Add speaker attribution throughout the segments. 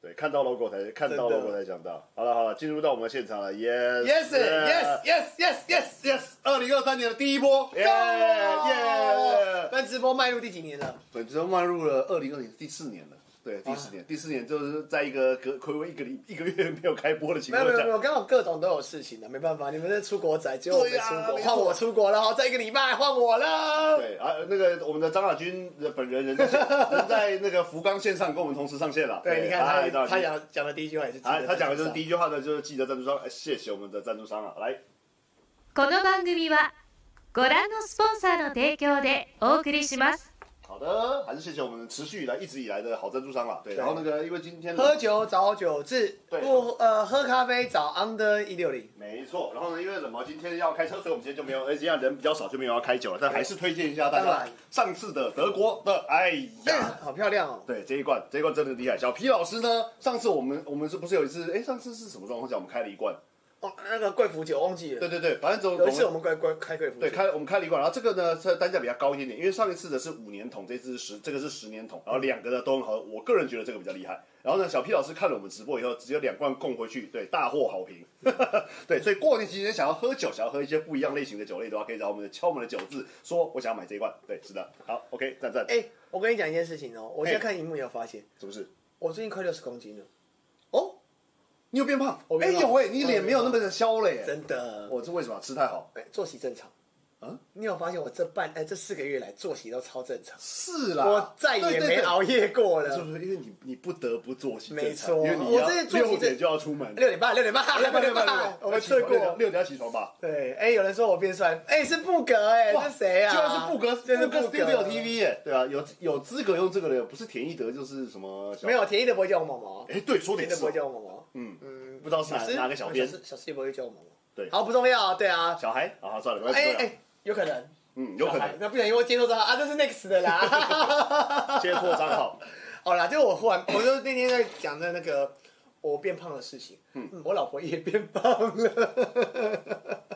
Speaker 1: 对，看到 logo 才看到
Speaker 2: 真的
Speaker 1: logo 才讲到。好了好了，进入到我们现场了，yes
Speaker 2: Yes, yes, yes, yes, yes, yes！二零二三年的第一波，耶
Speaker 1: Yeah, yeah
Speaker 2: 但直播迈入第几年了？
Speaker 1: 本周迈入了二零二零第四年了。对，第四年，第四年就是在一个隔暌违一个礼一个月没有开播的情
Speaker 2: 没有
Speaker 1: 况
Speaker 2: 没有没
Speaker 1: 下，
Speaker 2: 有，刚好各种都有事情啊的，没办法，你们是出国仔，只有我没
Speaker 1: 对啊
Speaker 2: 出国，
Speaker 1: 没错
Speaker 2: 换我出国了，好，再一个礼拜换我了。
Speaker 1: 对啊，那个我们的张亚军本人人在 人在那个福冈线上跟我们同时上线了。哎
Speaker 2: 对，你看他
Speaker 1: 他
Speaker 2: 他讲讲的第一句话也是记得
Speaker 1: 啊，他讲的就是
Speaker 2: 赞
Speaker 1: 第一句话呢，就是记得赞助商，哎谢谢我们的赞助商啊，来，
Speaker 3: この番組はご覧のスポンサーの提供でお送りします。
Speaker 1: 好的，还是谢谢我们持续以来一直以来的好赞助商啦。对，
Speaker 2: 对
Speaker 1: 然后那个因为今天
Speaker 2: 赏喝酒找酒治，
Speaker 1: 对
Speaker 2: 不呃喝咖啡找 under 一六零。
Speaker 1: 没错，然后呢，因为冷毛今天要开车，所以我们今天就没有，而且啊人比较少，就没有要开酒了。但还是推荐一下大
Speaker 2: 当
Speaker 1: 家
Speaker 2: 然
Speaker 1: 上次的德国的，哎呀，
Speaker 2: 好漂亮哦！
Speaker 1: 对这一罐，这一罐真的厉害。小皮老师呢，上次我们我们是不是有一次，哎，上次是什么状况下我们开了一罐？
Speaker 2: 哦，那个贵腐酒忘记
Speaker 1: 对
Speaker 2: 了，
Speaker 1: 对对，反正总
Speaker 2: 有一次我们贵贵开贵腐酒
Speaker 1: 对，开我们开了一罐，然后这个呢，它单价比较高一点点，因为上一次的是五年桶，这次是十，这个是十年桶，然后两个呢都很好喝，我个人觉得这个比较厉害。然后呢，小 P 老师看了我们直播以后，只有两罐供回去，对，大获好评。 对，所以过年期间想要喝酒，想要喝一些不一样类型的酒类的话，可以找我们的敲门的酒字，说我想要买这一罐。对，是的，好，OK，赞赞，
Speaker 2: 哎、我跟你讲一件事情哦，我现在
Speaker 1: 哎
Speaker 2: 看荧幕有发现，
Speaker 1: 是不是？
Speaker 2: 我最近快六十公斤了。哦，
Speaker 1: 你有变胖
Speaker 2: 我？
Speaker 1: 哎
Speaker 2: 变胖
Speaker 1: 有哎，你脸没有那么的消了耶。
Speaker 2: 真的，我
Speaker 1: 我是为什么吃太好？
Speaker 2: 哎、作息正常。
Speaker 1: 嗯
Speaker 2: 嗯，你有发现我这半哎、这四个月来作息都超正常，
Speaker 1: 是啦，
Speaker 2: 我再
Speaker 1: 对
Speaker 2: 也
Speaker 1: 对
Speaker 2: 没
Speaker 1: 对
Speaker 2: 熬夜过了。
Speaker 1: 是不是因为你你不得不作息
Speaker 2: 没
Speaker 1: 正常？
Speaker 2: 错
Speaker 1: 因为你
Speaker 2: 我
Speaker 1: 要
Speaker 2: 这些作息
Speaker 1: 六点
Speaker 2: 正
Speaker 1: 就要出门，
Speaker 2: 六点半，六点半，
Speaker 1: 六啊点半六点半
Speaker 2: 半， 我们
Speaker 1: 六
Speaker 2: 睡
Speaker 1: 点半
Speaker 2: 过。
Speaker 1: 六点要起床吧？
Speaker 2: 对，哎、有人说我变帅，哎、是布格、哎，
Speaker 1: 哇
Speaker 2: 这谁啊？
Speaker 1: 居然是布格，
Speaker 2: 这是
Speaker 1: 布格
Speaker 2: 布
Speaker 1: Studio
Speaker 2: 格
Speaker 1: TV 耶！对啊，有有资格用这个的，不是田一德就是什么？
Speaker 2: 没有，，田一的不会叫我毛毛，
Speaker 1: 哎，对，说
Speaker 2: 田
Speaker 1: 点
Speaker 2: 一的
Speaker 1: 是
Speaker 2: 不会，叫我毛毛。
Speaker 1: 嗯
Speaker 2: 嗯
Speaker 1: 不知道是哪
Speaker 2: 小思
Speaker 1: 哪个小编
Speaker 2: 小思小师也不会叫我毛毛。
Speaker 1: 对
Speaker 2: 好，不重要啊，对啊。
Speaker 1: 小孩啊，算了，没关
Speaker 2: 哎
Speaker 1: 系，
Speaker 2: 哎，有可能，
Speaker 1: 嗯，有可
Speaker 2: 小孩
Speaker 1: 能
Speaker 2: 那不小心我接受到啊，这是 next 的 啦。
Speaker 1: 接错账 号，
Speaker 2: 好哦啦，就我忽然，我就那天在讲的那个我变胖的事情，嗯，我老婆也变胖了。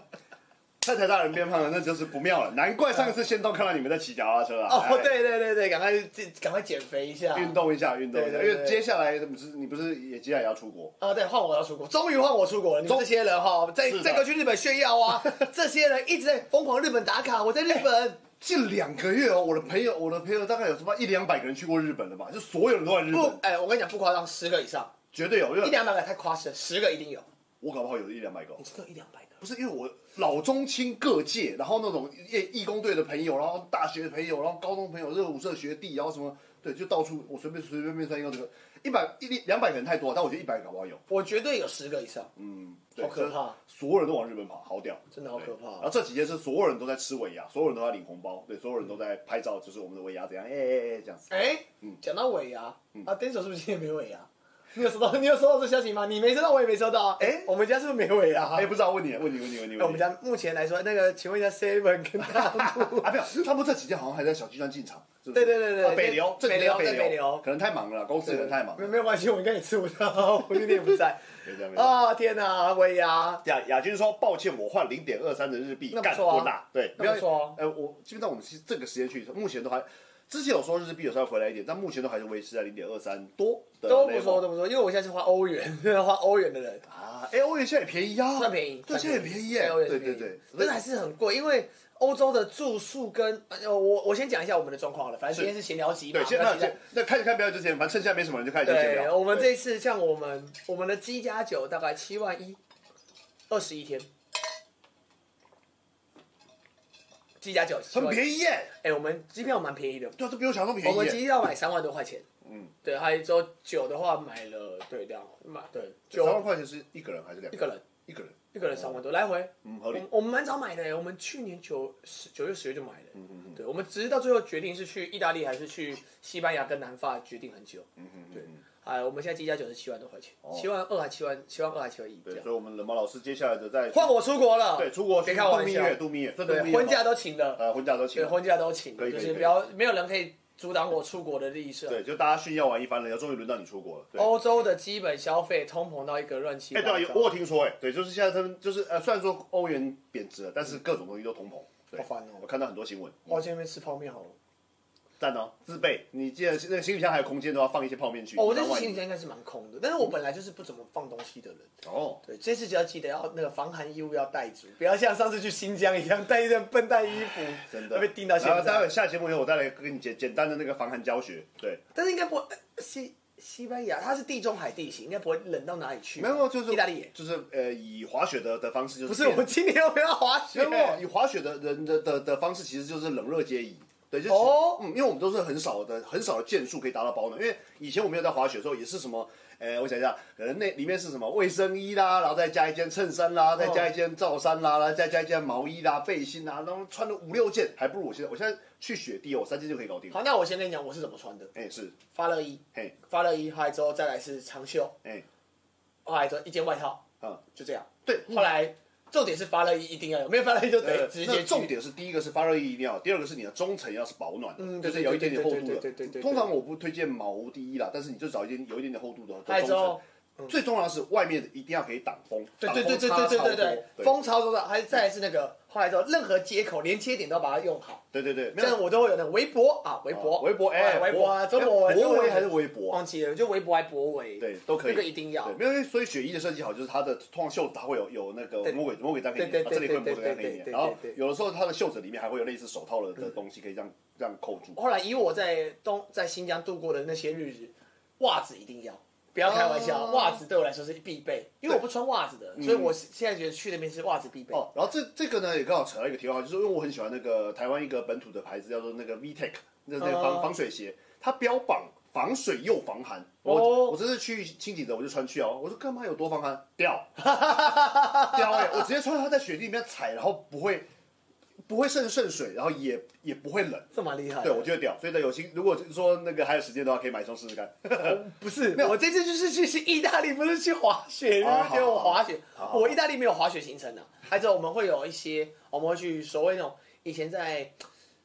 Speaker 1: 太太大人变胖了，那就是不妙了。难怪上次仙动看到你们在骑脚踏车啊！哎
Speaker 2: 啊哦，，对对对对，赶快去赶快减肥一下。
Speaker 1: 运动一下，运动一下，
Speaker 2: 对
Speaker 1: 因
Speaker 2: 对对
Speaker 1: 为接下来不是你不是也接下来要出国？
Speaker 2: 啊，对，换我要出国，终于换我出国了。你们这些人哈，在
Speaker 1: 是的
Speaker 2: 这个去日本炫 耀啊，这些人一直在疯狂日本打卡，我在日本。
Speaker 1: 近两个月哦，我的朋友，我的朋友大概有什么一两百个人去过日本了吧？就所有人都在日
Speaker 2: 不
Speaker 1: 本，，
Speaker 2: 哎、我跟你讲，不夸张，十个以上，
Speaker 1: 绝对有，因
Speaker 2: 一
Speaker 1: 为
Speaker 2: 两百个太夸张，十个一定有。
Speaker 1: 我搞不好有一两百个哦
Speaker 2: 你。真的有一两百个？
Speaker 1: 不是因为我老中青各界，然后那种义义工队的朋友，然后大学的朋友，然后高中朋友，热舞社学弟，然后什么，对，就到处我随便随随便便算一个这个一百一两百可能太多，但我觉得一百搞不好有，
Speaker 2: 我绝对有十个以上，
Speaker 1: 嗯，对
Speaker 2: 好可，怕，
Speaker 1: 所有人都往日本跑，好屌，
Speaker 2: 真的好可怕啊
Speaker 1: 对然后这几天是所有人都在吃尾牙，所有人都在领红包，对，所有人都在拍照，就是我们的尾牙怎样，哎哎哎这样子。
Speaker 2: 哎、
Speaker 1: 嗯
Speaker 2: 讲到尾牙，啊，Denso 是不是今天没尾牙？你有收到？你有收到这消息吗？你没收到，我也没收到啊。哎、我们家是不是没尾牙？
Speaker 1: 哎，不知道，问你，问你，问你，问你，问你。
Speaker 2: 哎我们家目前来说，那个，请问一下 Seven 跟大陆
Speaker 1: 啊，没有，他们这几天好像还在小巨蛋进场，是不是
Speaker 2: 对对对对
Speaker 1: 啊北流，这几天
Speaker 2: 北流嗯在北流
Speaker 1: 可能太忙了，公司可能太忙
Speaker 2: 没
Speaker 1: 了。
Speaker 2: 没有关系，我应该也吃不到，我那天也不在。
Speaker 1: 没 事没事
Speaker 2: 啊、天哪，尾牙，
Speaker 1: 亚亚军说：“抱歉，我换零点二三的日币，
Speaker 2: 那不
Speaker 1: 干
Speaker 2: 错啊
Speaker 1: 多大？对，
Speaker 2: 那不错啊
Speaker 1: 哎，我基本上我们是这个时间去，目前都还，之前有说日币有稍微回来一点，但目前都还是维持在零点二三多的
Speaker 2: 都不
Speaker 1: level
Speaker 2: 说都不说，因为我现在是花欧元，花欧元的人。
Speaker 1: 啊。哎，欧元现在也便宜啊，
Speaker 2: 算便宜，
Speaker 1: 对，现在也便宜耶，
Speaker 2: 欧元
Speaker 1: 对
Speaker 2: 是
Speaker 1: 对
Speaker 2: 便宜
Speaker 1: 对，
Speaker 2: 但是还是很贵，因为欧洲的住宿跟呃，我我先讲一下我们的状况好了，反正今天是闲聊集嘛，
Speaker 1: 对，现
Speaker 2: 啊那
Speaker 1: 在那
Speaker 2: 其实
Speaker 1: 那看看表之前，反正趁现在没什么人就开始闲
Speaker 2: 对，
Speaker 1: 聊。
Speaker 2: 我们这
Speaker 1: 对
Speaker 2: 一次像我们我们的鸡加酒大概七万一，二十一天，鸡加酒
Speaker 1: 很
Speaker 2: 宜，
Speaker 1: 便宜耶，
Speaker 2: 哎，我们机票蛮便宜的，
Speaker 1: 对，这比我想象中
Speaker 2: 我
Speaker 1: 便宜
Speaker 2: 们
Speaker 1: 耶。
Speaker 2: 机票买三万多块钱，
Speaker 1: 嗯，
Speaker 2: 对，还有之后酒的话买了对两买对
Speaker 1: 三万
Speaker 2: 酒
Speaker 1: 块钱是一个人还是两
Speaker 2: 一
Speaker 1: 个
Speaker 2: 个
Speaker 1: 人？
Speaker 2: 人
Speaker 1: 一个人，
Speaker 2: 一个人三万多来回。
Speaker 1: 嗯，合
Speaker 2: 我
Speaker 1: 理
Speaker 2: 们。我们蛮早买的，我们去年九十九月十月就买了。嗯嗯对，我们只是到最后决定是去意大利还是去西班牙跟南法，决定很久。
Speaker 1: 嗯嗯，
Speaker 2: 对
Speaker 1: 对。
Speaker 2: 哎，我们现在计价九十七万多块钱
Speaker 1: 哦，
Speaker 2: 七、万二还七万，七万二还七万一这
Speaker 1: 对，
Speaker 2: 样
Speaker 1: 所。以我们冷毛老师接下来的在
Speaker 2: 换我出国了，
Speaker 1: 对出国去
Speaker 2: 别开玩
Speaker 1: 度蜜
Speaker 2: 笑
Speaker 1: 月，度蜜月，这度
Speaker 2: 对
Speaker 1: 蜜月
Speaker 2: 婚假
Speaker 1: 嘛
Speaker 2: 都请了，
Speaker 1: 呃婚假都请
Speaker 2: 对，
Speaker 1: 了。
Speaker 2: 婚假都请
Speaker 1: 可以
Speaker 2: 了，就
Speaker 1: 可以
Speaker 2: 是
Speaker 1: 可以
Speaker 2: 不要没有人可以阻挡我出国的立社。
Speaker 1: 对，就大家炫耀完一番了，终于轮到你出国了。对，
Speaker 2: 欧洲的基本消费通膨到一啊个乱七
Speaker 1: 哎，
Speaker 2: 八糟。
Speaker 1: 对啊，有我有听说，哎，对，就是现在他们就是呃，虽然说欧元贬值了，但是各种东西都通膨，对
Speaker 2: 嗯好烦哦
Speaker 1: 我看到很多新闻，
Speaker 2: 我今天吃泡面好了。
Speaker 1: 赞哦，自备。你记得那个行李箱还有空间的话，放一些泡面去。
Speaker 2: 哦，我这
Speaker 1: 当
Speaker 2: 次
Speaker 1: 晚
Speaker 2: 行李箱应该是蛮空的，但是我本来就是不怎么放东西的人。
Speaker 1: 哦，
Speaker 2: 对，这次就要记得要那个防寒衣物要带足，不要像上次去新疆一样带一件笨蛋衣服，
Speaker 1: 真的
Speaker 2: 会被叮到现
Speaker 1: 然后待
Speaker 2: 在
Speaker 1: 会。下节目以后，我再来跟你简简单的那个防寒教学。对，
Speaker 2: 但是应该不会呃西西班牙，它是地中海地形，应该不会冷到哪里去。
Speaker 1: 没有就是
Speaker 2: 意大利也
Speaker 1: 就是呃以滑雪的的方式就是
Speaker 2: 不是，我今年又没有滑雪
Speaker 1: 没。有以滑雪的人的的的方式其实就是冷热皆宜。对，就是、
Speaker 2: 哦
Speaker 1: 嗯，因为我们都是很少的很少的件数可以达到保暖，因为以前我们有在滑雪的时候也是什么，呃，我想一下，可能那里面是什么卫生衣啦，然后再加一件衬衫
Speaker 2: 嗯
Speaker 1: 啦，再加一件罩衫啦，然后再加一件毛衣啦、背心啦，然后穿了五六件，还不如我现在，我现在去雪地哦，我三件就可以搞定。
Speaker 2: 好，那我先跟你讲我是怎么穿的，
Speaker 1: 哎、是，
Speaker 2: 发热衣，
Speaker 1: 嘿，
Speaker 2: 发热衣，后来之后再来是长袖，
Speaker 1: 哎、
Speaker 2: 后来之后一件外套，
Speaker 1: 嗯，
Speaker 2: 就这样。
Speaker 1: 对，
Speaker 2: 后来重点是发热衣一定要有，没有发热衣就
Speaker 1: 呃
Speaker 2: 得直
Speaker 1: 那
Speaker 2: 接
Speaker 1: 重点是第一个是发热衣一定要有，第二个是你的中层要是保暖的，
Speaker 2: 嗯
Speaker 1: 就
Speaker 2: 对
Speaker 1: 是有一点点厚度
Speaker 2: 对对对对对
Speaker 1: 的。
Speaker 2: 对对
Speaker 1: 通常我不推荐毛第一啦，但是你就找一件有一点点厚度的
Speaker 2: 还
Speaker 1: 的中
Speaker 2: 有之后
Speaker 1: 层。最重要的是外面一定要可以挡风，
Speaker 2: 嗯对
Speaker 1: 挡
Speaker 2: 对
Speaker 1: 风
Speaker 2: 对对
Speaker 1: 差
Speaker 2: 对对
Speaker 1: 超多
Speaker 2: 对对，蜂巢多少，还再来是那个，后来之后任何接口连接点都要把它用好，
Speaker 1: 对对对，
Speaker 2: 这样我都会有那个微博啊，微博，
Speaker 1: 围脖哎，
Speaker 2: 微博啊，中国
Speaker 1: 哎
Speaker 2: 文，
Speaker 1: 脖围还是围脖，
Speaker 2: 忘记了，就微博还啊博围，
Speaker 1: 对，都可以，
Speaker 2: 这个一定要
Speaker 1: 对，没有，因为所以雪衣的设计好，就是它的通常袖子它会有有那个
Speaker 2: 对
Speaker 1: 魔鬼魔鬼粘可以粘，
Speaker 2: 对对
Speaker 1: 啊这里会有魔
Speaker 2: 对
Speaker 1: 鬼粘可
Speaker 2: 对
Speaker 1: 以
Speaker 2: 对
Speaker 1: 粘，
Speaker 2: 对
Speaker 1: 然后
Speaker 2: 对对
Speaker 1: 有的时候它的袖子里面还会有类似手套的的东西可以这样这样扣住。
Speaker 2: 后来以我在东在新疆度过的那些日子，袜子一定要，不要开玩笑，
Speaker 1: 哦
Speaker 2: 袜子对我来说是必备，因为我不穿袜子的，所以我现在觉得去那边是袜子必备。
Speaker 1: 嗯哦，然后这这个呢也刚好扯到一个题外话，就是因为我很喜欢那个台湾一个本土的牌子，叫做那个 E VTech，那那个防、
Speaker 2: 哦
Speaker 1: 防水鞋，它标榜防水又防寒。我、
Speaker 2: 哦
Speaker 1: 我这次去清景泽我就穿去哦，我说干嘛有多防寒？ 屌，屌哎、我直接穿它在雪地里面踩，然后不会不会渗渗水，然后也也不会冷。
Speaker 2: 这蛮厉害的，
Speaker 1: 对，我觉得屌，所以呢，有心如果说那个还有时间的话，可以买一双试试看。
Speaker 2: 不是
Speaker 1: 没有，
Speaker 2: 我这次就是去是意大利，不是去滑雪，
Speaker 1: 哦
Speaker 2: 然后给我滑雪
Speaker 1: 好好。好
Speaker 2: 我意大利没有滑雪行程的、还有我们会有一些，哦我们会去所谓那种以前在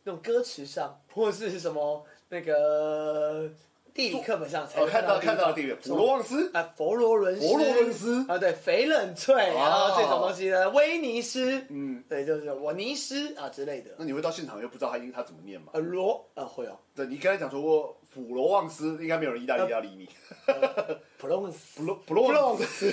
Speaker 2: 那种歌词上或是什么那个地理课本上才
Speaker 1: 我
Speaker 2: 会
Speaker 1: 看到
Speaker 2: 地方
Speaker 1: 哦看到的地方，普罗旺斯，
Speaker 2: 啊，佛罗伦斯，
Speaker 1: 佛罗伦斯
Speaker 2: 啊，对，翡冷翠，
Speaker 1: 哦
Speaker 2: 然后这种东西呢，威尼斯，
Speaker 1: 嗯，
Speaker 2: 对，就是我尼斯啊之类的，
Speaker 1: 那你会到现场又不知道他英他怎么念吗？
Speaker 2: 呃，罗啊会哦，
Speaker 1: 对，你刚才讲说过普罗旺斯，应该没有人意大
Speaker 2: 呃
Speaker 1: 利要理你。
Speaker 2: 普罗旺斯
Speaker 1: 普，罗普罗旺斯，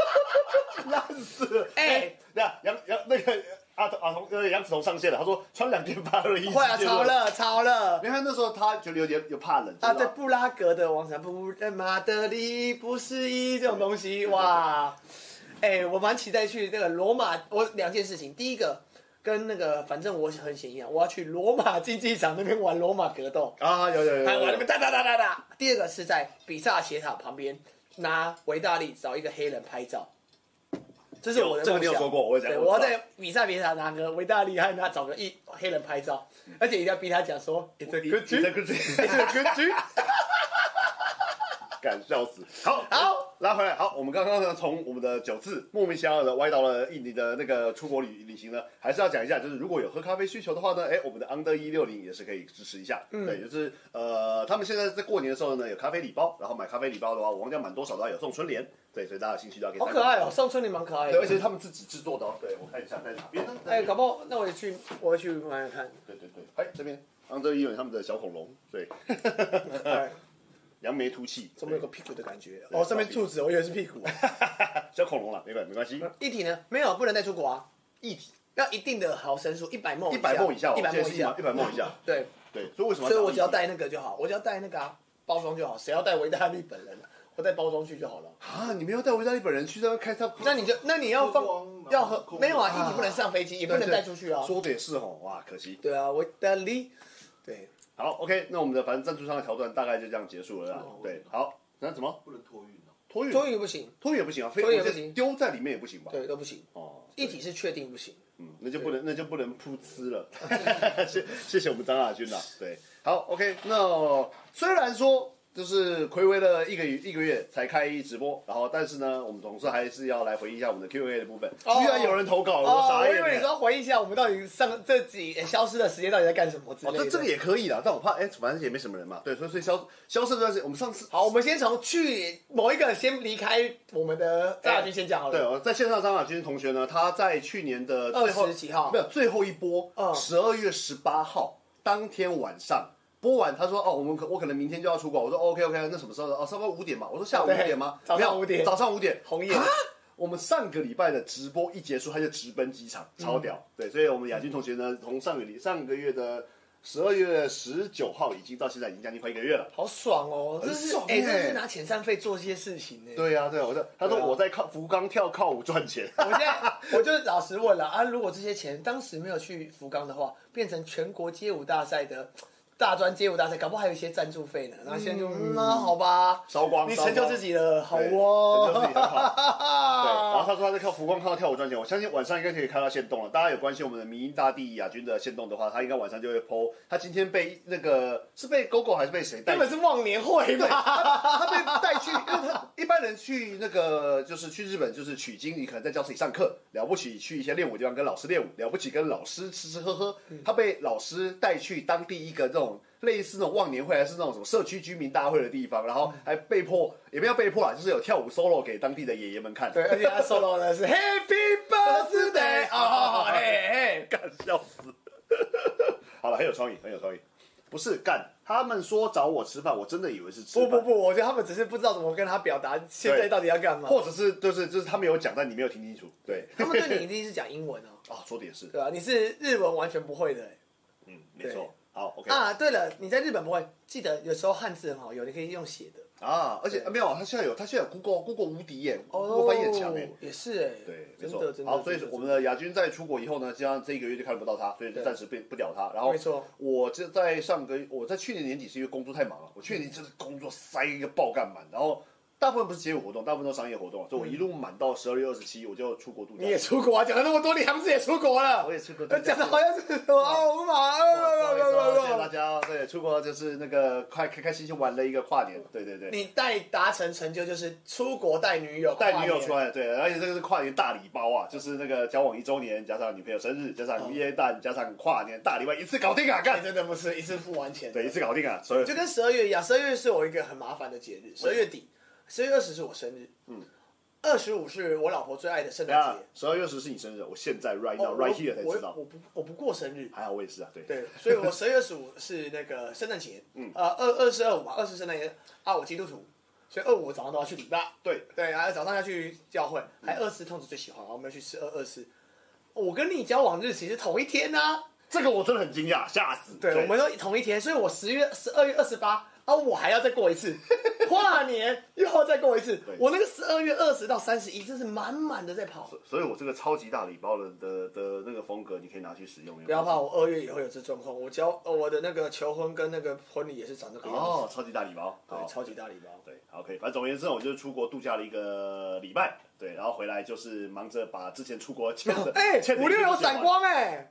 Speaker 1: 烂死了！
Speaker 2: 哎，
Speaker 1: 那杨杨那个阿阿童呃杨子彤上线了，他说穿两件发热衣，
Speaker 2: 会啊，
Speaker 1: 直接
Speaker 2: 超
Speaker 1: 就。
Speaker 2: 热，超热，
Speaker 1: 你看那时候他觉得有点有怕冷
Speaker 2: 啊，
Speaker 1: 知
Speaker 2: 对，
Speaker 1: 道吗
Speaker 2: 布拉格的王城，布马德里不是一这种东 西，哇！哎、我蛮期待去那个罗马。我两件事情，第一个跟那个，反正我很显一样，我要去罗马竞技场那边玩罗马 格斗，
Speaker 1: 啊，有有有
Speaker 2: 还玩那
Speaker 1: 有
Speaker 2: 个
Speaker 1: 有，
Speaker 2: 哒哒哒哒哒。第二个是在比萨斜塔旁边拿维大利找一个黑人拍照，这是我的
Speaker 1: 有这个
Speaker 2: 梦
Speaker 1: 你有
Speaker 2: 想
Speaker 1: 说过我有讲
Speaker 2: 对，
Speaker 1: 过
Speaker 2: 我要在比萨斜塔拿个维大利，还拿找个一黑人拍照，而且一定要逼他 讲说 It's a good trip,
Speaker 1: 个 这
Speaker 2: it's a good trip。
Speaker 1: 敢笑死。好，
Speaker 2: 好，
Speaker 1: 拉回来。好，我们刚刚呢，从我们的九字莫名其妙的歪到了印尼的那个出国旅旅行呢，还是要讲一下，就是如果有喝咖啡需求的话呢，哎，我们的 Under 一六零也是可以支持一下。对，就是呃，他们现在在过年的时候呢，有咖啡礼包，然后买咖啡礼包的话，我忘掉满多少的话有送春联。对，所以大家有兴趣的话可以
Speaker 2: 好
Speaker 1: 参考
Speaker 2: 可爱哦，上春联蛮可爱
Speaker 1: 对，而
Speaker 2: 的。
Speaker 1: 且他们自己制作的哦。对，我看一下在哪边呢？
Speaker 2: 哎，搞不好那我也去，我也去买买看。
Speaker 1: 对对对，哎，这边 Under 一六零他们的小恐龙，对，
Speaker 2: 哎，
Speaker 1: 扬眉吐气，
Speaker 2: 怎么有个屁股的感觉？
Speaker 1: 对
Speaker 2: 哦，上面兔子，我以为是屁股。
Speaker 1: 对小恐龙了，没关没关系。
Speaker 2: 一体呢？没有，不能带出国啊，
Speaker 1: 一体
Speaker 2: 要一定的毫升数，一百梦，
Speaker 1: 一百梦以下，
Speaker 2: 一百
Speaker 1: 我们
Speaker 2: 梦
Speaker 1: 现
Speaker 2: 以
Speaker 1: 在
Speaker 2: 下
Speaker 1: 是一，百梦以下。
Speaker 2: 对，
Speaker 1: 对，所以为什么？
Speaker 2: 所以我只要。带那个就好，我只要带那个啊包装就好，谁要带维大利本人，啊我带包装去就 好了。
Speaker 1: 啊！你没有带维大利本人去那边开他，
Speaker 2: 那你就那你要放
Speaker 4: 空
Speaker 2: 要喝没有啊？
Speaker 1: 啊
Speaker 2: 一体不能上飞机，也不能带出去啊。
Speaker 1: 说的也是哦，哇，可惜。
Speaker 2: 对啊，维大利，对，
Speaker 1: 好，OK，那我们的反正赞助商的桥段大概就这样结束了啦
Speaker 4: 哦。
Speaker 1: 对，好，那怎么
Speaker 4: 不能托运哦。
Speaker 1: 托运？
Speaker 2: 托运不行，
Speaker 1: 托运也不行啊，非
Speaker 2: 托运也
Speaker 1: 我觉得
Speaker 2: 不行
Speaker 1: 丢在里面也不行吧？
Speaker 2: 对都不行，
Speaker 1: 哦，
Speaker 2: 一体是确定不行。
Speaker 1: 嗯，那就不能那就不能噗呲了。谢谢谢谢我们张亚军啦。对，好，OK，那虽然说就是暌违了一个一个月才开直播，然后但是呢，我们总是还是要来回应一下我们的 Q&A 的部分，
Speaker 2: 哦
Speaker 1: 居然有人投稿，我
Speaker 2: 哦，
Speaker 1: 傻
Speaker 2: 我
Speaker 1: 眼
Speaker 2: 以
Speaker 1: 了。
Speaker 2: 为你说回忆一下我们到底上这几呃消失的时间到底在干什么之
Speaker 1: 哦，
Speaker 2: 类的。
Speaker 1: 这这个也可以啦，但我怕哎，反正也没什么人嘛，对，所以所以消消失这段时间，我们上次
Speaker 2: 好，我们先从去某一个先离开我们的张亚军先讲好
Speaker 1: 哎对，哦
Speaker 2: 了。
Speaker 1: 我在线上张雅君同学呢，他在去年的最后
Speaker 2: 二十几号
Speaker 1: 没有最后一波
Speaker 2: 嗯，
Speaker 1: 十二、月十八号当天晚上播完，他说哦，我们可我可能明天就要出国，我说 OK OK，那什么时候呢？哦，差不多五点嘛，我说下午五
Speaker 2: 对
Speaker 1: 点吗？
Speaker 2: 早上
Speaker 1: 没有
Speaker 2: 5点
Speaker 1: 早上五点，
Speaker 2: 红叶
Speaker 1: 啊我们上个礼拜的直播一结束，他就直奔机场，
Speaker 2: 嗯
Speaker 1: 超屌。对，所以我们雅君同学呢，从上个礼上个月的十二月十九号已经到现在已经将近快一个月了。
Speaker 2: 好爽哦，这是
Speaker 1: 爽
Speaker 2: 哎，
Speaker 1: 耶
Speaker 2: 这是拿遣散费做些事情呢。，
Speaker 1: 对呀、对、啊，我说，他说
Speaker 2: 对啊
Speaker 1: 我在靠福冈跳靠舞赚 钱，
Speaker 2: 我现在我就老实问了啊，如果这些钱当时没有去福冈的话，变成全国街舞大赛的大专街舞大赛，搞不好还有一些赞助费呢。然后现在就嗯，那好吧，
Speaker 1: 烧光，
Speaker 2: 你
Speaker 1: 烧
Speaker 2: 成就
Speaker 1: 光
Speaker 2: 自己了，好
Speaker 1: 对成就自己
Speaker 2: 哦。
Speaker 1: 很好。 对，然后
Speaker 2: 啊，
Speaker 1: 他说他在跳浮光看到跳舞赚钱，我相信晚上应该可以看到现动了。大家有关心我们的迷音大地亚军的现动的话，他应该晚上就会 PO。他今天被那个是被 GoGo 还是被谁带
Speaker 2: 根
Speaker 1: 去
Speaker 2: 本？是忘年会
Speaker 1: 对，
Speaker 2: 吧？
Speaker 1: 他被带去，因 为他一般人去那个就是去日本就是取经，你可能在教室里上课，了不起去一些练舞地方跟老师练舞，了不起跟老师吃吃喝喝。
Speaker 2: 嗯
Speaker 1: 他被老师带去当地一个这种类似那种忘年会还是那种什么社区居民大会的地方，然后还被迫也没有被迫啦，啊就是有跳舞 solo 给当地的爷爷们看。
Speaker 2: 对，而 且他 solo 的是 Happy Birthday 哦，嘿嘿，
Speaker 1: 干笑死！ 好了，很有创
Speaker 2: 嗯
Speaker 1: 意，很有创意。不是干，他们说找我吃饭，我真的以为是吃
Speaker 2: 不
Speaker 1: 饭。
Speaker 2: 不不，我觉得他们只是不知道怎么跟他表达现在到底要干嘛。
Speaker 1: 或者是就是就是他们有讲，但你没有听清楚。对，
Speaker 2: 他 们对你一定是讲英文哦，
Speaker 1: 啊，说的也是，
Speaker 2: 对吧、你是日文完全不会的、欸
Speaker 1: 嗯，没错。好，OK 啊
Speaker 2: 啊。对了，你在日本不会，记得有时候汉字很好用，你可以用写的。
Speaker 1: 而且、
Speaker 2: 对
Speaker 1: 啊没有，他现在有他现在有 Google Google 无敌耶
Speaker 2: 哦，
Speaker 1: ，Google 翻译很强哎。
Speaker 2: 也是哎、
Speaker 1: 对，没
Speaker 2: 真
Speaker 1: 错
Speaker 2: 的真。的。
Speaker 1: 好，所以
Speaker 2: 真的
Speaker 1: 我们的亚军在出国以后呢，加上这一个月就看不到他，所以就
Speaker 2: 对
Speaker 1: 暂时不不屌他。然后，
Speaker 2: 没错，
Speaker 1: 我这在上个我在去年年底是因为工作太忙了，我去年
Speaker 2: 嗯
Speaker 1: 真的工作塞一个爆干满，然后大部分不是街舞活动，大部分都商业活动，所以我一路满到十二月二十七，我就出国度假。
Speaker 2: 嗯你也出国啊，讲了那么多，你还不是也出国了？
Speaker 1: 我也出国度假
Speaker 2: 讲的好像是什么哦，我
Speaker 1: 不
Speaker 2: 马
Speaker 1: 好意思哦 谢谢大
Speaker 2: 上。
Speaker 1: 家。对，出国就是那个快开开心心玩了一个跨年，对对对。
Speaker 2: 你带达成成就就是出国带女友，
Speaker 1: 带女友出
Speaker 2: 来。
Speaker 1: 来，对，而且这个是跨年大礼包啊，就是那个交往一周年，加上女朋友生日，加上耶诞，加上跨年大礼包，一次搞定啊，
Speaker 2: 干
Speaker 1: 干！
Speaker 2: 真的不嗯是一次付完钱，
Speaker 1: 对，一次搞定啊，所以
Speaker 2: 就跟十二月一样，十二月是我一个很麻烦的节
Speaker 1: 嗯
Speaker 2: 日，十二月底，十二月二十是我生日，嗯，二十五是我老婆最爱的圣诞
Speaker 1: 啊
Speaker 2: 节。，
Speaker 1: 十二月十是你生日，我现在 right
Speaker 2: 哦
Speaker 1: now right here 才
Speaker 2: 我
Speaker 1: 知道
Speaker 2: 我，我不我不过生日，
Speaker 1: 还好我也是啊，对，
Speaker 2: 对，所以我十二月十五是那个圣诞节，嗯，呃，二二四二五嘛，二四圣诞节啊，我基督徒，所以二五我早上都要去礼拜，
Speaker 1: 对
Speaker 2: 对，然后早上要去教会，还二四通常最喜欢，然后我们要去吃二二四。我跟你交往日期是同一天啊呐、
Speaker 1: 这个我真的很惊讶，吓死，
Speaker 2: 对，我们都同一天，所以我十月十二月二十八啊，我还要再过一次跨年，又要再过一次
Speaker 1: 对。
Speaker 2: 我那个十二月二十到三十一，真是满满的在跑。
Speaker 1: 所以我这个超级大礼包的的的那个风格，你可以拿去使用，
Speaker 2: 不要怕，我二月也会有这状况。我交呃我的那个求婚跟那个婚礼也是长这个样子，
Speaker 1: 哦，超级大礼包，
Speaker 2: 对，
Speaker 1: 好
Speaker 2: 超级大礼包。
Speaker 1: 对，OK，反正总而言之，我就出国度假了一个礼拜，对，然后回来就是忙着把之前出国欠的，
Speaker 2: 哎、
Speaker 1: 欠的
Speaker 2: 五六有闪
Speaker 1: 一笔钱还完，
Speaker 2: 光哎、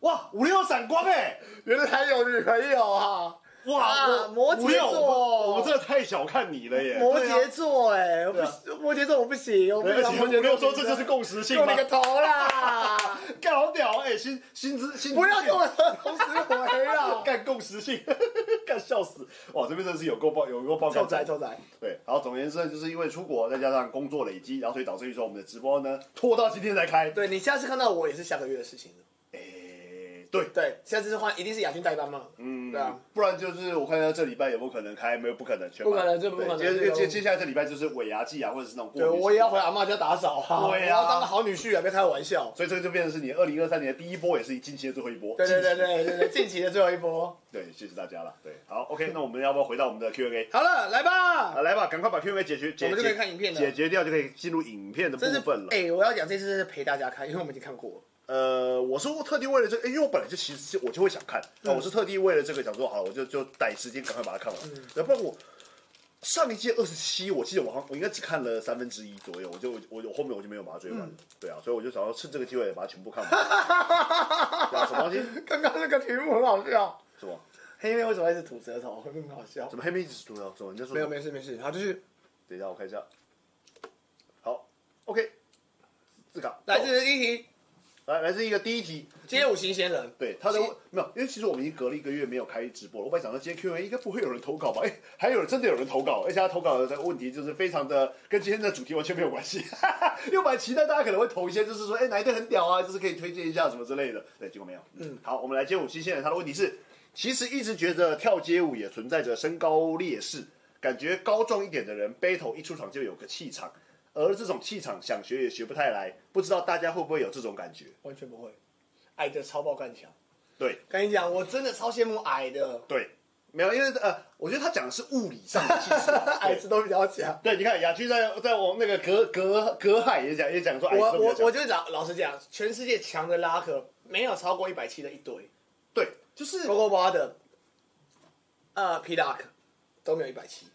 Speaker 1: 哇，五六有闪光哎、
Speaker 2: 原来还有女朋友啊！
Speaker 1: 哇，
Speaker 2: 啊
Speaker 1: 我
Speaker 2: 摩羯座
Speaker 1: 五六我我们真的太小看你了耶，
Speaker 2: 摩
Speaker 1: 对啊
Speaker 2: 羯座哎、我
Speaker 1: 对
Speaker 2: 不
Speaker 1: 啊
Speaker 2: 行，摩羯座我不行，我不
Speaker 1: 对而
Speaker 2: 想
Speaker 1: 且
Speaker 2: 摩
Speaker 1: 我
Speaker 2: 羯
Speaker 1: 六
Speaker 2: 座
Speaker 1: 说这就是共识性
Speaker 2: 做
Speaker 1: 吗
Speaker 2: 你？个头 啦！
Speaker 1: 干好屌哎、薪薪资薪资
Speaker 2: 不要跟我同时 回啦！
Speaker 1: 干共识性，干笑死！哇，这边真的是有够报有够报告
Speaker 2: 臭宅臭宅，
Speaker 1: 对，然后总而言之呢，就是因为出国再加上工作累积，然后所以导致于说我们的直播呢拖到今天才开。
Speaker 2: 对你下次看到我也是下个月的事情了。
Speaker 1: 诶，对，
Speaker 2: 对，下次是换一定是亚军代班嘛？嗯，对啊，
Speaker 1: 不然就是我看一下这礼拜有没有可能开，没有不可能，全满
Speaker 2: 不可能这不可能
Speaker 1: 对接
Speaker 2: 这个
Speaker 1: 接接下来这礼拜就是尾牙季啊，或者是那种过
Speaker 2: 对
Speaker 1: 年
Speaker 2: 我也要回阿妈家打扫啊，
Speaker 1: 对啊
Speaker 2: 我要当个好女婿啊，别开玩笑。
Speaker 1: 所以这个就变成是你二零二三年的第一波，也是近期的最后一波。
Speaker 2: 对对
Speaker 1: 近
Speaker 2: 对
Speaker 1: 期
Speaker 2: 对对 对，近期的最后一波。
Speaker 1: 对，谢谢大家了。对，好，OK，那我们要不要回到我们的 Q&A？
Speaker 2: 好了，来吧
Speaker 1: 啊，。来吧，赶快把 Q&A 解决，解
Speaker 2: 我们就
Speaker 1: 解
Speaker 2: 可以看影片了
Speaker 1: 解决掉就可以进入影片的部
Speaker 2: 这是
Speaker 1: 分了。
Speaker 2: 哎、我要讲这次是陪大家看，因为我们已经看过了。
Speaker 1: 呃，我是特地为了这个，因为我本来就其实我就会想看，那、
Speaker 2: 嗯
Speaker 1: 我是特地为了这个想说，好，我就就逮时间赶快把它看完，
Speaker 2: 嗯
Speaker 1: 要、不然我上一届二十七，我记得我好像我应该只看了三分之一左右，我就我我后面我就没有把它追完
Speaker 2: 嗯
Speaker 1: 了，对啊，所以我就想要趁这个机会 把它全部看完，对啊，什么东西？
Speaker 2: 刚刚那个题目很好笑，
Speaker 1: 什么？
Speaker 2: 黑妹为什么一直吐舌头？很好笑
Speaker 1: 怎。么黑妹一直读呢？怎么你在说？
Speaker 2: 没有，没事没事，好，就是
Speaker 1: 等一下我看一下。好，OK，自稿
Speaker 2: 来自第一题，
Speaker 1: 来来自一个第一题，
Speaker 2: 街舞新鲜人。
Speaker 1: 对他的没有，因为其实我们已经隔了一个月没有开直播了。我本来想到今天 Q&A 应该不会有人投稿吧？哎、 还有人真的有人投稿，而且他投稿的问题就是非常的跟今天的主题完全没有关系。 因为我本来期待大家可能会投一些，就是说，哎、哪一队很屌啊，就是可以推荐一下什么之类的。对，结果没有。嗯，好，我们来街舞新鲜人，他的问题是，其实一直觉得跳街舞也存在着身高劣势，感觉高壮一点的人 battle 一出场就有个气场，而这种气场想学也学不太来，不知道大家会不会有这种感觉？
Speaker 2: 完全不会，矮的超爆干强。
Speaker 1: 对。
Speaker 2: 跟你讲，我真的超羡慕矮的，，
Speaker 1: 对，没有，因为呃，我觉得他讲的是物理上的气质
Speaker 2: 矮子都比较强。
Speaker 1: 对。对，你看雅居在在我那个隔隔隔海也讲也讲说矮
Speaker 2: 我
Speaker 1: 子比较
Speaker 2: 我
Speaker 1: 强
Speaker 2: 我就老老实讲，全世界强的拉客没有超过一百七的一堆
Speaker 1: 对，就是
Speaker 2: ，Gogo b o d 的，呃 p l o c k 都没有一百七，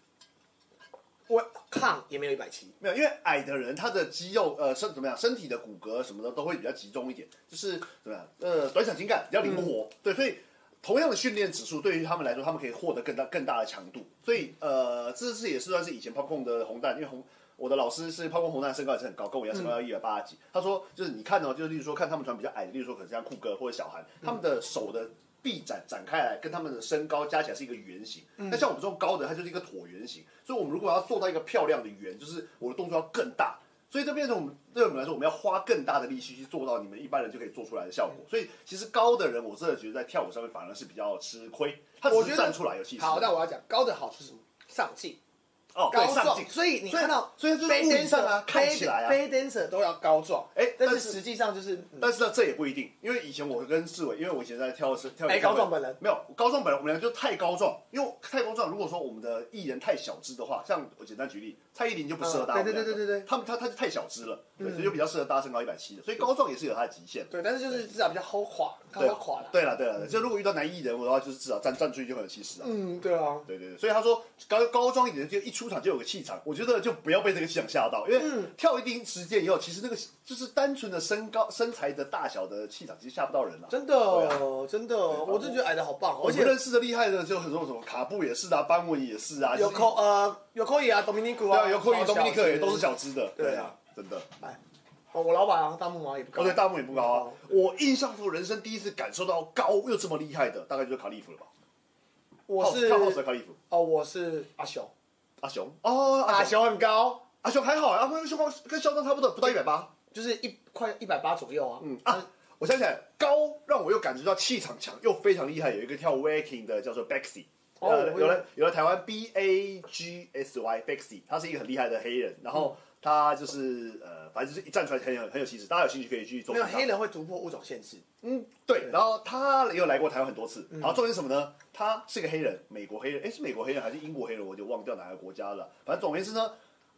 Speaker 2: 我抗也没有一百七，
Speaker 1: 没有，因为矮的人他的肌肉呃身怎么样，身体的骨骼什么的都会比较集中一点，就是怎么样呃短小精干，比较灵活，对，所以。同样的训练指数，对于他们来说，他们可以获得更大更大的强度。所以，呃，这次也是算是以前胖控的红蛋，因为红我的老师是胖控红蛋，身高也是很高，跟我一样，身高要一百八几。他说，就是你看哦，就是例如说看他们穿比较矮的，例如说可能像酷哥或者小韩，他们的手的臂展展开来，跟他们的身高加起来是一个圆形。
Speaker 2: 嗯
Speaker 1: 那、像我们这种高的，它就是一个椭圆形。所以我们如果要做到一个漂亮的圆，就是我的动作要更大。所以这变成我们对我们来说，我们要花更大的力气去做到你们一般人就可以做出来的效果。所以其实高的人，我真的觉得在跳舞上面反而是比较吃亏。他只
Speaker 2: 我觉
Speaker 1: 是
Speaker 2: 得
Speaker 1: 站出来有气势。
Speaker 2: 好，但我要讲高的好处是什么？上进，
Speaker 1: 哦，对
Speaker 2: 高
Speaker 1: 上
Speaker 2: 壮
Speaker 1: 镜，，
Speaker 2: 所以你看到
Speaker 1: 所以所以就是物理上啊，看起来啊，
Speaker 2: ，Bay dancer 都要高壮，
Speaker 1: 哎
Speaker 2: 但
Speaker 1: 但
Speaker 2: 是
Speaker 1: 是
Speaker 2: 实际上就是嗯
Speaker 1: 但是呢，这也不一定，因为以前我跟志伟，因为我以前在跳是跳
Speaker 2: 哎高壮本人
Speaker 1: 没有高壮本人，我们俩就太高壮，因为太高壮，如果说我们的艺人太小只的话，像我简单举例，蔡依林就不适合搭
Speaker 2: 嗯
Speaker 1: 我们
Speaker 2: 对
Speaker 1: 两个、
Speaker 2: 对对嗯对对
Speaker 1: 他们他他就太小只了，对，所以就比较适合搭身高一百七的，所以高壮也是有它的极限。
Speaker 2: 对，但是就是至少比较齁垮，
Speaker 1: 对
Speaker 2: 齁垮了。
Speaker 1: 对了对了，就如果遇到男艺人的话，就是至少站站出去就很有气势啊。
Speaker 2: 嗯，对啊，
Speaker 1: 对对对，所以他说高高装一点就一出场就有个气场，我觉得就不要被这个气场吓到，因为
Speaker 2: 嗯
Speaker 1: 跳一定时间以后，其实那个就是单纯的身高、身材的大小的气场，其实吓不到人了、啊
Speaker 2: 真的哦
Speaker 1: 对
Speaker 2: 真的，我真的觉得矮的好棒哦，
Speaker 1: 我
Speaker 2: 而
Speaker 1: 们
Speaker 2: 且
Speaker 1: 认识的厉害的就很多什么卡布也是啊，班文也是啊，
Speaker 2: 有
Speaker 1: 扣
Speaker 2: 扣呃有扣也啊，多米尼古
Speaker 1: 对
Speaker 2: 啊，
Speaker 1: 啊，有扣与
Speaker 2: 小
Speaker 1: 东尼克也都是
Speaker 2: 小
Speaker 1: 小只的，
Speaker 2: 对啊
Speaker 1: 对啊，真的。
Speaker 2: 只。哎，哦，我老板啊，大木毛也不高。
Speaker 1: 哦，对，大幕也不高啊
Speaker 2: 哦。
Speaker 1: 我印象中人生第一次感受到高又这么厉害的，大概就是卡利夫了吧？
Speaker 2: 我是
Speaker 1: 跳跳 house 的卡利夫，
Speaker 2: 哦，我是阿雄，
Speaker 1: 阿雄哦，
Speaker 2: 阿
Speaker 1: 阿雄
Speaker 2: 雄很高，
Speaker 1: 阿雄还好啊，阿雄跟肖战差不多，不到一百八。
Speaker 2: 就是一快一百八左右啊。嗯
Speaker 1: 啊，我想起来，高让我又感觉到气场强，又非常厉害。有一个跳 waking 的叫做 Baxi，
Speaker 2: 哦
Speaker 1: 呃，
Speaker 2: 我
Speaker 1: 有了有了台湾 B A G S Y Baxi，他是一个很厉害的黑人，然
Speaker 2: 嗯
Speaker 1: 后他就是呃，反正就是一站出来很有很有气质，大家有兴趣可以去做。
Speaker 2: 没有黑人会突破物种限制，
Speaker 1: 嗯，对，然后他也有来过台湾很多次。然后重点是什么呢？他是个黑人，美国黑人，诶，是美国黑人还是英国黑人？我就忘掉哪个国家了。反正总而言之呢，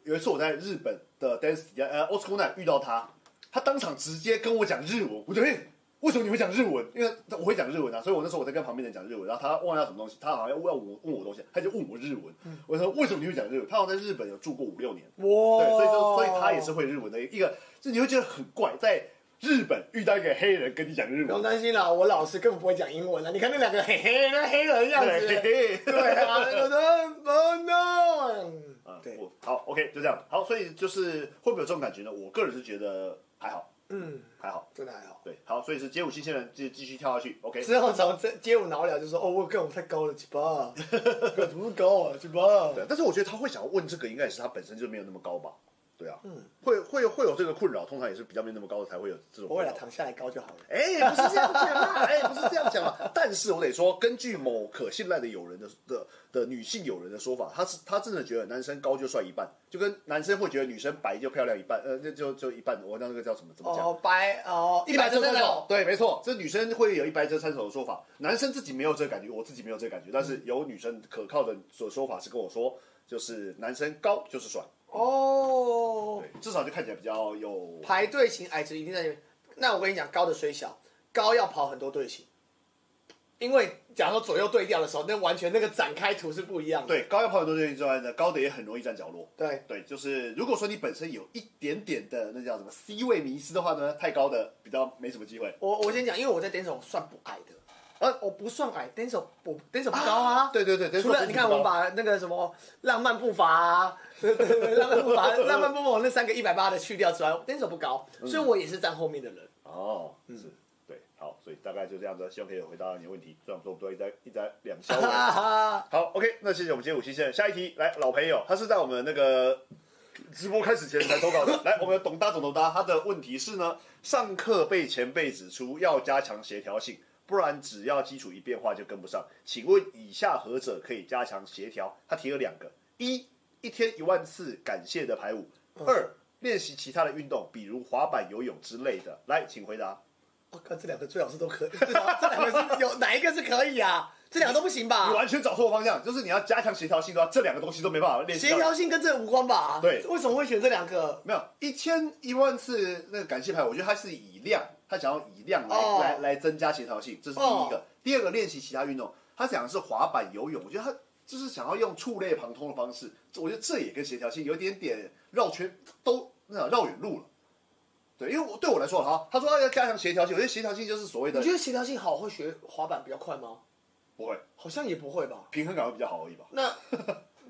Speaker 1: 有一次我在日本的 dance 底下呃 old school night 遇到他，他当场直接跟我讲日文，我就嘿。为什么你会讲日文？因为我会讲日文啊，所以我那时候我在跟旁边人讲日文，然后他忘了要什么东西，他好像要问我问我东西，他就问我日文。我说为什么你会讲日文？他好像在日本有住过五六年，
Speaker 2: 哇，
Speaker 1: 对，所以就所以他也是会日文的一个，就你会觉得很怪，在日本遇到一个黑人跟你讲日
Speaker 2: 不用
Speaker 1: 文，
Speaker 2: 担心啦，我老师根本不会讲英文啦。你看那两个嘿嘿，那黑人样
Speaker 1: 对
Speaker 2: 子，
Speaker 1: 嘿嘿
Speaker 2: 对啊，那个 no，
Speaker 1: 啊
Speaker 2: 对，
Speaker 1: 我好，OK，就这样，好，所以就是会不会有这种感觉呢？我个人是觉得还好，
Speaker 2: 嗯，
Speaker 1: 还好，
Speaker 2: 真的还好。
Speaker 1: 对，好，所以是街舞新鲜人继继续跳下去，OK，
Speaker 2: 之后从这街舞脑聊就说哦，我跟我太高了，去吧，我怎么高啊，去吧。
Speaker 1: 对，但是我觉得他会想要问这个，应该也是他本身就没有那么高吧。对啊，嗯，会会会有这个困扰，通常也是比较没那么高的才会有这种
Speaker 2: 不
Speaker 1: 困
Speaker 2: 会了，
Speaker 1: 扰。
Speaker 2: 躺下来高就好了。
Speaker 1: 哎、不是这样讲啦， 哎、不是这样讲啦。但是我得说，根据某可信赖的友人的的的女性友人的说法，她是她真的觉得男生高就帅一半，就跟男生会觉得女生白就漂亮一半，呃，那就就一半。我那那个叫什么怎么讲？
Speaker 2: 哦，白哦，一百
Speaker 1: 遮
Speaker 2: 真的
Speaker 1: 手
Speaker 2: 有，，
Speaker 1: 对，没错，这女生会有一白遮三手的说法，男生自己没有这个感觉，我自己没有这个感觉，但
Speaker 2: 嗯
Speaker 1: 是有女生可靠的所说法是跟我说，就是男生高就是帅，
Speaker 2: 哦
Speaker 1: 对，，至少就看起来比较有
Speaker 2: 排队型矮子一定在那边。那我跟你讲，高的虽小，高要跑很多队形，因为假如说左右对调的时候，那完全那个展开图是不一样的。
Speaker 1: 对高要跑很多队之外呢，高的也很容易站角落。
Speaker 2: 对
Speaker 1: 对，就是如果说你本身有一点点的那叫什么 C 位迷失的话呢，太高的比较没什么机会。
Speaker 2: 我我先讲，因为我在点手算不矮的，呃，我不算矮，Denso 我 Denso 不高啊。
Speaker 1: 对对对，等于
Speaker 2: 除
Speaker 1: 说
Speaker 2: 了你看，
Speaker 1: 不
Speaker 2: 我
Speaker 1: 知
Speaker 2: 们
Speaker 1: 道
Speaker 2: 把那个什么浪漫步伐、啊，对对对浪漫步伐、浪漫步伐那三个一百八的去掉之外，Denso 不高，所以我也是站后面的人。
Speaker 1: 哦，是。对，好，所以大概就这样子，希望可以回答你的问题。虽然说我们都一直在一直在两小 尾， 好，OK，那谢谢我们今天五期先生。下一题，来老朋友，他是在我们那个直播开始前才投稿的。来，我们的董大总董大，他的问题是呢，上课被前辈指出要加强协调性，不然只要基础一变化就跟不上。请问以下何者可以加强协调？他提了两个：一，一天一万次感谢的排舞；二，练习其他的运动，比如滑板、游泳之类的。来，请回答。
Speaker 2: 我靠，这两个最好是都可以，至少这两个是有哪一个是可以啊？这两个都不行
Speaker 1: 你
Speaker 2: 吧？
Speaker 1: 完全找错方向，就是你要加强协调性的话，这两个东西都没办法练习
Speaker 2: 协
Speaker 1: 到。
Speaker 2: 调性跟这无关吧？
Speaker 1: 对
Speaker 2: 为什么会选这两个？
Speaker 1: 没有一千一万次那个感谢牌，我觉得它是以量，他想要以量来、
Speaker 2: 哦
Speaker 1: 来来增加协调性，这是第一个。第二个练习其他运动，他讲的是滑板、游泳，我觉得他就是想要用触类旁通的方式，这我觉得这也跟协调性有一点点绕圈，都那绕远路了。对，因为我对我来说哈，他说要加强协调性，我觉得协调性就是所谓的
Speaker 2: 你觉得协调性好会学滑板比较快吗？
Speaker 1: 不会
Speaker 2: 好像也不会吧。
Speaker 1: 平衡感会比较好而已吧。
Speaker 2: 那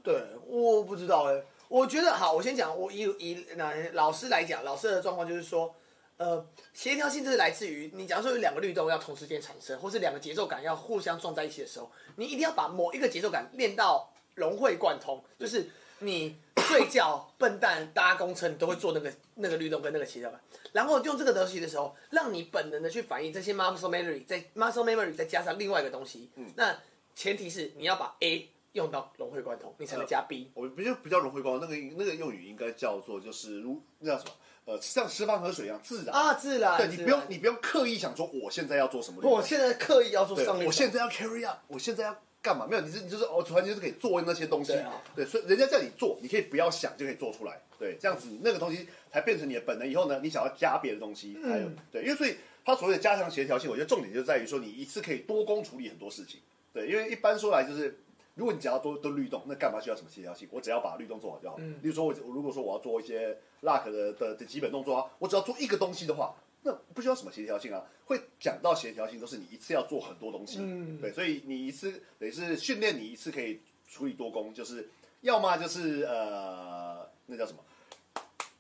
Speaker 2: 对，我不知道哎、我觉得好，我先讲，我以以那老师来讲，老师的状况就是说，呃，协调性这是来自于你，假如说有两个律动要同时间产生，或是两个节奏感要互相撞在一起的时候，你一定要把某一个节奏感练到融会贯通，就是你睡觉、 笨蛋、搭公车，你都会做那个那个律动跟那个协调感，然后用这个东西的时候，让你本能的去反应这些 muscle memory，再 muscle memory 再加上另外一个东西，
Speaker 1: 嗯
Speaker 2: 那前提是你要把 A 用到融会贯通，你才
Speaker 1: 呃
Speaker 2: 能加 B。
Speaker 1: 我比较比较融会贯通，那个那个用语应该叫做就是如那叫什么呃，像吃饭喝水一样自然
Speaker 2: 啊，自然，
Speaker 1: 对你
Speaker 2: 自
Speaker 1: 不用
Speaker 2: 然，
Speaker 1: 你不用刻意想说我现在要做什么运动，
Speaker 2: 我现在刻意要做
Speaker 1: 对
Speaker 2: 上面，
Speaker 1: 我现在要 carry up，我现在要干嘛？没有，你是你就是哦，突然间就可以做那些东西。
Speaker 2: 对啊
Speaker 1: 对，所以人家叫你做，你可以不要想就可以做出来。对，这样子那个东西才变成你的本能。以后呢，你想要加别的东西，还有、对，因为所以它所谓的加强协调性，我觉得重点就在于说你一次可以多工处理很多事情。对，因为一般说来就是。如果你只要多多律动，那干嘛需要什么协调性？我只要把律动做好就好。例如说我，我如果说我要做一些 luck 的的的基本动作啊，我只要做一个东西的话，那不需要什么协调性啊。会讲到协调性，都是你一次要做很多东西。嗯，对，所以你一次等于是训练你一次可以处理多功，就是要么就是呃，那叫什么？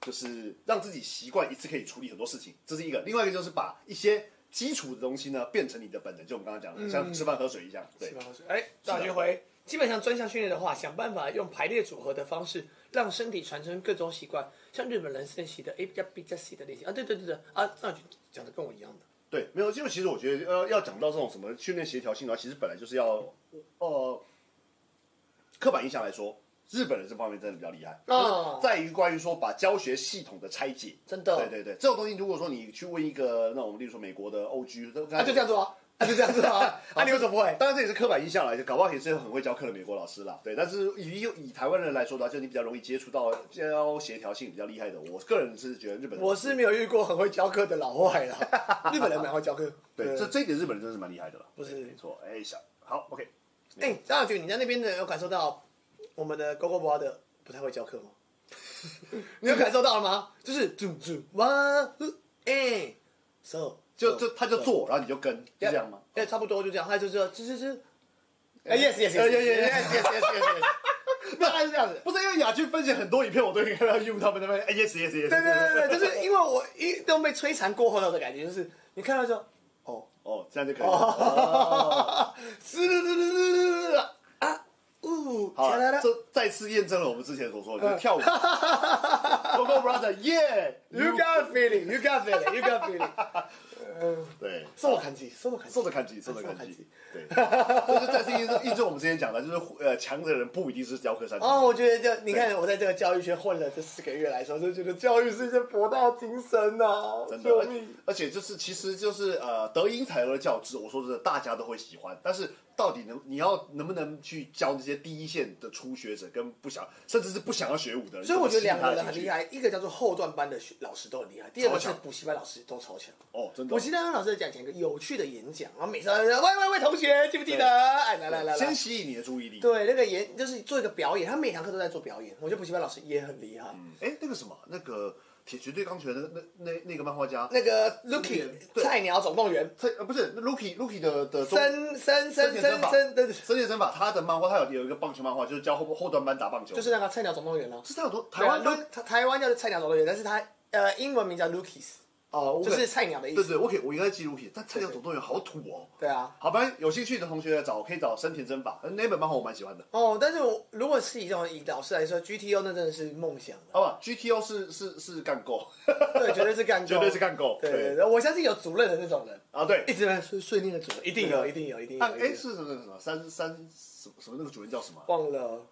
Speaker 1: 就是让自己习惯一次可以处理很多事情，这是一个；另外一个就是把一些基础的东西呢变成你的本能，就我们刚刚讲的，像吃饭喝水一样。对
Speaker 2: 嗯是，吧哎，大学回。基本上专项训练的话，想办法用排列组合的方式，让身体产生各种习惯，像日本人练习的 A 加 B 加 C 的练习啊，对对对对啊，那就讲的跟我一样的。
Speaker 1: 对，没有，因为其实我觉得，呃，要讲到这种什么训练协调性的话，其实本来就是要，呃，刻板印象来说，日本人这方面真的比较厉害，
Speaker 2: 哦
Speaker 1: 就是在于关于说把教学系统的拆解，
Speaker 2: 真的
Speaker 1: 对对对，这种东西，如果说你去问一个，那我们例如说美国的 OG，
Speaker 2: 啊，就这样做啊，啊就这样做啊，啊你为什么不会？
Speaker 1: 当然这也是刻板印象来，搞不好也是很会教课的美国老师啦。对，但是以以台湾人来说的话，就你比较容易接触到教协调性比较厉害的。我个人是觉得日本人，
Speaker 2: 我是没有遇过很会教课的老外啦，日本人蛮会教课。嗯
Speaker 1: 对这这一点日本人真的是蛮厉害的了。
Speaker 2: 不是
Speaker 1: 对没错，哎，想好，OK，
Speaker 2: 哎，张小菊，你在那边的有感受到我们的 GoGo 博的不太会教课吗？你有感受到了吗？就是嘟嘟哇呼哎，so
Speaker 1: 就就他就做，然后你就跟，是这样吗？
Speaker 2: 哎，差不多就这样，他就是吱吱吱，哎，yes yes
Speaker 1: 呃
Speaker 2: yes
Speaker 1: 有有有
Speaker 2: yes yes yes yes，大概是这样子。
Speaker 1: 不是因为雅君分享很多影片，我都可以看到 y 他们那边哎 yes yes yes，
Speaker 2: 对对对对，就是因为我一都被摧残过后的感觉，就是你看到就哦，
Speaker 1: 哦，这样就可以了。
Speaker 2: 滋滋滋滋滋滋啊，呜，
Speaker 1: 好
Speaker 2: 来
Speaker 1: 了，
Speaker 2: 来
Speaker 1: 这再次验证了我们之前所说的，就是跳舞。Gogo Brother，耶
Speaker 2: ，you got feeling，you got feeling，you got feeling，
Speaker 1: 对，
Speaker 2: 送我看机，送我看
Speaker 1: 受
Speaker 2: 机，
Speaker 1: 得看机，受得
Speaker 2: 受得
Speaker 1: 啊看
Speaker 2: 看
Speaker 1: 机
Speaker 2: 机。
Speaker 1: 对，这 就再次印证印证我们之前讲的，就是呃，强的人不一定是教科山。
Speaker 2: 哦，我觉得就你看，我在这个教育圈混了这四个月来说，就觉得教育是一件博大精深呐、
Speaker 1: 真的，
Speaker 2: 救
Speaker 1: 而
Speaker 2: 命！
Speaker 1: 而且就是其实就是呃，德音采儿的教之，我说真的，大家都会喜欢，但是到底能你要能不能去教那些第一线的初学者跟不想，甚至是不想要学舞的人？
Speaker 2: 所以我觉得两个
Speaker 1: 怎
Speaker 2: 人
Speaker 1: 么
Speaker 2: 很
Speaker 1: 吸引
Speaker 2: 厉
Speaker 1: 他的
Speaker 2: 害，一个叫做后段班的学老师都很厉害，第二个是
Speaker 1: 超强
Speaker 2: 补习班老师都超强。
Speaker 1: 兴趣哦，真的
Speaker 2: 补
Speaker 1: 哦。
Speaker 2: 习班老师讲讲一个有趣的演讲，然后每次都说喂喂喂，同学记不记得？哎，来来来
Speaker 1: 先
Speaker 2: 来，
Speaker 1: 吸引你的注意力。
Speaker 2: 对，那个演
Speaker 1: 嗯
Speaker 2: 就是做一个表演，他每堂课都在做表演，我觉得补习班老师也很厉害。
Speaker 1: 哎，那个什么，那个铁绝对钢拳的那那那个漫画家，
Speaker 2: 那个 Lucky
Speaker 1: 对
Speaker 2: 菜鸟总动员，
Speaker 1: 他呃不是 Lucky Lucky 的的中
Speaker 2: 森森
Speaker 1: 森
Speaker 2: 森
Speaker 1: 田
Speaker 2: 森
Speaker 1: 真法
Speaker 2: 森，对对
Speaker 1: 森田真法，他的漫画他有有一个棒球漫画，就是教后后端班打棒球，
Speaker 2: 就是那个菜鸟总动员啊。
Speaker 1: 是他有多台
Speaker 2: 台
Speaker 1: 湾
Speaker 2: 湾
Speaker 1: 翻
Speaker 2: 台台湾叫菜鸟总动员，但是他呃英文名叫 Lucky's，
Speaker 1: 哦，我
Speaker 2: 就
Speaker 1: 可
Speaker 2: 是菜鸟的意
Speaker 1: 对
Speaker 2: 思。
Speaker 1: 对，我可以我应该记 Lucky，但菜鸟
Speaker 2: 对对
Speaker 1: 总动员好土哦。
Speaker 2: 对啊，
Speaker 1: 好，反正有兴趣的同学找可以找森田真法，呃那本漫画我蛮喜欢的。
Speaker 2: 哦，但是我如果是以这种以老师来说，GTO 那真的是梦想 了，
Speaker 1: 好吧，GTO 是是是干够，
Speaker 2: 对，绝对是干够，
Speaker 1: 绝对是干够。
Speaker 2: 对对对，我相信有主任的那种人，
Speaker 1: 啊对
Speaker 2: 一，直在碎碎念的主任，啊一定有，一定有，一定有。
Speaker 1: 按
Speaker 2: 一定有
Speaker 1: 哎是什么什么三三什么什么那个主任叫什么啊？
Speaker 2: 忘了，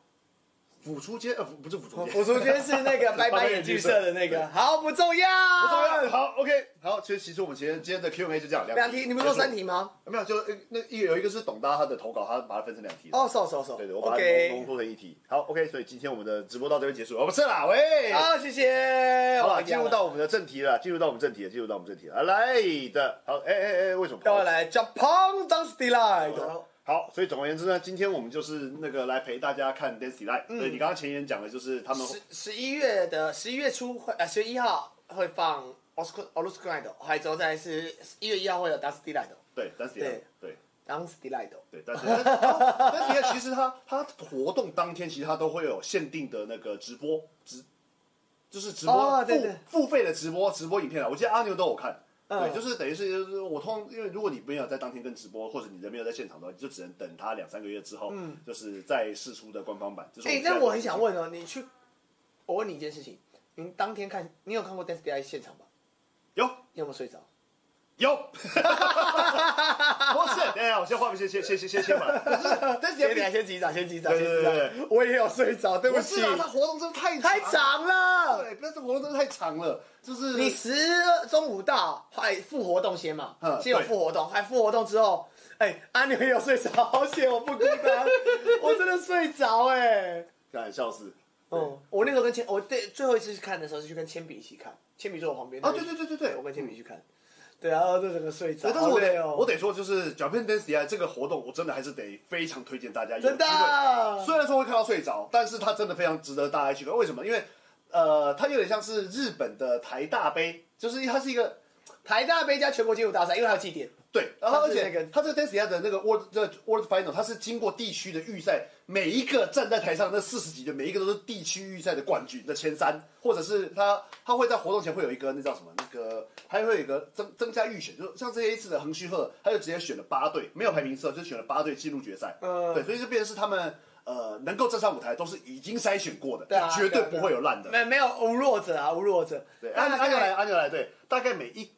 Speaker 1: 辅出街呃不不是辅出街，
Speaker 2: 我昨天是那个拜拜眼剧社的那个， 好不重要，
Speaker 1: 不
Speaker 2: 不
Speaker 1: 重要。。好，OK，好，其实其实我们今天今天的 Q&A 就这样
Speaker 2: 两题，你们说三？
Speaker 1: 结束
Speaker 2: 题吗？
Speaker 1: 没有，就呃那一有一个是董大他的投稿，他把它分成两题。
Speaker 2: 哦，手手手，
Speaker 1: 对对，我把它浓
Speaker 2: OK，
Speaker 1: 缩成一题。好，OK，所以今天我们的直播到这边结束。哦，不是啦，喂，
Speaker 2: 好，谢谢。
Speaker 1: 好
Speaker 2: 啊我
Speaker 1: 了，进入到我们的正题了，进入到我们正题了，进入到我们正题了。啊来的，好，哎哎哎，为什么？
Speaker 2: 要来 Japan Dance Delight，
Speaker 1: 好，所以总而言之呢，今天我们就是那个来陪大家看《Dance Live》。对
Speaker 2: 嗯
Speaker 1: 你刚刚前言讲的就是他们
Speaker 2: 十十一月的十一月初会，呃，十月一号会放 Oscar o l u s c r i d 还有之后再来是一月一号会有 Dance Delight。
Speaker 1: 对《Dance Live》
Speaker 2: 对
Speaker 1: 对
Speaker 2: Dance Delight，
Speaker 1: 对，但是但但是其实它它活动当天其实它都会有限定的那个直播直，就是直播、
Speaker 2: 哦对对
Speaker 1: 付付费的直播直播影片啊，我记得阿牛都有看。
Speaker 2: 嗯
Speaker 1: 对，就是等于是就是我通，因为如果你没有在当天跟直播，或者你人没有在现场的话，你就只能等它两三个月之后，就是再试出的官方版。就是
Speaker 2: 嗯哎
Speaker 1: 们，现在
Speaker 2: 但我很想问哦，你去，我问你一件事情，你当天看，你有看过 Dance Delight 现场吧？
Speaker 1: 有
Speaker 2: 你有没有睡着？
Speaker 1: 有，不是，等一下我先画面先先先先先先吧，但是但是
Speaker 2: 先
Speaker 1: 你
Speaker 2: 来先击掌，先击掌，
Speaker 1: 对
Speaker 2: 先
Speaker 1: 对
Speaker 2: 击
Speaker 1: 对
Speaker 2: 掌。我也有睡着，对
Speaker 1: 不
Speaker 2: 起
Speaker 1: 是，啊，它活动真的太
Speaker 2: 太
Speaker 1: 长了，
Speaker 2: 长了。
Speaker 1: 对，但是活动真的太长了，就是
Speaker 2: 你十中午到，还复活动先嘛
Speaker 1: 嗯，
Speaker 2: 先有
Speaker 1: 对
Speaker 2: 复活动，还复活动之后，哎，阿牛也有睡着，好险我不孤 单，我真的睡着哎。
Speaker 1: 敢笑死。
Speaker 2: 嗯，我那时候跟铅，我对最后一次去看的时候是去跟铅笔一起看，铅笔坐我旁边。
Speaker 1: 啊，对对对对对，
Speaker 2: 我跟铅笔去看，对啊，然后就整个睡着。
Speaker 1: 对但是我
Speaker 2: 嗯好累
Speaker 1: 得、
Speaker 2: 哦，
Speaker 1: 我得说，就是脚片 Dance DI 这个活动，我真的还是得非常推荐大家有机会。
Speaker 2: 真的啊
Speaker 1: 虽然说会看到睡着，但是它真的非常值得大家去看。为什么？因为呃，它有点像是日本的台大杯，就是它是一个
Speaker 2: 台大杯加全国街舞大赛，因为还有祭典。
Speaker 1: 对，然后
Speaker 2: 它
Speaker 1: 而
Speaker 2: 是
Speaker 1: 且
Speaker 2: 那个
Speaker 1: 它这个 Dance DI 的那个 World 这个 World Final，它是经过地区的预赛，每一个站在台上那四十几个，每一个都是地区预赛的冠军的前三，或者是它它会在活动前会有一个那叫什么那个，还会有一个增增加预选，就像这一次的横须贺，他就直接选了八队，没有排名测，就选了八队进入决赛。
Speaker 2: 嗯
Speaker 1: 对，所以就变成是他们呃能够站上舞台都是已经筛选过的，
Speaker 2: 对啊
Speaker 1: 绝对
Speaker 2: 对啊
Speaker 1: 不会有烂的。
Speaker 2: 没没有无弱者啊，无弱者。
Speaker 1: 对，
Speaker 2: 大
Speaker 1: 按
Speaker 2: 概
Speaker 1: 按钮来，按钮来，对，大概每一。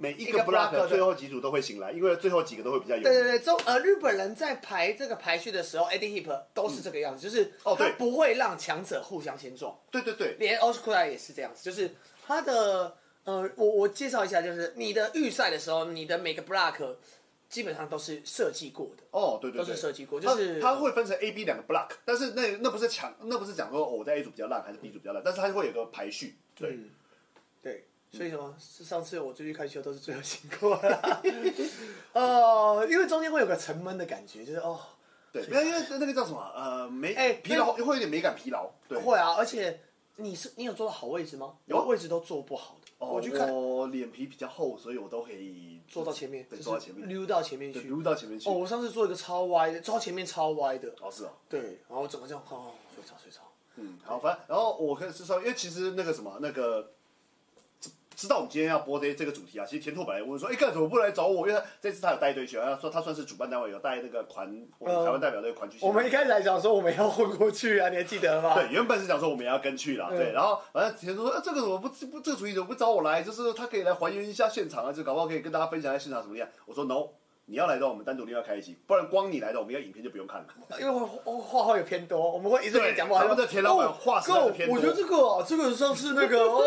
Speaker 1: 每一
Speaker 2: 一
Speaker 1: 个
Speaker 2: 个 block
Speaker 1: block
Speaker 2: 的
Speaker 1: 最后几组都会醒来，因为最后几个都会比较有。
Speaker 2: 对对对，中呃日本人在排这个排序的时候 a d i hip 都是这个样子，就是
Speaker 1: 哦对
Speaker 2: 他不会让强者互相先撞，
Speaker 1: 对对对，
Speaker 2: 连 o s c a r 也是这样子，就是他的呃，我我介绍一下，就是你的预赛的时候，你的每个 block 基本上都是设计过的，
Speaker 1: 哦，对对对，
Speaker 2: 都是设计过
Speaker 1: 它
Speaker 2: 就是
Speaker 1: 它会分成 A、B 两个 block，但是那那不是强，那不是讲说哦我在 A 组比较烂还是 B 组比较烂，但是它会有个排序。对，
Speaker 2: 嗯，对，所以什么？是上次我追剧看秀都是最后醒过， 哦，因为中间会有个沉闷的感觉，就是哦，
Speaker 1: 对，没有因为那个叫什么呃没，
Speaker 2: 哎
Speaker 1: 疲劳会有点美感疲劳。对，
Speaker 2: 会啊，而且你是你有坐到好位置吗？
Speaker 1: 有啊
Speaker 2: 我位置都坐不好的，
Speaker 1: 哦
Speaker 2: 我去看
Speaker 1: 我脸皮比较厚，所以我都可以
Speaker 2: 坐到前面，
Speaker 1: 对，
Speaker 2: 就是
Speaker 1: 坐到前面，
Speaker 2: 溜到前面
Speaker 1: 对，
Speaker 2: 去。
Speaker 1: 撸到前面去
Speaker 2: 哦，。我上次坐一个超歪的，坐到前面超歪的，
Speaker 1: 哦，是哦。
Speaker 2: 对，然后我整个这样，哦，睡着睡着。
Speaker 1: 嗯，好，反正然后我可以是说，因为其实那个什么那个。知知道我们今天要播这这个主题啊，其实田拓本来问说，哎、干什么不来找我？因为他这次他有带队去，他说他算是主办单位有带那个团，我们台湾代表队团去现场。
Speaker 2: 呃我们一开始还想说我们要混过去啊，你还记得吗？
Speaker 1: 对，原本是想说我们也要跟去啦，对，然后反正田说、啊、这个怎么不不这个主意怎么不找我来？就是他可以来还原一下现场啊，就搞不好可以跟大家分享一下现场什么样。我说 no，你要来的话我们单独另外开一集，不然光你来的我们要影片就不用看了。
Speaker 2: 因为我话话有偏多，我们会一直跟你讲话。
Speaker 1: 对咱们的田老板
Speaker 2: 哦
Speaker 1: 话实在是偏多
Speaker 2: 够我觉得这个哦，这个上次那个，哦，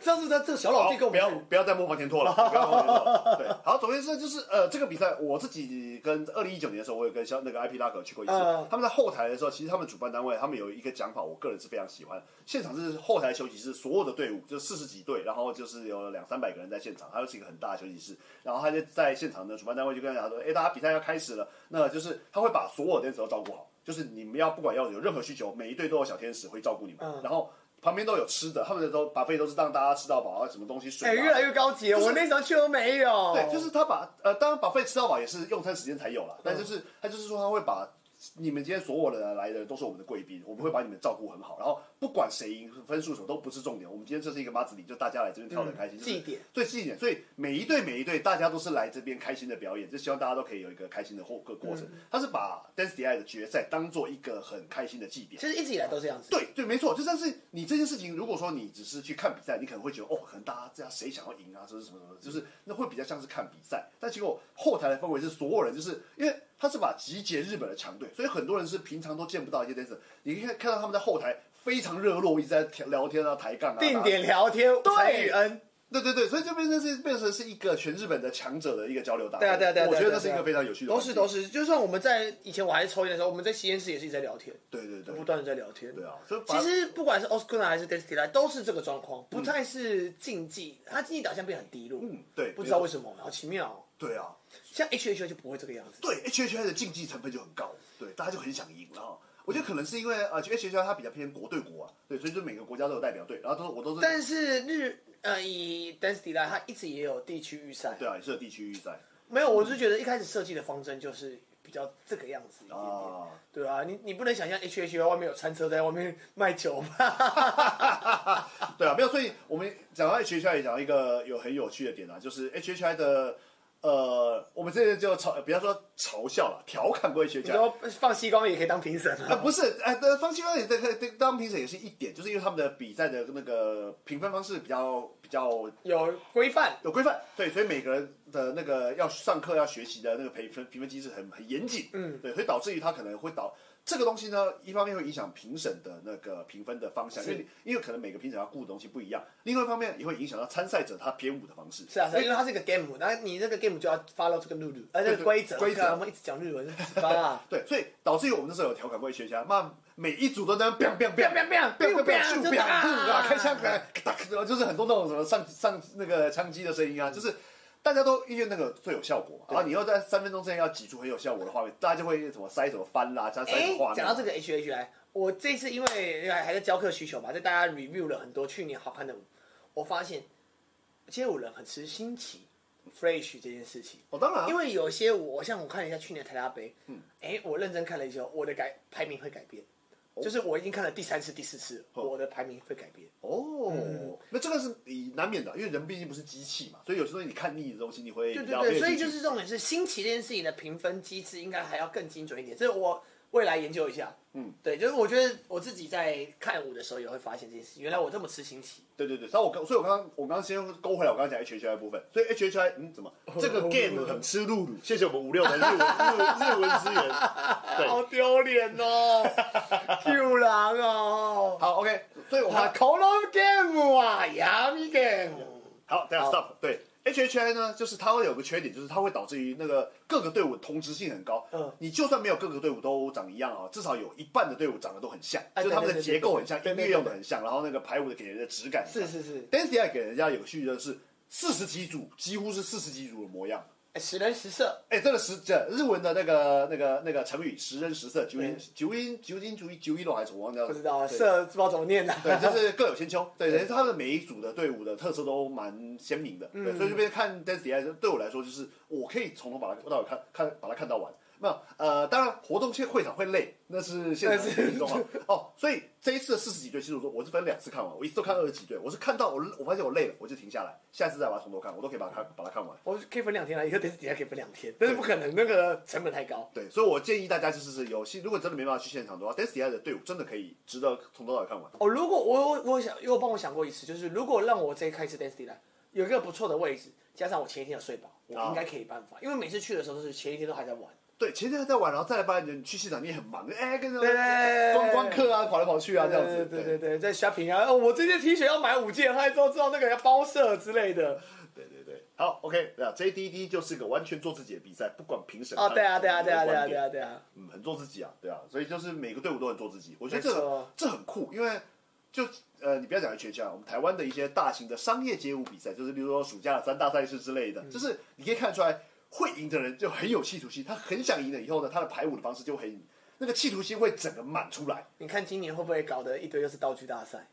Speaker 2: 上次他这个小老
Speaker 1: 好
Speaker 2: 弟跟我
Speaker 1: 不要
Speaker 2: 们
Speaker 1: 不要再模仿田拓 了，不要模仿田拓了。对，好，总而言之就是呃，这个比赛我自己跟二零一九年的时候，我有跟像那个 IP 拉格去过一次。
Speaker 2: 嗯
Speaker 1: 他们在后台的时候，其实他们主办单位他们有一个讲法，我个人是非常喜欢。现场是后台休息室，所有的队伍就四十几队，然后就是有两三百个人在现场，它就是一个很大的休息室。然后他就在现场的主办单位就跟大家说：“哎，大家比赛要开始了，那就是他会把所有的人都照顾好，就是你们要不管要有任何需求，每一队都有小天使会照顾你们。
Speaker 2: 嗯
Speaker 1: 然后。旁边都有吃的，他们的都把费都是让大家吃到饱啊，什么东西水、
Speaker 2: 哎、
Speaker 1: 啊。
Speaker 2: 越来越高级了，
Speaker 1: 就是
Speaker 2: 我那时候去都没有。
Speaker 1: 对，就是他把呃，当然把费吃到饱也是用餐时间才有啦，但
Speaker 2: 嗯
Speaker 1: 就是他就是说他会把你们今天所有的来的人都是我们的贵宾，我们会把你们照顾很好，然后不管谁赢分数什么都不是重点，我们今天这是一个马子里，就大家来这边跳的开心，
Speaker 2: 嗯
Speaker 1: 就是
Speaker 2: 祭典
Speaker 1: 对祭典，所以每一队每一队大家都是来这边开心的表演，就希望大家都可以有一个开心的或个过
Speaker 2: 嗯
Speaker 1: 程。他是把 Dance DI 的决赛当做一个很开心的祭典。
Speaker 2: 其实一直以来都这样子。
Speaker 1: 对对，没错，就但是你这件事情，如果说你只是去看比赛，你可能会觉得哦，可能大家这样谁想要赢啊，就是什么什么，
Speaker 2: 嗯
Speaker 1: 就是那会比较像是看比赛。但结果后台的氛围是所有人，就是因为他是把集结日本的强队，所以很多人是平常都见不到一些 dancer，你可以看到他们在后台非常热络，一直在聊天啊、抬杠啊、
Speaker 2: 定点聊天，蔡宇恩，
Speaker 1: 对对对，所以就变成是变成是一个全日本的强者的一个交流大会。
Speaker 2: 对啊对啊对啊
Speaker 1: 我觉
Speaker 2: 对
Speaker 1: 得
Speaker 2: 啊
Speaker 1: 那是一
Speaker 2: 对啊
Speaker 1: 个非常有趣的
Speaker 2: 都
Speaker 1: 环
Speaker 2: 是
Speaker 1: 境。
Speaker 2: 都是，就算我们在以前我还是抽烟的时候，我们在吸烟室也是一直在聊天，
Speaker 1: 对对对
Speaker 2: 不断的在聊天。
Speaker 1: 对啊，所以
Speaker 2: 其
Speaker 1: 反
Speaker 2: 实不管是 Oscar 还是 Destiny 来，都是这个状况，不太是竞技，它竞技导向变很低落，
Speaker 1: 嗯对，
Speaker 2: 不知道为什么，好奇妙哦。
Speaker 1: 对啊，
Speaker 2: 像 H H 就不会这个样子，
Speaker 1: 对 H H I 的竞技成分就很高，对，大家就很想赢，然后我觉得可能是因为呃 H H I 它比较偏国对国啊，对，所以就每个国家都有代表队，然后都是我都是
Speaker 2: 但是日呃以 Destiny 来，它一直也有地区预赛，
Speaker 1: 对啊，也是有地区预赛
Speaker 2: 没有，我是觉得一开始设计的方针就是比较这个样子一点点。
Speaker 1: 啊，
Speaker 2: 对啊，你你不能想象 H H 外面有餐车在外面 卖酒吧？
Speaker 1: 对啊，没有，所以我们讲到 H H I 也讲到一个有很有趣的点啊，就是 H H I 的呃，我们这前就嘲，不要说嘲笑了，调侃过 H
Speaker 2: 你
Speaker 1: H I。
Speaker 2: 说放西光也可以当评审啊？
Speaker 1: 啊，不是，哎、呃，方清芳也对对当评审也是一点，就是因为他们的比赛的那个评分方式比较比较
Speaker 2: 有规范，
Speaker 1: 有规范，对，所以每个人的那个要上课要学习的那个培分评分机制很很严谨，嗯，对，所以导致于他可能会导这个东西呢，一方面会影响评审的那个评分的方向，因为因为可能每个评审要顾的东西不一样，另外一方面也会影响到参赛者他编舞的方式，
Speaker 2: 是啊，是啊因为它是一个 game，那你这个 game 就要 follow 这个路路，呃，这
Speaker 1: 对
Speaker 2: 个规则。
Speaker 1: 规则。
Speaker 2: 看我们一直讲日文，十八啊
Speaker 1: 对，所以导致于我们那时候有调侃过学家，那每一组都在那边 biang biang biang
Speaker 2: 变变
Speaker 1: 不要
Speaker 2: 变变
Speaker 1: 不要
Speaker 2: 变
Speaker 1: 不要，咻
Speaker 2: 变，
Speaker 1: 不要啊！开枪开，咔咔，就是很多那种什么上上那个枪击的声音啊，就是大家都因为那个最有效果嘛。然后你要在三分钟之内要挤出很有效果的画面，大家就会什么塞什么翻啦，加塞什
Speaker 2: 哎
Speaker 1: 么画，面。
Speaker 2: 讲到这个 H H I，我这次因为还在教课需求嘛，在大家 review 了很多去年好看的舞，我发现街舞人很吃新奇 fresh 这件事情。
Speaker 1: 哦，当然啊，
Speaker 2: 因为有些我像我看了一下去年台大杯，嗯，哎，我认真看了一下，我的改排名会改变，
Speaker 1: 哦
Speaker 2: 就是我已经看了第三次、第四次，我的排名会改变。嗯
Speaker 1: 哦，那这个是你难免的，因为人毕竟不是机器嘛，所以有些东西你看腻的东西，你会
Speaker 2: 对
Speaker 1: 比
Speaker 2: 对
Speaker 1: 较
Speaker 2: 对，
Speaker 1: 没有
Speaker 2: 所以
Speaker 1: 兴
Speaker 2: 就是
Speaker 1: 趣。
Speaker 2: 这种也是新奇这件事情的评分机制，应该还要更精准一点。这是我未来研究一下。嗯，对，就是我觉得我自己在看舞的时候也会发现这件事，原来我这么吃新奇。
Speaker 1: 对对对，所以我刚，所以我刚刚我刚刚先勾回来我刚刚讲 H H I 部分，所以 H H I 嗯怎么
Speaker 2: 哦
Speaker 1: 这个 game 很吃露露，谢谢我们五六的日文日文日文资 源，对，
Speaker 2: 好丢脸哦 ，Q 狼哦，
Speaker 1: 好嗯 OK，所以我
Speaker 2: 啊
Speaker 1: 们
Speaker 2: c o l o m Game 啊，Yummy Game。
Speaker 1: 好，等一下
Speaker 2: 好
Speaker 1: stop。对，H H I 呢，就是它会有个缺点，就是它会导致于那个各个队伍同质性很高。
Speaker 2: 嗯
Speaker 1: 你就算没有各个队伍都长一样啊、至少有一半的队伍长得都很像，
Speaker 2: 哎
Speaker 1: 就他们的
Speaker 2: 对对对
Speaker 1: 结构很像，
Speaker 2: 对
Speaker 1: 音
Speaker 2: 对对
Speaker 1: 乐用的很像，然后那个排舞的给人的质感很像。
Speaker 2: 是是是
Speaker 1: d a n c e i 给人家有趣的是四十几组，几乎是四十几组的模样。
Speaker 2: 哎十人十色，
Speaker 1: 哎，这个十这日文的那个那个那个成语“十人十色”，九音九音九音九一九一龙还是什么忘掉了？
Speaker 2: 嗯不知道啊，
Speaker 1: 对
Speaker 2: 色不知道怎么念的、
Speaker 1: 对，就是各有千秋。对，等于他们每一组的队伍的特色都蛮鲜明的。对，所以这边看 Dance DI 对我来说，就是我可以从头把它到尾看看把它看到完。那呃，当然活动现会场会累，那是现场的运动 啊。哦，所以这一次的四十几队，其实我说我是分两次看完，我一次都看二十几队，我是看到我我发现我累了，我就停下来，下次再把它从头看，我都可以把它看把它看完。
Speaker 2: 我可以分两天啊，一个电视底下可以分两天，但是不可能，那个成本太高。
Speaker 1: 对，所以我建议大家就是是有戏，如果真的没办法去现场的话，Dance DI 的队伍真的可以值得从头到尾看完。
Speaker 2: 哦，如果我我我想，因为我帮我想过一次，就是如果让我再开一次 Density 来，有一个不错的位置，加上我前一天有睡饱，我
Speaker 1: 啊
Speaker 2: 应该可以办法。因为每次去的时候都是前一天都还在玩，
Speaker 1: 对，前天还在玩，然后再来班人去现场，你也很忙，哎，跟着
Speaker 2: 对
Speaker 1: 观光客啊，跑来跑去啊，这样子，
Speaker 2: 对对对，在 shopping 啊，哦我这件 T 恤要买五件，他之后知道那个要包色之类的。
Speaker 1: 对对对。好，OK，那 JDD 就是个完全做自己的比赛，不管评审
Speaker 2: 哦，对啊，对啊，对啊，对啊，
Speaker 1: 观点
Speaker 2: 对啊，对啊。
Speaker 1: 嗯，很做自己啊，对啊，所以就是每个队伍都很做自己，我觉得这
Speaker 2: 没
Speaker 1: 个
Speaker 2: 错
Speaker 1: 这很酷，因为就呃，你不要讲全家，我们台湾的一些大型的商业街舞比赛，就是比如说暑假的三大赛事之类的，
Speaker 2: 嗯
Speaker 1: 就是你可以看出来会赢的人就很有企图心，他很想赢了以后呢，他的排舞的方式就很那个企图心会整个满出来。
Speaker 2: 你看今年会不会搞得一堆又是道具大赛？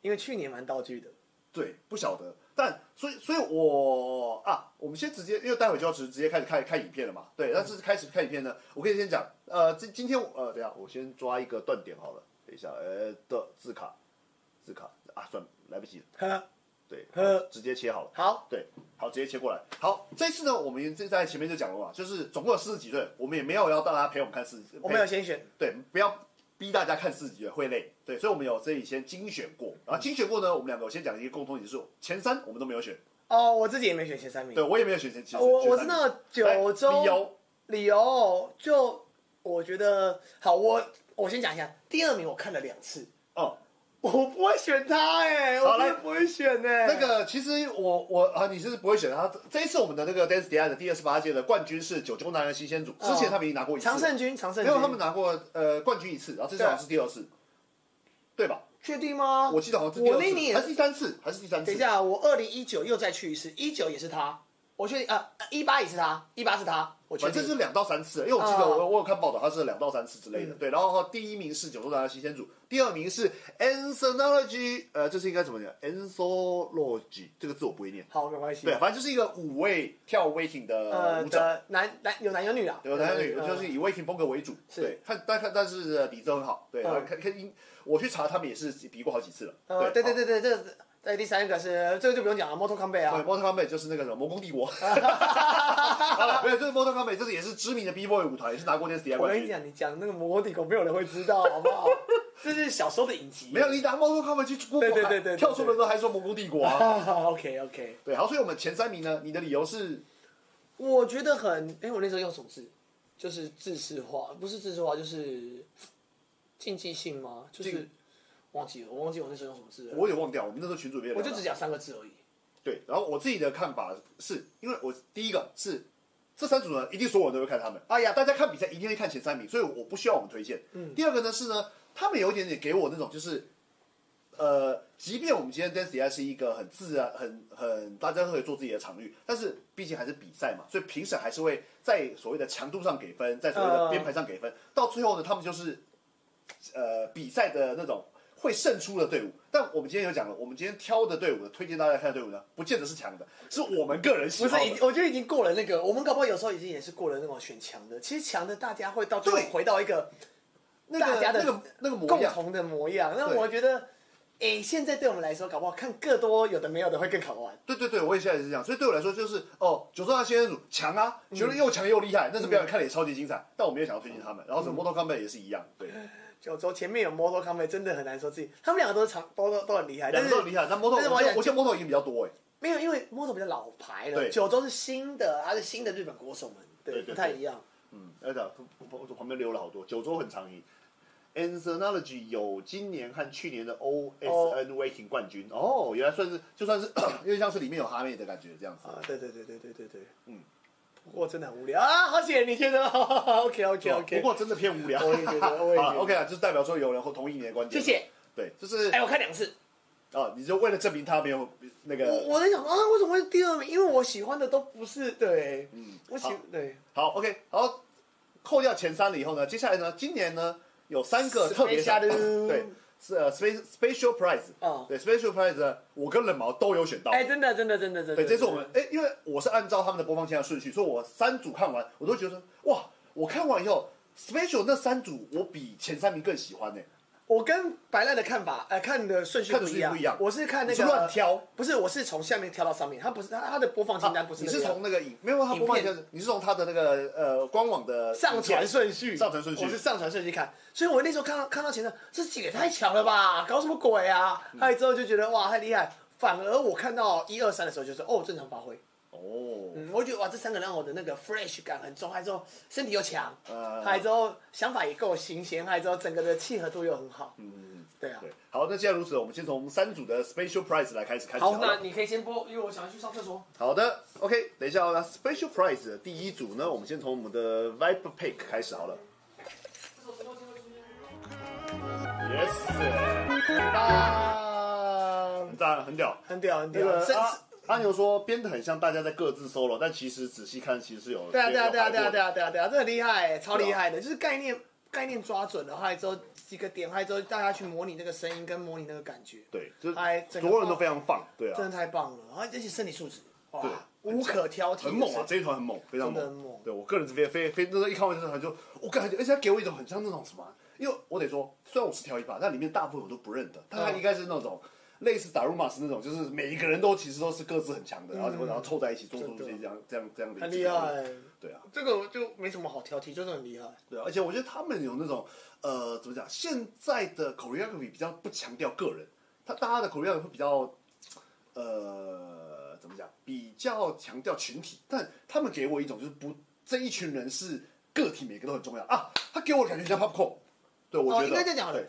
Speaker 2: 因为去年蛮道具的，
Speaker 1: 对，不晓得。但所以，所以我啊，我们先直接，因为待会就要直直接开始看看影片了嘛。对，但是开始看影片呢，我可以先讲，呃，今今天我呃，等一下我先抓一个断点好了。等一下，呃，的字卡，字卡啊，算了，来不及了，
Speaker 2: 呵，
Speaker 1: 对，
Speaker 2: 呵
Speaker 1: 直接切好了。
Speaker 2: 好，
Speaker 1: 对，好，直接切过来。好，这次呢，我们这在前面就讲了嘛，就是总共有四十几对，我们也没有要大家陪我们看四十几，
Speaker 2: 我们有先选，
Speaker 1: 对，不要逼大家看四集会累。对，所以我们有这里先精选过，然
Speaker 2: 嗯
Speaker 1: 后精选过呢，我们两个我先讲一个共同点是，前三我们都没有选，
Speaker 2: 哦，我自己也没选前三名
Speaker 1: 对，我也没有选前前
Speaker 2: 啊我
Speaker 1: 前
Speaker 2: 我
Speaker 1: 三
Speaker 2: 知
Speaker 1: 名
Speaker 2: 道
Speaker 1: 来
Speaker 2: 九州
Speaker 1: 理由
Speaker 2: 理由就我觉得好，我我先讲一下，第二名我看了两次，
Speaker 1: 哦，
Speaker 2: 我不会选他哎、
Speaker 1: 好
Speaker 2: 我
Speaker 1: 来
Speaker 2: 真的不会选哎、
Speaker 1: 那个其实我我啊，你是不会选他。这一次我们的那个 Dance Day 的第二十八届的冠军是九州男人新鲜组，之前他们已经拿过一次，
Speaker 2: 嗯常胜军，常胜
Speaker 1: 没
Speaker 2: 军，
Speaker 1: 有他们拿过呃冠军一次，然后这次好像是第二次，对吧？
Speaker 2: 确定吗？
Speaker 1: 我记得好像是第二
Speaker 2: 我那
Speaker 1: 次，
Speaker 2: 年
Speaker 1: 还是第三次，还是第三次？
Speaker 2: 等一下，我二零一九又再去一次，一九也是他，我确定啊，一八也是他，一八是他，我确
Speaker 1: 反
Speaker 2: 定
Speaker 1: 正是两到三次，因为我记得
Speaker 2: 啊
Speaker 1: 我、我有看报道，它是两到三次之类
Speaker 2: 嗯
Speaker 1: 的。对，然后第一名是九州男的新鲜组，第二名是 Ansonology，呃，这是应该怎么讲？Ansonology 这个字我不会念。
Speaker 2: 好，没关系。
Speaker 1: 对，反正就是一个五位跳 waiting 的
Speaker 2: 呃
Speaker 1: 舞者，
Speaker 2: 的男男有男有女啊，
Speaker 1: 对，男女
Speaker 2: 呃
Speaker 1: 就是以 waiting 风格为主。
Speaker 2: 是
Speaker 1: 对，看但看但是呃底子很好，对，
Speaker 2: 嗯
Speaker 1: 然后看看我去查他们也是比过好几次了。
Speaker 2: 呃，对对
Speaker 1: 对
Speaker 2: 对对，这个是在第三个是这个就不用讲了，Mortal Kombat
Speaker 1: 哦好。对
Speaker 2: 啊，
Speaker 1: ，Mortal Kombat 就是那个什么魔宫帝 国， 好了，没有，就是 Mortal Kombat，就是也是知名的 B boy 舞团，也是拿过 NCI
Speaker 2: 我
Speaker 1: 冠军
Speaker 2: 跟你。讲，你讲那个魔帝国，没有人会知道，好 不好？这是小时候的影集。
Speaker 1: 没有，你拿猫头咖啡去 g o
Speaker 2: 对对对对对
Speaker 1: 跳出的时候还说《魔宫帝国》啊。
Speaker 2: OK OK，
Speaker 1: 对，好，所以我们前三名呢，你的理由是
Speaker 2: 我觉得很，哎、我那时候用什么字？就是自私化，不是自私化，就是竞技性吗？就是
Speaker 1: 竞
Speaker 2: 忘记了，我忘记我那时候用什么字了。
Speaker 1: 我也忘掉，我们那时候群主也
Speaker 2: 我
Speaker 1: 聊
Speaker 2: 就
Speaker 1: 了
Speaker 2: 只讲三个字而已。
Speaker 1: 对，然后我自己的看法是，因为我第一个是这三组呢，一定所有人都会看他们。哎呀，大家看比赛一定会看前三名，所以我不需要我们推荐。嗯。第二个呢是呢，他们有一点点给我那种就是，呃，即便我们今天 Dance DI 是一个很自然、很很大家都可以做自己的场域，但是毕竟还是比赛嘛，所以评审还是会在所谓的强度上给分，在所谓的编排上给分。到最后呢，他们就是呃比赛的那种会胜出的队伍。但我们今天有讲了，我们今天挑的队伍呢，推荐大家看的队伍呢，不见得是强的，是我们个人喜
Speaker 2: 不
Speaker 1: 好
Speaker 2: 是，已
Speaker 1: 的。
Speaker 2: 我觉得已经过了那个，我们搞不好有时候已经也是过了那种选强的。其实强的大家会到最后
Speaker 1: 对
Speaker 2: 回到一个
Speaker 1: 那
Speaker 2: 大
Speaker 1: 个
Speaker 2: 家的
Speaker 1: 那个那个模
Speaker 2: 共
Speaker 1: 样，
Speaker 2: 同的模样。那
Speaker 1: 对
Speaker 2: 我觉得，哎、现在对我们来说，搞不好看更多有的没有的会更好玩。
Speaker 1: 对对对，我也现在也是这样。所以对我来说，就是哦，九州大先生组强啊，觉得又强又厉害，但是表演看的也超级精彩。但我没有想要推荐他们，然后什么 Mortal Kombat 也是一样，对，
Speaker 2: 九州前面有 Mortal Kombat，真的很难说自己，他们两个都是长都都都很厉害，
Speaker 1: 两
Speaker 2: 但
Speaker 1: 个
Speaker 2: 是
Speaker 1: 都很厉害。但 Mortal
Speaker 2: 但是我
Speaker 1: 我
Speaker 2: 想
Speaker 1: 觉得我觉得 Mortal 已经比较多哎，
Speaker 2: 没有，因为 Mortal 比较老牌了，
Speaker 1: 对
Speaker 2: 九州是新的，它是新的日本国手们，对，
Speaker 1: 对对
Speaker 2: 不太一样。
Speaker 1: 嗯，哎呀，我我旁边留了好多，九州很长赢。Ansonology 有今年和去年的 OSN Waiting 冠军哦，原来算是就算是 因为像是里面有哈妹的感觉这样子。
Speaker 2: 啊，对对对对对对对，
Speaker 1: 嗯。
Speaker 2: 不过真的很无聊啊！好险，你觉得？OK OK
Speaker 1: 啊不
Speaker 2: OK。
Speaker 1: 过真的偏无聊。
Speaker 2: 我也觉得我也觉得
Speaker 1: 好了 OK 啊，就是代表说有人会同意你的观
Speaker 2: 谢
Speaker 1: 点。。
Speaker 2: 谢。
Speaker 1: 对，就是
Speaker 2: 哎、我看两次，
Speaker 1: 啊，你就为了证明他没有那个。
Speaker 2: 我我在想啊，为什么会第二名？因为我喜欢的都不是对，
Speaker 1: 嗯
Speaker 2: 我喜
Speaker 1: 好
Speaker 2: 对
Speaker 1: 好，OK，好，扣掉前三了以后呢，接下来呢，今年呢有三个特别奖，
Speaker 2: Special
Speaker 1: 对，是呃 special special prize，、
Speaker 2: 哦
Speaker 1: 对 special prize，呢我跟冷毛都有选到。
Speaker 2: 哎、真的真的真的真
Speaker 1: 对，
Speaker 2: 的。
Speaker 1: 这是我们
Speaker 2: 真
Speaker 1: 哎、
Speaker 2: 的
Speaker 1: 因为我是按照他们的播放清单顺序，所以我三组看完，我都觉得说哇，我看完以后，special 那三组我比前三名更喜欢呢、
Speaker 2: 我跟白赖的看法，呃，看的顺序
Speaker 1: 看的
Speaker 2: 一
Speaker 1: 顺序
Speaker 2: 样。
Speaker 1: 不一样
Speaker 2: 我是看那
Speaker 1: 你是
Speaker 2: 个
Speaker 1: 乱挑，
Speaker 2: 不是，我是从下面挑到上面。它不是它它的播放清单不是
Speaker 1: 你
Speaker 2: 那个
Speaker 1: 是
Speaker 2: 样、
Speaker 1: 从那个影没有啊他播放清单，你是从他的那个呃官网的
Speaker 2: 上传
Speaker 1: 影片
Speaker 2: 顺序，
Speaker 1: 上传顺序
Speaker 2: 我是上传顺序看。所以我那时候看到看到前面，这几个也太强了吧，搞什么鬼啊？还有之后就觉得哇，太厉害。反而我看到一二三的时候，就是哦，正常发挥。
Speaker 1: 哦，
Speaker 2: 嗯，我觉得哇，这三个让我的那个 fresh 感很重，还有之后身体又强，
Speaker 1: 呃
Speaker 2: 还有之后想法也够新鲜，还有之后整个的契合度又很好。嗯，对啊。
Speaker 1: 对，好，那既然如此，我们先从三组的 special prize 来开始开始
Speaker 2: 好，
Speaker 1: 了
Speaker 2: 那你可以先播，因为我想要去上厕所。
Speaker 1: 好的，OK，等一下、哦，那 Special Prize 的第一组呢，我们先从我们的 Viper Pick 开始好了。Yes，啊，很赞，很屌。
Speaker 2: 很屌，啊很
Speaker 1: 那
Speaker 2: 屌。
Speaker 1: 个啊
Speaker 2: 这
Speaker 1: 阿阿牛说编的很像大家在各自 solo，但其实仔细看其实是有
Speaker 2: 对啊，对啊，对啊，对啊，对
Speaker 1: 啊，
Speaker 2: 欸啊，对啊，对啊，对啊，这很厉害，超厉害的，就是概念概念抓准了，还之后几个点，还之后大家去模拟那个声音跟模拟那个感觉，
Speaker 1: 对，就是
Speaker 2: 哎整个
Speaker 1: 所有人都非常放，对啊，
Speaker 2: 真的太棒了，而且身体素质哇
Speaker 1: 对
Speaker 2: 无可挑剔，
Speaker 1: 很猛啊！
Speaker 2: 就是
Speaker 1: 这一团很猛，非常
Speaker 2: 真的很
Speaker 1: 猛
Speaker 2: 猛。
Speaker 1: 对我个人是非非非，那时候一看完这团就，我感觉，而且他给我一种很像那种什么啊，因为我得说，虽然我是跳一把，但里面大部分我都不认得，但他
Speaker 2: 嗯
Speaker 1: 应该是那种。类似打入马斯那种，就是每一个人都其实都是各自很强的，然后然后凑在一起做出这
Speaker 2: 真的
Speaker 1: 样这样这样的
Speaker 2: 嗯很
Speaker 1: 一支
Speaker 2: 厉
Speaker 1: 团
Speaker 2: 害，哦
Speaker 1: 对啊，
Speaker 2: 这个就没什么好挑剔，就是很厉害。
Speaker 1: 对啊，而且我觉得他们有那种呃，怎么讲？现在的 choreography 比较不强调个人，他大家的 choreography 会比较呃，怎么讲？比较强调群体，但他们给我一种就是不这一群人是个体，每个都很重要啊。他给我的感觉像 popcorn，对我觉
Speaker 2: 哦，
Speaker 1: 得、
Speaker 2: 应该这样讲好了
Speaker 1: 对，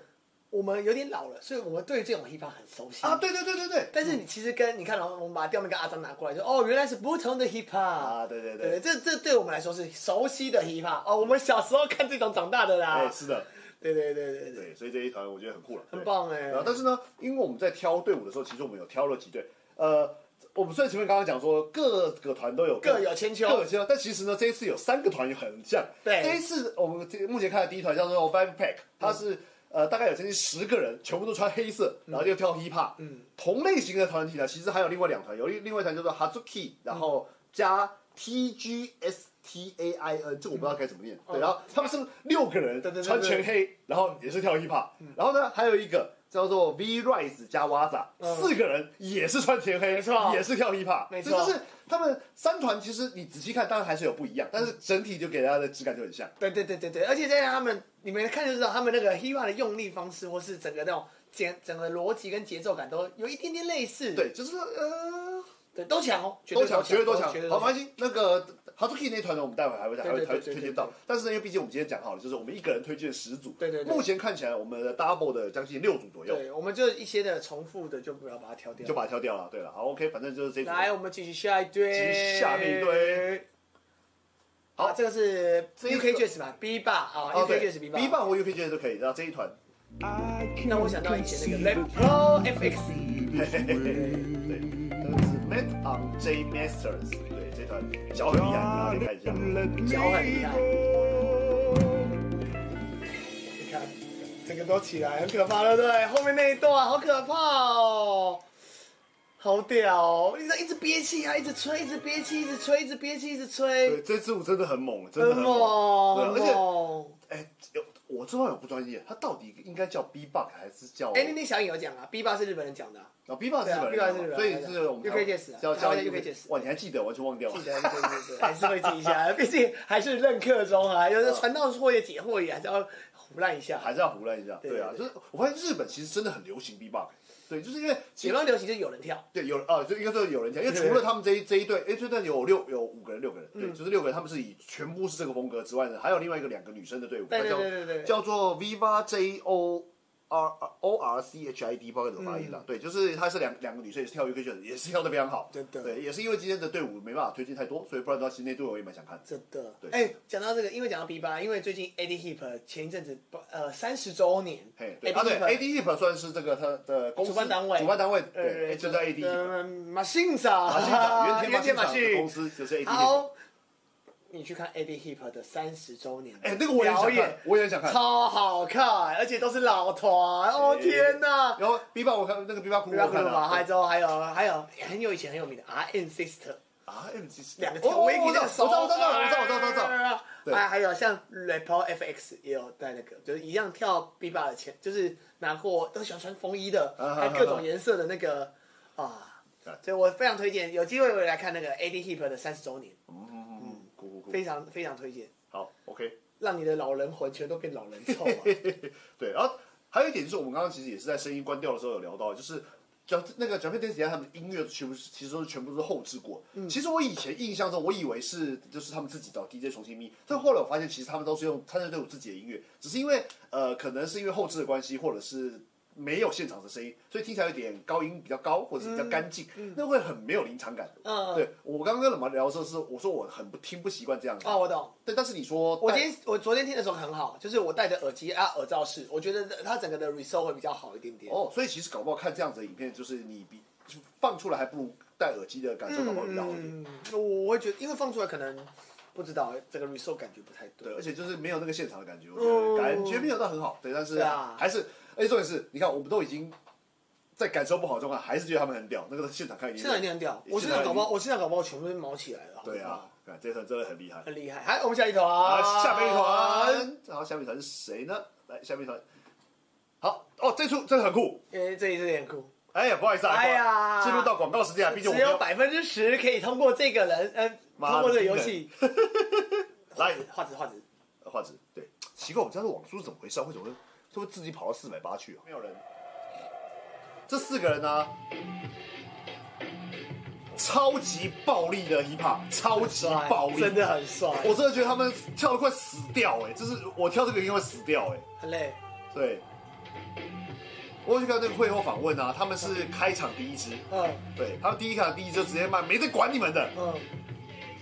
Speaker 2: 我们有点老了，所以我们对这种 hip hop 很熟悉
Speaker 1: 啊，。对嗯对对对对
Speaker 2: 但是你其实跟你看哦，然后我们把调门跟阿张拿过来，就哦，原来是不同的 hip hop
Speaker 1: 啊，对对对，
Speaker 2: 对，这这对我们来说是熟悉的 hip hop 哦，我们小时候看这种长大的
Speaker 1: 哎、
Speaker 2: 啦。
Speaker 1: 是的，
Speaker 2: 对对对对对，
Speaker 1: 对，所以这一团我觉得很酷了，对
Speaker 2: 啊很棒哎
Speaker 1: 然后，。但是呢，因为我们在挑队伍的时候，其实我们有挑了几队，呃。我们虽然前面刚刚讲说各个团都有
Speaker 2: 各有千秋
Speaker 1: 各有千秋，但其实呢，这一次有三个团也很像。
Speaker 2: 对嗯
Speaker 1: 这一次我们这目前看的第一团叫做 Five Pack，它是、呃大概有将近十个人，全部都穿黑色，然后又跳 hip hop。嗯，同类型的团体呢，其实还有另外两团，有另另外一团叫做 Hazuki，然后
Speaker 2: 嗯
Speaker 1: 加 T G S T A I N，这个我不知道该怎么念。对，然后他们是六个人
Speaker 2: 嗯哦对对对嗯
Speaker 1: 穿全
Speaker 2: 对
Speaker 1: 黑，然后也是跳 hip hop，然后呢还有一个叫做 V Rise 加 Waza，
Speaker 2: 嗯
Speaker 1: 四个人也是穿全黑，没
Speaker 2: 错
Speaker 1: 也是跳 hip hop，
Speaker 2: 没
Speaker 1: 所
Speaker 2: 错
Speaker 1: 以就是他们三团其实你仔细看，当然还是有不一样，但
Speaker 2: 嗯
Speaker 1: 是整体就给大家的质感就很像。
Speaker 2: 对对对对对，而且再加上他们，你们看就知道他们那个 hip hop 的用力方式，或是整个那种节整个逻辑跟节奏感都有一点点类似。
Speaker 1: 对，就是呃，
Speaker 2: 对，都强哦，
Speaker 1: 都强，绝对
Speaker 2: 绝对
Speaker 1: 都
Speaker 2: 嗯都
Speaker 1: 强
Speaker 2: 强，绝。对
Speaker 1: 好，
Speaker 2: 都
Speaker 1: 没
Speaker 2: 强
Speaker 1: 关系。那个 Hazuki 那团呢，我们待会还会还会
Speaker 2: 对对对
Speaker 1: 还会
Speaker 2: 对对
Speaker 1: 推荐
Speaker 2: 对
Speaker 1: 到。但是呢，因为毕竟我们今天讲好了，就是我们一个人推荐十组。
Speaker 2: 对对对
Speaker 1: 目前看起来，我们的 double 的将近六组左右，
Speaker 2: 对，我们就一些的重复的就不要把它挑掉。
Speaker 1: 就把它挑掉了。对了，好，OK，反正就是这组。
Speaker 2: 来，我们继续下一堆，
Speaker 1: 继续下面一堆。好
Speaker 2: 啊这个是
Speaker 1: 一
Speaker 2: UK 爵士嘛，B 霸啊
Speaker 1: 哦，
Speaker 2: ，UK
Speaker 1: 对
Speaker 2: 爵士 B 霸。
Speaker 1: ，B 棒或 UK 爵士都可以。然后这一团，
Speaker 2: 让我想到以前 那个 Lab Pro FX，
Speaker 1: 嘿嘿嘿嘿 对，那个是 Met on J Masters，对，这团脚很厉害，大家可以看一下。
Speaker 2: 脚很厉害。你看，整个都起来，很可怕，对不对？后面那一段好可怕哦。好屌、哦！你知道一直憋气啊，一直吹，一直憋气，一直吹，一直憋气，一直
Speaker 1: 对，
Speaker 2: 吹，
Speaker 1: 这支舞真的很猛，真的
Speaker 2: 很
Speaker 1: 很
Speaker 2: 猛，
Speaker 1: 猛。
Speaker 2: 很
Speaker 1: 对，而且，
Speaker 2: 猛。
Speaker 1: 哎，有我知道有不专业，它到底应该叫 B box 还是叫？
Speaker 2: 哎，那天小颖有讲啊，B 霸是日本人讲的啊、
Speaker 1: 哦，B box 是
Speaker 2: 对啊
Speaker 1: 日本人
Speaker 2: ，B-box 是日
Speaker 1: 嘛，
Speaker 2: 本人
Speaker 1: 所以是我们
Speaker 2: UK Jazz 啊
Speaker 1: 叫
Speaker 2: 台
Speaker 1: 叫
Speaker 2: 湾叫 UK Jazz
Speaker 1: 哇，你还记得，完全忘掉了
Speaker 2: 记。得，对对对，还是会记一下，毕竟还是任课中啊，有的传道授业解惑也还是要胡乱一下。
Speaker 1: 还是要胡乱一下，
Speaker 2: 对
Speaker 1: 对啊，
Speaker 2: 对
Speaker 1: 就是我发现日本其实真的很流行 B box，对，就是因为其
Speaker 2: 解
Speaker 1: 实
Speaker 2: 放流行就是有人跳，
Speaker 1: 对有啊，就应该说有人跳，因为
Speaker 2: 对嗯
Speaker 1: 除了他们这一这一队，哎，这队有六有五个人，六个人，对，就是六个人，他们是以全部是这个风格之外呢，还有另外一个两个女生的队伍，
Speaker 2: 对对
Speaker 1: 叫
Speaker 2: 对对对
Speaker 1: 叫做 Viva J O R 呃 O R C H I D，不知道该怎么发音了。对，就是她是两两个女生，也是跳 UK 卷，也是跳的非常好。
Speaker 2: 嗯真的
Speaker 1: 对，也是因为今天的队伍没办法推荐太多，所以不然的话，其实那队伍我也蛮想看。
Speaker 2: 真的
Speaker 1: 对。
Speaker 2: 哎，讲到这个，因为讲到 B 八，因为最近 AD Hip 前一阵子呃三十周年
Speaker 1: 嘿，对啊，对
Speaker 2: ，AD
Speaker 1: ，AD Hip 算是这个他的公司
Speaker 2: 主办单位
Speaker 1: 主办单位对，
Speaker 2: 呃
Speaker 1: 就叫 AD Hip。
Speaker 2: 呃马信
Speaker 1: 马戏场
Speaker 2: 长，
Speaker 1: 原田马戏场的公
Speaker 2: 信。
Speaker 1: 司就是 AD Hip。
Speaker 2: 好，你去看 AD Hip 的三十周年，
Speaker 1: 哎，那个我也
Speaker 2: 表
Speaker 1: 想看
Speaker 2: 演，，
Speaker 1: 我也想看。
Speaker 2: 超好看，而且都是老团，哦
Speaker 1: 哎
Speaker 2: 天哪！
Speaker 1: 然后 B 八我看那个 B 八库
Speaker 2: 不要
Speaker 1: 我
Speaker 2: 克鲁
Speaker 1: 看
Speaker 2: 马还
Speaker 1: 了。
Speaker 2: 之后还有还有很有以前很有名的 R N Sister，
Speaker 1: 啊，M G
Speaker 2: 两个
Speaker 1: 哦，
Speaker 2: 我
Speaker 1: 我
Speaker 2: 也
Speaker 1: 知道，我知道，我知道，我知道，我知道，我知道。啊对
Speaker 2: 还还有像 Rapper F X 也有在那个，就是一样跳 B 八的前，就是拿过都喜欢穿风衣的，
Speaker 1: 啊
Speaker 2: 还有各
Speaker 1: 啊啊
Speaker 2: 种颜色的那个啊
Speaker 1: 啊，
Speaker 2: 所以我非常推荐，有机会我也来看那个 A D Hip 的三十周年，
Speaker 1: 嗯嗯嗯嗯，酷酷酷。
Speaker 2: 非常非常推荐，
Speaker 1: 好，OK。
Speaker 2: 让你的老人魂全都变老人 臭啊！
Speaker 1: 对，然后还有一点就是，我们刚刚其实也是在声音关掉的时候有聊到，就是。讲那个 Japan Dance 他们的音乐全部是其实都是全部都是后置过。
Speaker 2: 嗯
Speaker 1: 其实我以前印象中，我以为是就是他们自己找 DJ 重新咪，但后来我发现其实他们都是用参赛队伍自己的音乐，只是因为呃可能是因为后置的关系，或者是没有现场的声音，所以听起来有点高音比较高，或者是比较干净，那会很没有临场感。
Speaker 2: 嗯
Speaker 1: 对我刚刚跟老妈聊的时候是，我说我很不听不习惯这样子。
Speaker 2: 哦，我懂。
Speaker 1: 对，但是你说
Speaker 2: 我
Speaker 1: 带
Speaker 2: 今天我昨天听的时候很好，就是我戴着耳机啊耳罩式，我觉得它整个的 r e s o l 会比较好一点点。
Speaker 1: 哦，所以其实搞不好看这样子的影片，就是你比就嗯
Speaker 2: 嗯
Speaker 1: 放出来还不如戴耳机的感受搞不好比较好一点。
Speaker 2: 嗯，我我会觉得，因为放出来可能不知道这个 r e s o 感觉不太对
Speaker 1: 对，。而且就是没有那个现场的感觉，我觉得感觉没有到很好，对，但是
Speaker 2: 哦对啊
Speaker 1: 还是，而且重点是，你看我们都已经在感受不好的状态，还是觉得他们很屌，那个现场看已经
Speaker 2: 现在一定很屌，我现在搞不好，我现在搞不好全部都毛起来了。
Speaker 1: 对
Speaker 2: 好不
Speaker 1: 啊
Speaker 2: 好，，
Speaker 1: 看这团真的很厉害。
Speaker 2: 很厉害。还有我们下一团，
Speaker 1: 啊，下面一团，然后下面一团是谁呢？来，下面一团，好哦，这出这个很酷，
Speaker 2: 诶，这一次有点酷，
Speaker 1: 哎呀，不好意思啊，
Speaker 2: 哎呀
Speaker 1: 进入到广告时间啊，毕竟我
Speaker 2: 只
Speaker 1: 们
Speaker 2: 有
Speaker 1: 要
Speaker 2: 百分之十可以通过这个人，呃，
Speaker 1: 妈的
Speaker 2: 通过这个游戏。哎
Speaker 1: 来
Speaker 2: 画质画质，
Speaker 1: 画质，对，奇怪，我们家的网速是怎么回事啊？为什么会会不会自己跑到四百八去啊？没有人，这四个人呢、超级暴力的 hiphop，超级暴力，
Speaker 2: 真的很帅，
Speaker 1: 我真的觉得他们跳的快死掉哎、就是我跳这个一定会死掉哎、
Speaker 2: 很累。
Speaker 1: 对，我有去看那个会后访问啊，他们是开场第一支，
Speaker 2: 嗯
Speaker 1: 对他们第一场第一支就直接卖，没得管你们的。
Speaker 2: 嗯。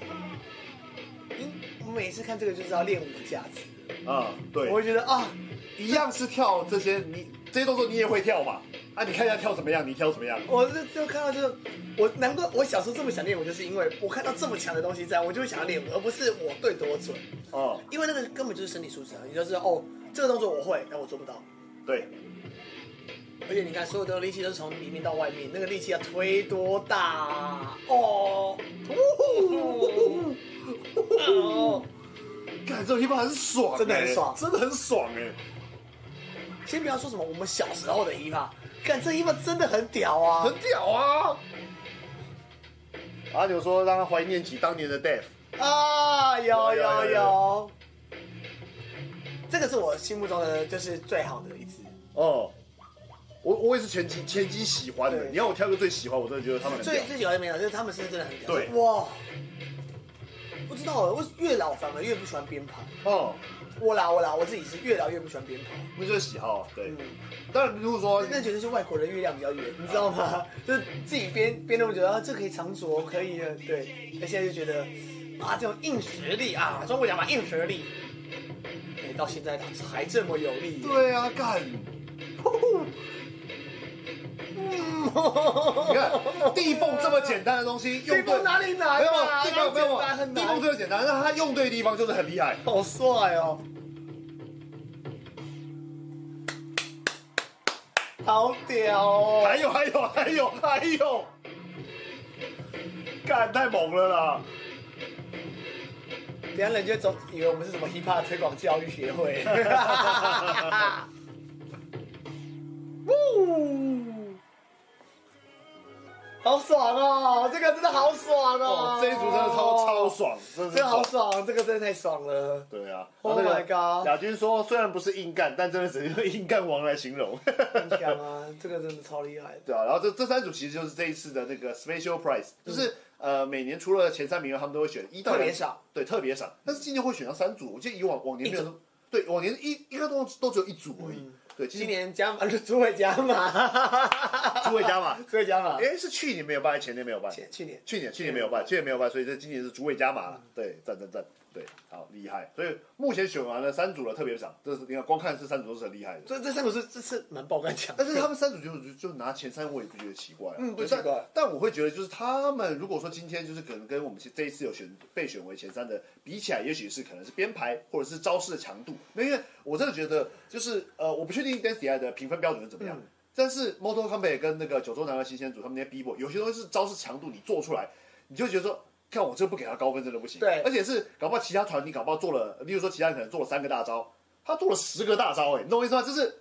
Speaker 2: 嗯我每次看这个就知道练舞的价值，
Speaker 1: 啊、
Speaker 2: 我会
Speaker 1: 对，
Speaker 2: 觉得啊，
Speaker 1: 一样是跳这些，你这些动作你也会跳嘛？啊，你看一下跳怎么样，你跳怎么样？
Speaker 2: 我这就看到就是，我难怪我小时候这么想练舞，就是因为我看到这么强的东西在，我就会想要练舞，而不是我对多准，
Speaker 1: 哦、
Speaker 2: 因为那个根本就是身体素质啊，你就是哦，这个动作我会，但我做不到。
Speaker 1: 对，
Speaker 2: 而且你看，所有的力气都是从里面到外面，那个力气要推多大啊哦？哦，哦
Speaker 1: 看这种地方很爽、
Speaker 2: 真的很爽欸
Speaker 1: 真的很爽哎、
Speaker 2: 先不要说什么我们小时候的衣服，啊看这衣服真的很屌啊
Speaker 1: 很！屌啊！阿牛说让他怀念起当年的 Dave，
Speaker 2: 啊，有
Speaker 1: 有有有
Speaker 2: 有有，这个是我心目中的就是最好的一支，
Speaker 1: 哦，我我也是拳击拳击喜欢的，
Speaker 2: 对
Speaker 1: 你要我挑一个最喜欢，我真的觉得他们很屌
Speaker 2: 最。最喜欢的没有，就是他们是真的很屌。
Speaker 1: 对
Speaker 2: 哇，不知道我越老反而越不喜欢鞭炮，
Speaker 1: 哦，
Speaker 2: 我啦我啦，我自己是越老越不喜欢鞭炮。
Speaker 1: 那就是喜好啊，对。
Speaker 2: 嗯。
Speaker 1: 当然，如果说
Speaker 2: 那觉得是外国人月亮比较圆，你知道吗？ 就是自己编编那么久，啊，这可以长着，可以的，对。那现在就觉得，啊，这种硬实力啊，中国讲嘛，硬实力，哎，到现在还这么有力。
Speaker 1: 对啊，干，你
Speaker 2: 哦
Speaker 1: 看地泵这么简单的东西，用
Speaker 2: 地泵
Speaker 1: 对
Speaker 2: 哪里难啊
Speaker 1: 没有没有地泵没有
Speaker 2: 哪里简
Speaker 1: 没
Speaker 2: 单很
Speaker 1: 有
Speaker 2: 难
Speaker 1: 地泵这么简单，但他用对地方就是很厉害。
Speaker 2: 好帅哦！好屌哦！
Speaker 1: 还有还 有还有还有，干太猛了啦！
Speaker 2: 等一下人家总以为我们是什么 hip hop 推广教育协会。 呜，好爽哦！这个真的好爽哦！
Speaker 1: 哦，这一组真的超超，爽，真的
Speaker 2: 真的
Speaker 1: 是
Speaker 2: 好
Speaker 1: 爽。
Speaker 2: 爽，这个真的太爽了。
Speaker 1: 对啊
Speaker 2: Oh
Speaker 1: 然后那
Speaker 2: my
Speaker 1: 个
Speaker 2: god
Speaker 1: 亚军说，虽然不是硬干，但真的只能用硬干王来形容。
Speaker 2: 很强啊，这个真的超厉害 的。
Speaker 1: 对啊，然后这这三组其实就是这一次的那个 special prize，就是、呃每年除了前三名以外，他们都会选一到
Speaker 2: 嗯特别
Speaker 1: 两组
Speaker 2: 少，
Speaker 1: 对，特别少。但是今年会选到三组，我记得以往往年没有
Speaker 2: 一嗯
Speaker 1: 那么，对，往年一一个都都只有一组而已。对，
Speaker 2: 今年加码， 朱伟加码，
Speaker 1: 朱伟加 嘛，
Speaker 2: 朱伟加码，
Speaker 1: 哎是去年没有办，还是前年没有办，
Speaker 2: 前去年
Speaker 1: 去年去年没有办，去年没有办，所以这今年是主委加码
Speaker 2: 嗯
Speaker 1: 了。对，赞赞赞，对，好厉害。所以目前选完了三组了，特别少，这是你看光看这三组都是很厉害的。
Speaker 2: 这这三组是这次蛮爆肝强的，
Speaker 1: 但是他们三组就就就拿前三，我也不觉得奇怪、啊。
Speaker 2: 嗯不
Speaker 1: 对
Speaker 2: 奇怪
Speaker 1: 但。但我会觉得，就是他们如果说今天就是可能跟我们这一次有选被选为前三的比起来，也许是可能是编排或者是招式的强度。那因为我真的觉得，就是呃，我不确
Speaker 2: 嗯
Speaker 1: 定 Dance DI 的评分标准是怎么样。但是 Moto Company 跟那个九州男儿新鲜组他们那些 B boy，有些东西是招式强度，你做出来，你就觉得说，看我这不给他高分真的不行。
Speaker 2: 对
Speaker 1: 而且是搞不好其他团你搞不好做了，例如说其他人可能做了三个大招，他做了十个大招、哎，你懂我意思吗？就是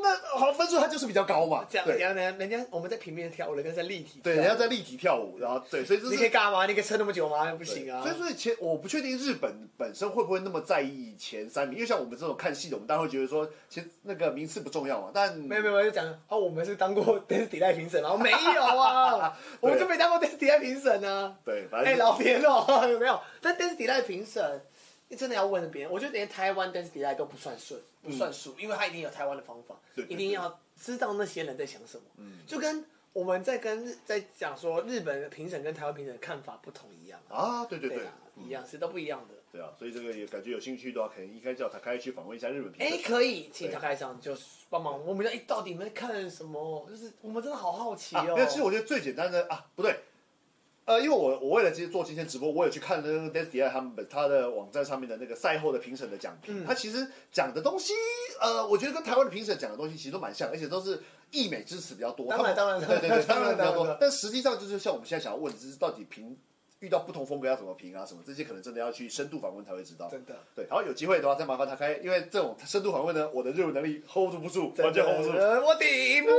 Speaker 1: 那好分数他就是比较高嘛，
Speaker 2: 这样，人
Speaker 1: 对
Speaker 2: 家人人家我们在平面跳舞，人家在立体，
Speaker 1: 对，人家在立体跳舞，然后对，所以这
Speaker 2: 你可以
Speaker 1: 是。
Speaker 2: 干嘛？你可以撑那么久吗？不行啊
Speaker 1: 所！以，所以前我不确定日本本身会不会那么在意前三名，因为像我们这种看戏的，我们当然会觉得说前那个名次不重要嘛。但
Speaker 2: 没有没有，我就讲啊，我们是当过 d a 底代评审啊，没有 啊，我们就没当过 d a 底代评审啊。
Speaker 1: 对，反
Speaker 2: 哎，
Speaker 1: 正
Speaker 2: 老天哦， 有没有？但 d a 底代评审，你真的要问别人，我觉得连台湾 d a 底代都不算顺，不算数，因为他一定有台湾的方法
Speaker 1: 嗯对，对嗯
Speaker 2: 一定要知道那些人在想什么。就跟我们在跟日在讲说日本的评审跟台湾评审看法不同一样啊，
Speaker 1: 啊，对对对
Speaker 2: 对啊，一样是都不一样的。
Speaker 1: 对啊，所以这个也感觉有兴趣的话，可能应该叫他开去访问一下日本评
Speaker 2: 哎、
Speaker 1: 审。
Speaker 2: 可以，请他开场就是帮忙。我们要哎、到底你们在看什么？就是我们真的好好奇
Speaker 1: 啊，
Speaker 2: 哦。
Speaker 1: 没有，其实我觉得最简单的啊，不对，呃，因为我我为了今天做今天直播，我有去看那个 d e s t i a 他们他的网站上面的那个赛后的评审的讲
Speaker 2: 嗯
Speaker 1: 评，他其实讲的东西，呃，我觉得跟台湾的评审讲的东西其实都蛮像，而且都是溢美之词比较多。
Speaker 2: 当然
Speaker 1: 他们
Speaker 2: 当然
Speaker 1: 对对对，当
Speaker 2: 当
Speaker 1: 然
Speaker 2: 然
Speaker 1: 比较
Speaker 2: 当然
Speaker 1: 多。但实际上就是像我们现在想要问的，就是到底评遇到不同风格要怎么评啊，什么这些可能真的要去深度访问才会知道。
Speaker 2: 真的。
Speaker 1: 对，然后有机会的话再麻烦他开，因为这种深度访问呢，我的日文能力 hold 不住，完全 hold 不住。
Speaker 2: 呃我顶不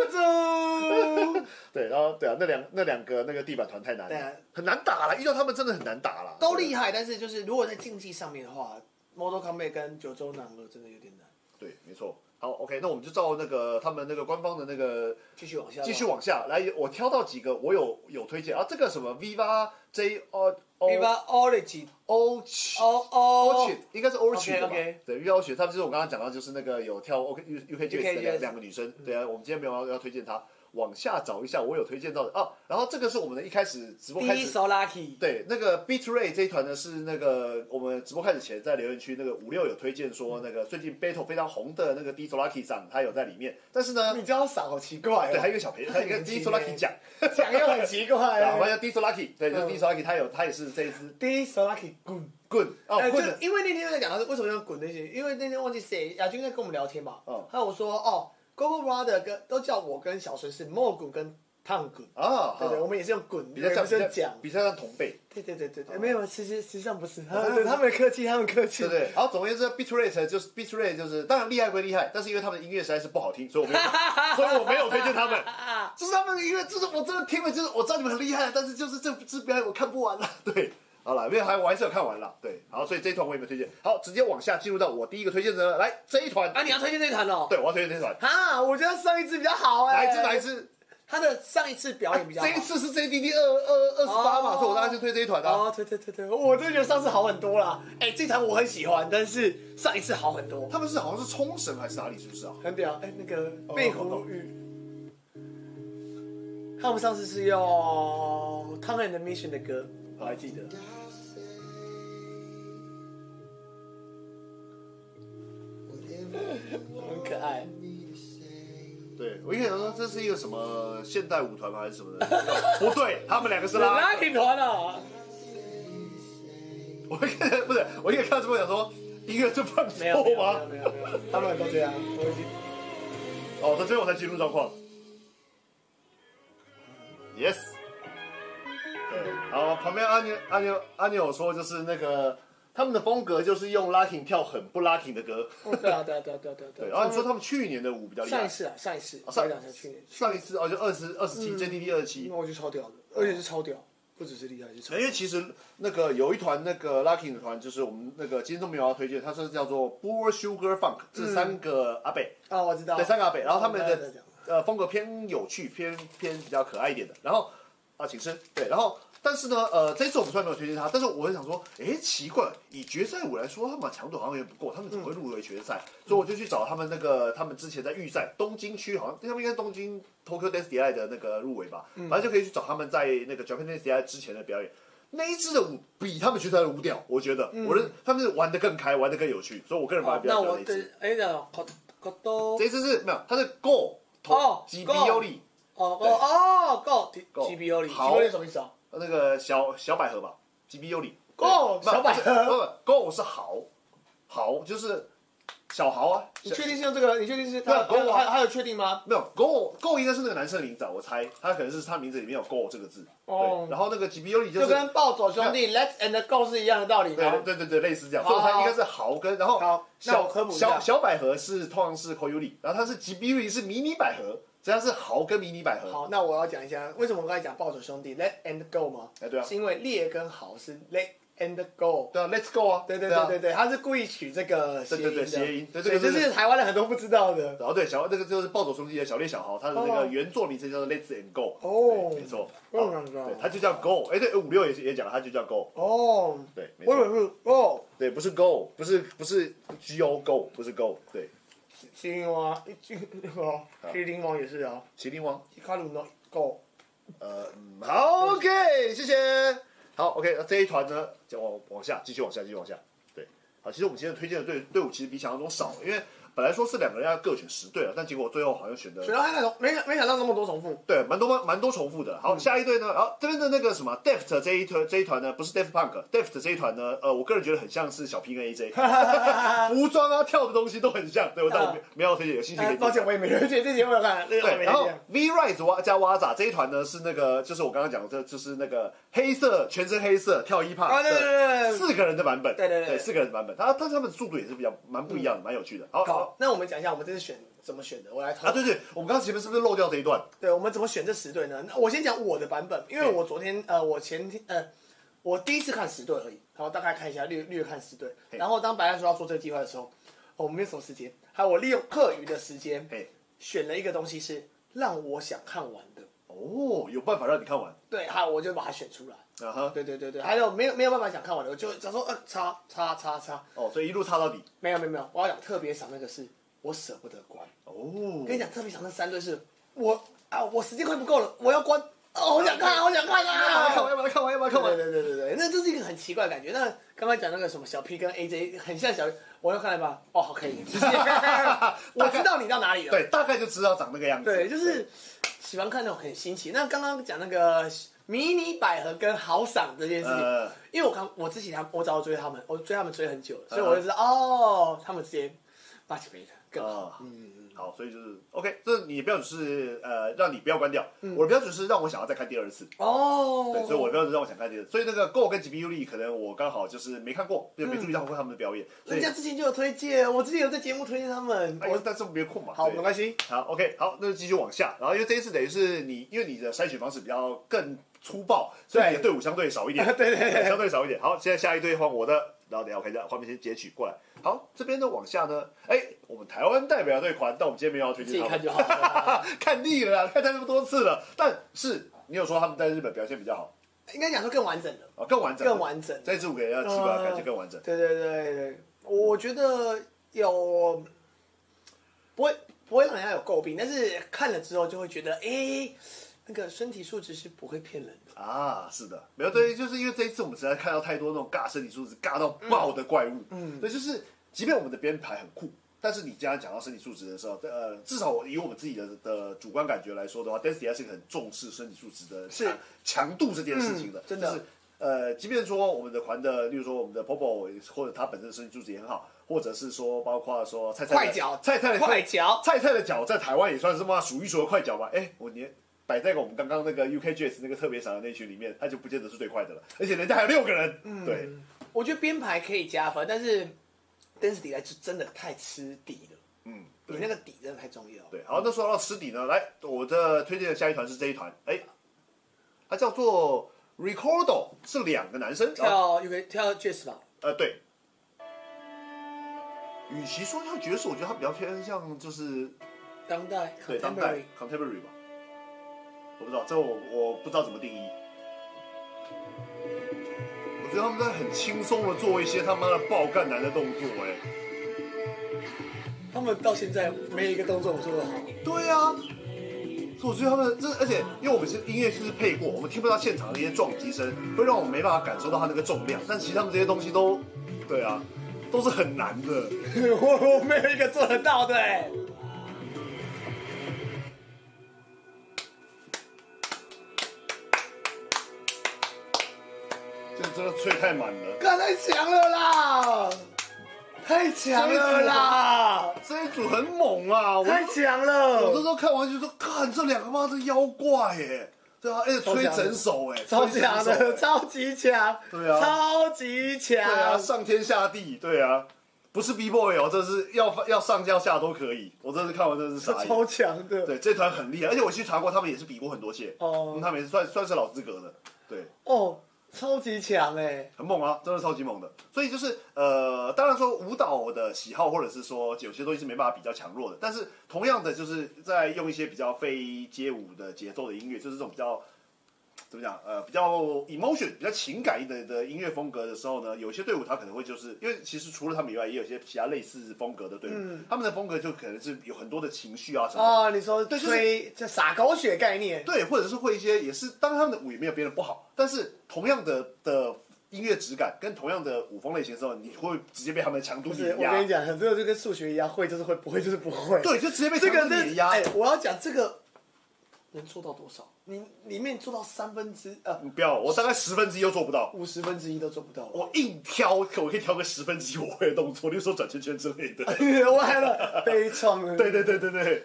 Speaker 2: 住。
Speaker 1: 对，然后对啊，那两那两个那个地板团太难
Speaker 2: 对啊
Speaker 1: 了，很难打了，遇到他们真的很难打了，
Speaker 2: 都厉害，但是就是如果在竞技上面的话，Model Combat 跟九州男儿真的有点难。
Speaker 1: 对，没错。好，OK，那我们就照那个他们那个官方的那个
Speaker 2: 继续往下吧，
Speaker 1: 继续往下来，我挑到几个我有有推荐啊，这个什么 Viva J O O
Speaker 2: Viva Orange
Speaker 1: O Ch
Speaker 2: 哦
Speaker 1: O
Speaker 2: 哦
Speaker 1: Ch，应该是 O Ch 的吧
Speaker 2: OK，OK？
Speaker 1: 对，Viva O Ch，他们就是我刚刚讲到，就是那个有跳 OK U U K G 的
Speaker 2: UK
Speaker 1: 两两个女生，对啊，我们今天没有要要推荐她，往下找一下我有推荐到的啊，然后这个是我们的一开始直播
Speaker 2: 第
Speaker 1: 开
Speaker 2: 一
Speaker 1: 始
Speaker 2: So Lucky，
Speaker 1: 对，那个 Beat Ray 这一团呢是那个我们直播开始前在留言区那个五六有推荐说
Speaker 2: 嗯
Speaker 1: 那个最近 Battle 非常红的那个 D i s l u c k y 上，他有在里面，但是呢，
Speaker 2: 你嗯这样傻好奇怪哦，
Speaker 1: 对，还有一个小朋友，还有一个
Speaker 2: 很
Speaker 1: D
Speaker 2: 奇
Speaker 1: i s l u c k y 奖，
Speaker 2: 讲又很 奇怪
Speaker 1: 然后
Speaker 2: 哦。
Speaker 1: 叫 D i s l u c k y 对，就是 D i s l u c k y 他有他也是这一支
Speaker 2: 第一 So Lucky 滚。
Speaker 1: 棍哦
Speaker 2: 哎，就
Speaker 1: 棍的，
Speaker 2: 因为那天在讲到为什么要滚那些，因为那天忘记谁，亚军在跟我们聊天嘛，
Speaker 1: 嗯
Speaker 2: 还有我说哦，Gogo Brother 跟都叫我跟小孙是 Mo 滚跟烫滚，
Speaker 1: 啊，
Speaker 2: 对对，
Speaker 1: 好
Speaker 2: 我们也是用滚，
Speaker 1: 比较像
Speaker 2: 不是用
Speaker 1: 比较
Speaker 2: 讲，
Speaker 1: 比哦较像同辈，
Speaker 2: 对对对对对，没有，其实实际上不是，他对他们客气，他们客气，
Speaker 1: 对不 对？然后总而言之，Beat Ray 就是 Beat Ray 就是，当然厉害归厉害，但是因为他们的音乐实在是不好听，所以我没有， 所以我没有推荐他们。
Speaker 2: 啊
Speaker 1: 就是他们的音乐，就是我真的听了，就是我知道你们很厉害，但是就是这支表演我看不完了。对，好了，因为还我还是有看完了。对，好，所以这一团我也没推荐。好，直接往下进入到我第一个推荐者，来这一团，
Speaker 2: 啊，你要推荐这一团哦？
Speaker 1: 对，我要推荐这一团，
Speaker 2: 啊，我觉得上一次比较好哎、
Speaker 1: 哪一支哪一？支？
Speaker 2: 他的上一次表演比较好。
Speaker 1: 这一次啊是 JDD 二二二十八嘛，
Speaker 2: 哦
Speaker 1: 所以我当然就推这一团哎啊啦。
Speaker 2: 哦，对对对对，我真的觉得上次好很多啦。哎、这团我很喜欢，但是上一次好很多，
Speaker 1: 他们是好像是冲绳还是哪里，是不是啊？
Speaker 2: 很屌。哎、那个
Speaker 1: 哦
Speaker 2: 贝湖雨，他们上次是用《汤人的 Mission》的歌，我还记得。很可爱，
Speaker 1: 对，我一开始想说这是一个什么呃现代舞团吗，还是什么的？不对，他们两个是拉
Speaker 2: 拉挺团啊，
Speaker 1: 我一看不是，我一看到直播想说，音乐是放
Speaker 2: 没有没
Speaker 1: 错
Speaker 2: 有没有
Speaker 1: 吗？
Speaker 2: 没有没有，他们都这样，我已经。
Speaker 1: 哦，到最后我才进入状况。Yes。对，然后旁边阿牛阿牛阿牛说，就是那个他们的风格就是用 locking 跳很不 locking 的歌。
Speaker 2: 哦，对啊，对啊，对啊，对啊，对啊。
Speaker 1: 对，然后你说他们去年的舞比较厉
Speaker 2: 上一
Speaker 1: 害，
Speaker 2: 次啊，上一次，
Speaker 1: 上
Speaker 2: 上一两次去年，嗯
Speaker 1: 上一次哦就二十二十七 JDD 二十七
Speaker 2: 那。我觉得超屌的，而且是超屌，不只是厉害，是超
Speaker 1: 因。为其实那个有一团那个 Lucky 的团，就是我们那个今天都没有要推荐，它是叫做 Boer Sugar Funk，这
Speaker 2: 嗯
Speaker 1: 三个阿贝。
Speaker 2: 啊，我知道。哦
Speaker 1: 对，三个阿北，然后他们
Speaker 2: 我知道
Speaker 1: 的
Speaker 2: 在讲
Speaker 1: 呃风格偏有趣，偏偏比较可爱一点的。然后啊，请吃。对，然后但是呢，呃，这次我们虽然没有推荐他，但是我很想说，诶，奇怪，以决赛舞来说，他们强度好像有点不够，他们怎么会入围决赛？所以我就去找他们那个他们之前在预赛东京区，好像他们应该是东京 Tokyo Dance DI 的那个入围吧，
Speaker 2: 嗯
Speaker 1: 反正就可以去找他们在那个 Japan Dance DI 之前的表演。那一支的舞比他们决赛的舞屌，我觉得，我认他们是玩的更开，玩的更有趣，所以我个人把它
Speaker 2: 哦
Speaker 1: 比较
Speaker 2: 嗯那
Speaker 1: 喜欢
Speaker 2: 我
Speaker 1: 那一支。
Speaker 2: 对，哎，那口口都
Speaker 1: 这，一次是没有，它是 Go
Speaker 2: 哦
Speaker 1: 吉比
Speaker 2: Go
Speaker 1: 优利
Speaker 2: 哦哦哦
Speaker 1: 够
Speaker 2: ，Go G B U 里，G B
Speaker 1: 好
Speaker 2: U 里什么意思啊？
Speaker 1: 那个小小百合吧，吉比优利
Speaker 2: Go，
Speaker 1: 对
Speaker 2: 小百合
Speaker 1: 不是不是 Go 是豪豪就是小豪啊，
Speaker 2: 你
Speaker 1: 小
Speaker 2: 确定是用这个？你确定是？
Speaker 1: 对啊
Speaker 2: 还有
Speaker 1: Go 啊
Speaker 2: 还有还有确定吗？
Speaker 1: 没有 Go Go 应该是那个男生的名字啊，我猜他可能是他名字里面有 Go 这个字，
Speaker 2: 哦
Speaker 1: 对，然后那个吉比优利就
Speaker 2: 就是跟暴走兄弟 Let's and Go 是一样的道理
Speaker 1: 对
Speaker 2: 吗？
Speaker 1: 对对对，类似这样，
Speaker 2: 好
Speaker 1: 所以我猜
Speaker 2: 好
Speaker 1: 应该是豪跟然后
Speaker 2: 好那
Speaker 1: 小
Speaker 2: 我科普一
Speaker 1: 小
Speaker 2: 下
Speaker 1: 小百合是通常是 Ko Yuri，然后它是吉比优利是迷你百合，所以它是豪跟迷你百合，
Speaker 2: 好，那我要讲一下为什么我刚才讲暴走兄弟 Let and Go 吗？
Speaker 1: 哎对啊
Speaker 2: 是因为烈跟豪是 Let and Go。
Speaker 1: 对啊，Let's go 啊，
Speaker 2: 对对
Speaker 1: 啊
Speaker 2: 对对对，他是故意取这个谐音的
Speaker 1: 对对对谐音对这
Speaker 2: 所
Speaker 1: 个
Speaker 2: 以
Speaker 1: 是
Speaker 2: 这是台湾人很多不知道的。
Speaker 1: 然后哦对小那个就是暴走兄弟的小烈小豪，他的那个
Speaker 2: 哦
Speaker 1: 原作名称叫做 Let's and Go。
Speaker 2: 哦
Speaker 1: 对没错。
Speaker 2: 我
Speaker 1: 好
Speaker 2: 想知道
Speaker 1: 对，他就叫 Go。哎，对，五六也是也讲了，他就叫 Go。
Speaker 2: 哦，
Speaker 1: 对，没
Speaker 2: 我以
Speaker 1: 错。
Speaker 2: 为是哦，
Speaker 1: 对，不是 Go，不是不是 G O Go，不是 Go。对，
Speaker 2: 麒麟王啊，哦，麒麟王也是啊，
Speaker 1: 麒麟王。
Speaker 2: 伊卡鲁诺 Go，
Speaker 1: 呃，嗯好，OK，谢谢。好，OK，那这一团呢，就往往下继续往下继续往下。对，好，其实我们今天推荐的队队伍其实比想象中少，因为。本来说是两个人要各选十对了，但结果最后好像选的
Speaker 2: 选到汉娜重，没想没想到那么多 重复。
Speaker 1: 对，蛮多蛮多重复的。
Speaker 2: 嗯
Speaker 1: 好，下一队呢，然后这边的那个什么 Deft 这一团这一团呢，不是 Deft Punk，Deft 这一团呢，呃，我个人觉得很像是小 P 跟 AJ，服装啊跳的东西都很像。对，我但我没没有推荐，有兴趣可
Speaker 2: 哎
Speaker 1: 以。
Speaker 2: 抱歉，我也没人这这节目有看，这个我
Speaker 1: 对，
Speaker 2: 没
Speaker 1: 然后
Speaker 2: 看。
Speaker 1: V Rise 哇加哇咋这一团呢是那个，就是我刚刚讲的，这就是那个黑色全身黑色跳一
Speaker 2: 啊
Speaker 1: 帕
Speaker 2: 对对对对
Speaker 1: 的四个人的版本，
Speaker 2: 对对对
Speaker 1: 对四个人的版本，他但是他们的速度也是比较蛮不一样的，蛮有趣的。好，
Speaker 2: 好
Speaker 1: 好，
Speaker 2: 那我们讲一下我们这次选怎么选的，我来投
Speaker 1: 啊，对对，我们刚刚前面是不是漏掉这一段？
Speaker 2: 对，我们怎么选这十对呢？那我先讲我的版本，因为我昨天呃，我前天呃，我第一次看十对而已，然后大概看一下略略看十对，然后当白兰说要做这个计划的时候，哦我们没有什么时间，还有我利用课余的时间
Speaker 1: 嘿，
Speaker 2: 选了一个东西是让我想看完的，
Speaker 1: 哦，有办法让你看完
Speaker 2: 对，还有我就把它选出来。
Speaker 1: 啊哈，
Speaker 2: 对对对对，还有没有没有办法想看完的，我就想说，呃，擦擦擦擦，
Speaker 1: 哦，所以一路插到底。
Speaker 2: 没有没有没有，我要讲特别想那个是我舍不得关。
Speaker 1: 哦
Speaker 2: 我，跟你讲，特别想那三对是，我啊，我时间快不够了，我要关，哦，好想看，好想 看啊！
Speaker 1: 看完，要不要看完，要不要看完？
Speaker 2: 对对对对对，那这是一个很奇怪的感觉。那刚刚讲那个什么小 P 跟 AJ 很像小，我又看了吧？哦，好可以， 谢谢。我知道你到哪里了。
Speaker 1: 对，大概就知道长那个样子。
Speaker 2: 对，就是喜欢看那种很新奇。那刚刚讲那个迷你百合跟好赏这件事情，
Speaker 1: 呃
Speaker 2: 因为我看我之前他们，我早就追他们，我追他们追很久了，所以
Speaker 1: 呃
Speaker 2: 我就知道、哦，他们之间八七倍的更好。
Speaker 1: 啊，嗯，好，所以就是 OK，这你的标准是呃，让你不要关掉。我的标准是让我想要再看第二次。
Speaker 2: 嗯哦，
Speaker 1: 对，所以我的标准让我想看第二次。所以那个 Go 跟 G B U 力可能我刚好就是没看过，就没注意到过他们的表演。所
Speaker 2: 嗯人
Speaker 1: 以
Speaker 2: 家之前就有推荐，我之前有在节目推荐他们。
Speaker 1: 哎
Speaker 2: 我
Speaker 1: 但是没空嘛。
Speaker 2: 好，
Speaker 1: 对
Speaker 2: 没关系。
Speaker 1: 好，OK，好，那就继续往下。然后因为这一次等于是你，因为你的筛选方式比较更粗暴，所以你的队伍相对 少一点，
Speaker 2: 对对对
Speaker 1: 相对少一点。好，现在下一队换我的，然后等一下我看一下画面先截取过来。好，这边的往下呢，哎，我们台湾代表队团，但我们今天没有要推
Speaker 2: 自己
Speaker 1: 荐他们，
Speaker 2: 看就好了。
Speaker 1: 看腻了啦，看他那么多次了。但是你有说他们在日本表现比较好
Speaker 2: 应该讲说更完整的，
Speaker 1: 啊，更完整，
Speaker 2: 更完整。
Speaker 1: 这一支舞给人家奇怪，感觉更完整。
Speaker 2: 对对对对，我觉得有不会不会让人家有诟病，但是看了之后就会觉得，哎，那个身体素质是不会骗人的。
Speaker 1: 啊，是的，没有对，就是因为这一次我们实在看到太多那种尬身体素质尬到爆的怪物，嗯，所以就是即便我们的编排很酷，但是你既然讲到身体素质的时候，呃，至少我以我们自己的的主观感觉来说的话 d e s t i n 是一个很重视身体素质的
Speaker 2: 嗯是
Speaker 1: 强强度这件事情的，
Speaker 2: 嗯真的
Speaker 1: 就是呃，即便说我们的团的，例如说我们的 Popo 或者他本身的身体素质也很好，或者是说包括说菜菜的
Speaker 2: 快脚
Speaker 1: 呃菜菜的
Speaker 2: 快脚
Speaker 1: 菜菜的脚在台湾也算是嘛数一数二快脚吧。哎，我连摆在我们刚刚那个 UK Jazz 那个特别赏的那群里面，他就不见得是最快的了，而且人家还有六个人。
Speaker 2: 嗯
Speaker 1: 对，
Speaker 2: 我觉得编排可以加分，但是 density 来是真的太吃底了。
Speaker 1: 嗯，
Speaker 2: 你那个底真的太重要。
Speaker 1: 对。好，那说到吃底呢，来，我的推荐的下一团是这一团，哎，它叫做 Recordo，是两个男生，然后
Speaker 2: 跳有个跳 jazz 吧，
Speaker 1: 呃，对。与其说像爵士，我觉得它比较偏向就是
Speaker 2: 当代
Speaker 1: 对当代
Speaker 2: contemporary
Speaker 1: contemporary 吧，我不知道，这我我不知道怎么定义。我觉得他们在很轻松的做一些他妈的爆干男的动作、哎，
Speaker 2: 他们到现在没有一个动作我做的 好。
Speaker 1: 对呀、啊，所以我觉得他们这，而且因为我们是音乐是配过，我们听不到现场的一些撞击声，会让我们没办法感受到他那个重量，但其实他们这些东西都，对啊，都是很难的。
Speaker 2: 我我没有一个做得到的、欸。
Speaker 1: 这真的吹太满了。
Speaker 2: 干太强了啦！太强了啦！
Speaker 1: 这一组很猛啊！我
Speaker 2: 太强
Speaker 1: 我那时
Speaker 2: 了！
Speaker 1: 候看完就说，看这两个妈的妖怪耶，对啊，而且吹整首哎，
Speaker 2: 超
Speaker 1: 吹整
Speaker 2: 强
Speaker 1: 首
Speaker 2: 的，
Speaker 1: 哎
Speaker 2: 超级强！
Speaker 1: 对啊
Speaker 2: 超级强！
Speaker 1: 对啊，上天下地，对啊，不是 B boy 哦，这是要要上要下都可以，我真是看完真的是
Speaker 2: 这
Speaker 1: 傻眼。
Speaker 2: 超强的。
Speaker 1: 对，这团很厉害，而且我去查过，他们也是比过很多届，
Speaker 2: 哦
Speaker 1: 嗯他们也是算算是老资格的，对。
Speaker 2: 哦，超级强哎、欸！
Speaker 1: 很猛啊，真的超级猛的。所以就是呃，当然说舞蹈的喜好，或者是说有些东西是没办法比较强弱的。但是同样的，就是在用一些比较非街舞的节奏的音乐，就是这种比较怎么讲呃，比较 emotion、比较情感的的音乐风格的时候呢，有些队伍他可能会就是因为其实除了他们以外，也有些其他类似风格的队伍，他们的风格就可能是有很多的情绪啊什么的。
Speaker 2: 哦，你说
Speaker 1: 对就是
Speaker 2: 吹这洒狗血概念，
Speaker 1: 对，或者是会一些也是，当然他们的舞也没有别人不好，但是同样的的音乐质感跟同样的舞风类型的时候，你会直接被他们强度
Speaker 2: 不是，
Speaker 1: 碾
Speaker 2: 我跟
Speaker 1: 压
Speaker 2: 你。讲，很多人就跟数学一样，会就是会，不会就是不会。
Speaker 1: 对，就直接被
Speaker 2: 这
Speaker 1: 强
Speaker 2: 个
Speaker 1: 度碾
Speaker 2: 是
Speaker 1: 压。
Speaker 2: 哎、我要讲这个能做到多少？你里面做到三分之呃
Speaker 1: 你不要，我大概十分之一都做不到。
Speaker 2: 五十分之一都做不到。 我
Speaker 1: 我硬挑，我可以挑个十分之一我会的动作，例如说转圈圈之类的。
Speaker 2: 歪了，悲怆了。
Speaker 1: 对对对对对，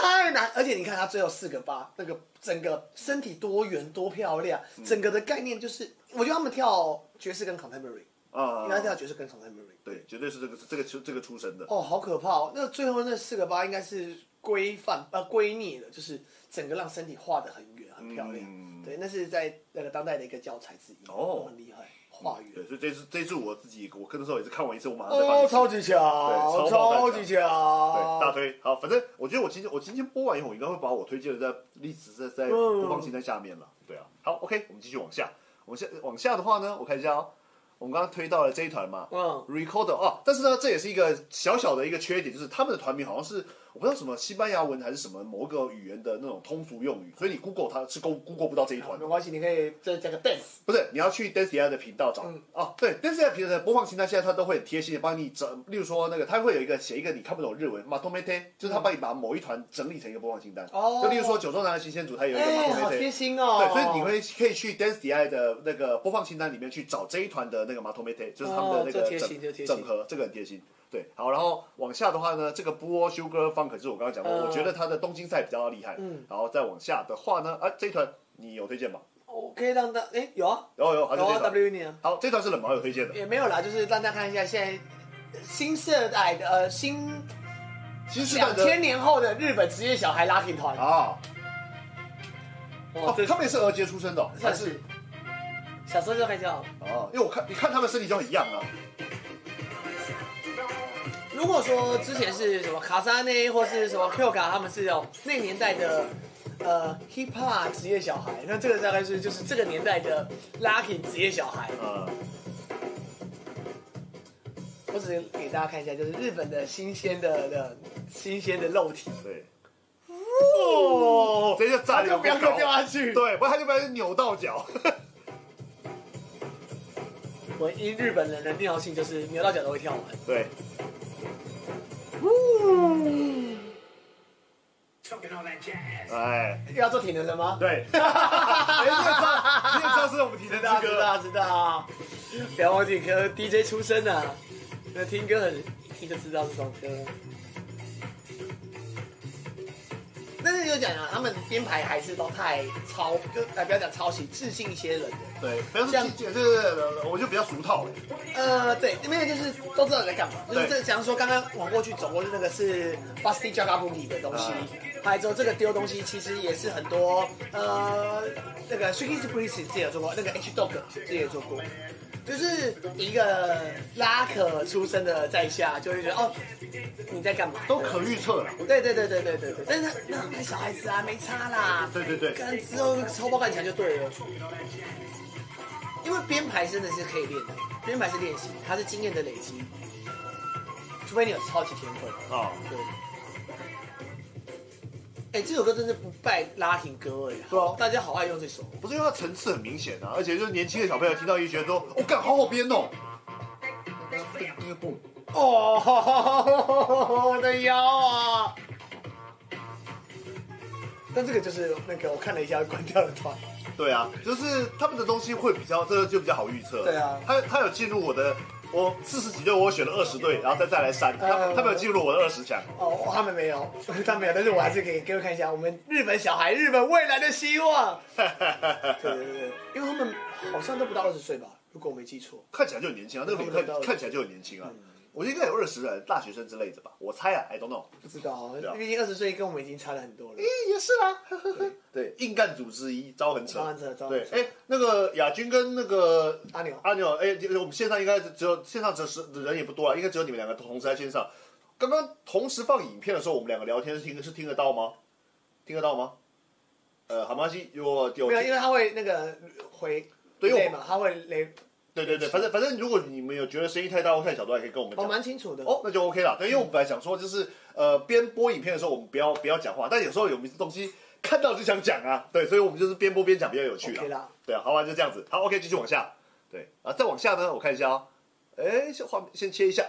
Speaker 2: 太难，而且你看他最后四个八，那个整个身体多圆多漂亮，
Speaker 1: 嗯
Speaker 2: 整个的概念就是，我觉得他们跳爵士跟 contemporary，
Speaker 1: 啊
Speaker 2: 应，该跳爵士跟 contemporary。
Speaker 1: 对，绝对是这个这个出这个出身的。
Speaker 2: 哦，好可怕哦！那最后那四个八应该是规范呃规腻的，就是整个让身体画的很圆很漂亮。
Speaker 1: 嗯
Speaker 2: 对，那是在那个当代的一个教材之一，
Speaker 1: 哦嗯
Speaker 2: 很厉害，画圆。
Speaker 1: 对，所以这次这次我自己，我跟的时候也是看完一次，我马上再把
Speaker 2: 哦，
Speaker 1: 你
Speaker 2: 超级强，
Speaker 1: 对超
Speaker 2: 超
Speaker 1: 爆
Speaker 2: 级
Speaker 1: 弹
Speaker 2: 强，哦
Speaker 1: 对，大推好，反正我觉得我今天我今天播完以后，我应该会把我推荐的在历史在在
Speaker 2: 嗯
Speaker 1: 播放清单下面了。对啊，好，OK，我们继续往下，我们下往下的话呢，我看一下哦，我们刚刚推到了这一团嘛，
Speaker 2: 嗯
Speaker 1: ，Recorder 哦，但是呢，这也是一个小小的一个缺点，就是他们的团名好像是我不知道什么西班牙文还是什么某个语言的那种通俗用语，所以你 Google 它是 Go- Google 不到这一团
Speaker 2: 没
Speaker 1: 的。
Speaker 2: 关系，你可以再加个 dance。
Speaker 1: 不是，你要去 Dance AI 的频道
Speaker 2: 嗯
Speaker 1: 找、哦。对，Dance AI 频道的播放清单现在它都会很贴心的帮你整，例如说那个它会有一个写一个你看不懂日文 m a t o m e t e 就是它帮你把某一团整理成一个播放清单。
Speaker 2: 哦
Speaker 1: 就例如说九州男的新鲜组，它有一个 m a
Speaker 2: 哎，
Speaker 1: t o
Speaker 2: 好
Speaker 1: m e t
Speaker 2: 贴
Speaker 1: e
Speaker 2: 心哦。
Speaker 1: 对，所以你会可以去 Dance DI 的那个播放清单里面去找这一团的那个 m a t o m e t e 就是他们的那
Speaker 2: 哦这
Speaker 1: 个
Speaker 2: 贴
Speaker 1: 整、
Speaker 2: 心这贴心
Speaker 1: 整合，这个很贴心。对，好，然后往下的话呢，这个 b o Sugar Funk 就是我刚刚讲过，
Speaker 2: 嗯
Speaker 1: 我觉得它的东京赛比较厉害。
Speaker 2: 嗯，
Speaker 1: 然后再往下的话呢，啊，这一团你有推荐吗？
Speaker 2: 我可以让大哎有啊
Speaker 1: 有有，还是
Speaker 2: 有
Speaker 1: 这一
Speaker 2: 啊
Speaker 1: 团。
Speaker 2: W 你啊，
Speaker 1: 好，这段是冷毛友推荐的。
Speaker 2: 也没有啦，就是让大家看一下现在新世代的呃新
Speaker 1: 新时代
Speaker 2: 两
Speaker 1: 的
Speaker 2: 千年后的日本职业小孩拉丁团。
Speaker 1: 啊，
Speaker 2: 哇
Speaker 1: 哦，
Speaker 2: 这
Speaker 1: 他们也是儿节出生的哦，还
Speaker 2: 算
Speaker 1: 是
Speaker 2: 是小时候就开始跳。
Speaker 1: 哦？因为我看你看他们身体就很一样啊。
Speaker 2: 如果说之前是什么卡萨内或是什么 Q 卡，他们是有那年代的呃 hip hop 职业小孩，那这个大概是就是这个年代的 lucky 职业小孩。
Speaker 1: 呃，
Speaker 2: 我只是给大家看一下，就是日本的新鲜的的新鲜的肉体，
Speaker 1: 对，
Speaker 2: 哦，
Speaker 1: 直接炸
Speaker 2: 他就
Speaker 1: 流
Speaker 2: 不要啊
Speaker 1: 高
Speaker 2: 掉下去。
Speaker 1: 对，不然他就被人扭到脚。
Speaker 2: 我因日本人的尿性就是扭到脚都会跳完。
Speaker 1: 对，哎，
Speaker 2: 又要做体能了吗？
Speaker 1: 对，哎，这个招，这个招是我们提的
Speaker 2: 知道
Speaker 1: 那
Speaker 2: 知
Speaker 1: 个。
Speaker 2: 道知道，不要忘记哥 DJ 出身啊，那听歌很一听就知道这首歌。但是就讲啊，他们编排还是都太抄，就哎不要讲抄袭，致敬一些人的。
Speaker 1: 对，不要说姐，对对对对，对我就比较俗套了。
Speaker 2: 呃，对，因为就是都知道你在干嘛，就是
Speaker 1: 对
Speaker 2: 这，假如说刚刚往过去走过去那个是 Busty Jagabuki 的东西，
Speaker 1: 呃
Speaker 2: 还有之后这个丢东西其实也是很多呃那个 Shaking s p r i e t 自己也做过，那个 H Dog 自己也做过，就是一个拉可出身的在下就会觉得哦你在干嘛
Speaker 1: 都可预测了。
Speaker 2: 对对对对对对对，但是那那小孩子啊，没差啦。
Speaker 1: 对对对
Speaker 2: 干之后超爆干强就对了。因为编排真的是可以练的，编排是练习，它是经验的累积。除非你有超级天分，
Speaker 1: 啊，
Speaker 2: 对。哎、这首歌真是不败拉丁歌哎、
Speaker 1: 对啊
Speaker 2: 大家好爱用这首。
Speaker 1: 不是因为它层次很明显啊，而且就是年轻的小朋友听到一觉得说，我干好好编哦。那个蹦，
Speaker 2: 哦，我的腰啊！但这个就是那个我看了一下关掉的团。
Speaker 1: 对啊，就是他们的东西会比较，这个就比较好预测。
Speaker 2: 对啊
Speaker 1: 他他有进入我的，我四十几队，我选了二十队，然后再再来删，他
Speaker 2: 呃
Speaker 1: 他没有进入我的二十强。
Speaker 2: 哦，他们没有，他没有，但是我还是可以给各位看一下我们日本小孩，日本未来的希望。对对对，因为他们好像都不到二十岁吧，如果我没记错。
Speaker 1: 看起来就很年轻啊，那个脸看
Speaker 2: 看不到嗯
Speaker 1: 看起来就很年轻啊。我觉得应该有二十人大学生之类的吧，我猜啊，I don't know。
Speaker 2: 不知道
Speaker 1: 对啊，
Speaker 2: 毕竟二十岁跟我们已经差了很多了。
Speaker 1: 也是啦，对，硬干组之一，招很扯，
Speaker 2: 啊招很扯招很
Speaker 1: 对，
Speaker 2: 扯
Speaker 1: 哎，那个亚军跟那个
Speaker 2: 阿牛
Speaker 1: 阿牛，哎，我们线上应该只有线上只是人也不多了，啊应该只有你们两个同时在线上。刚刚同时放影片的时候，我们两个聊天是听是听得到吗？听得到吗？呃，好，没关系，我有
Speaker 2: 没有，因为他会那个回
Speaker 1: 对因为
Speaker 2: 累
Speaker 1: 我
Speaker 2: 嘛，他会雷，
Speaker 1: 对对对，反正反正如果你们有觉得声音太大或太小，都还可以跟我们
Speaker 2: 哦，
Speaker 1: 讲。
Speaker 2: 蛮清楚的。
Speaker 1: 哦，那就 OK 了。对，因为我们本来想说，就是呃，边播影片的时候，我们不要不要讲话，但有时候有东西看到就想讲啊，对，所以我们就是边播边讲比较有趣
Speaker 2: OK 啦
Speaker 1: 对啊，好吧，就这样子。好，OK，继续往下。对啊，再往下呢，我看一下哦，哎，先画先切一下，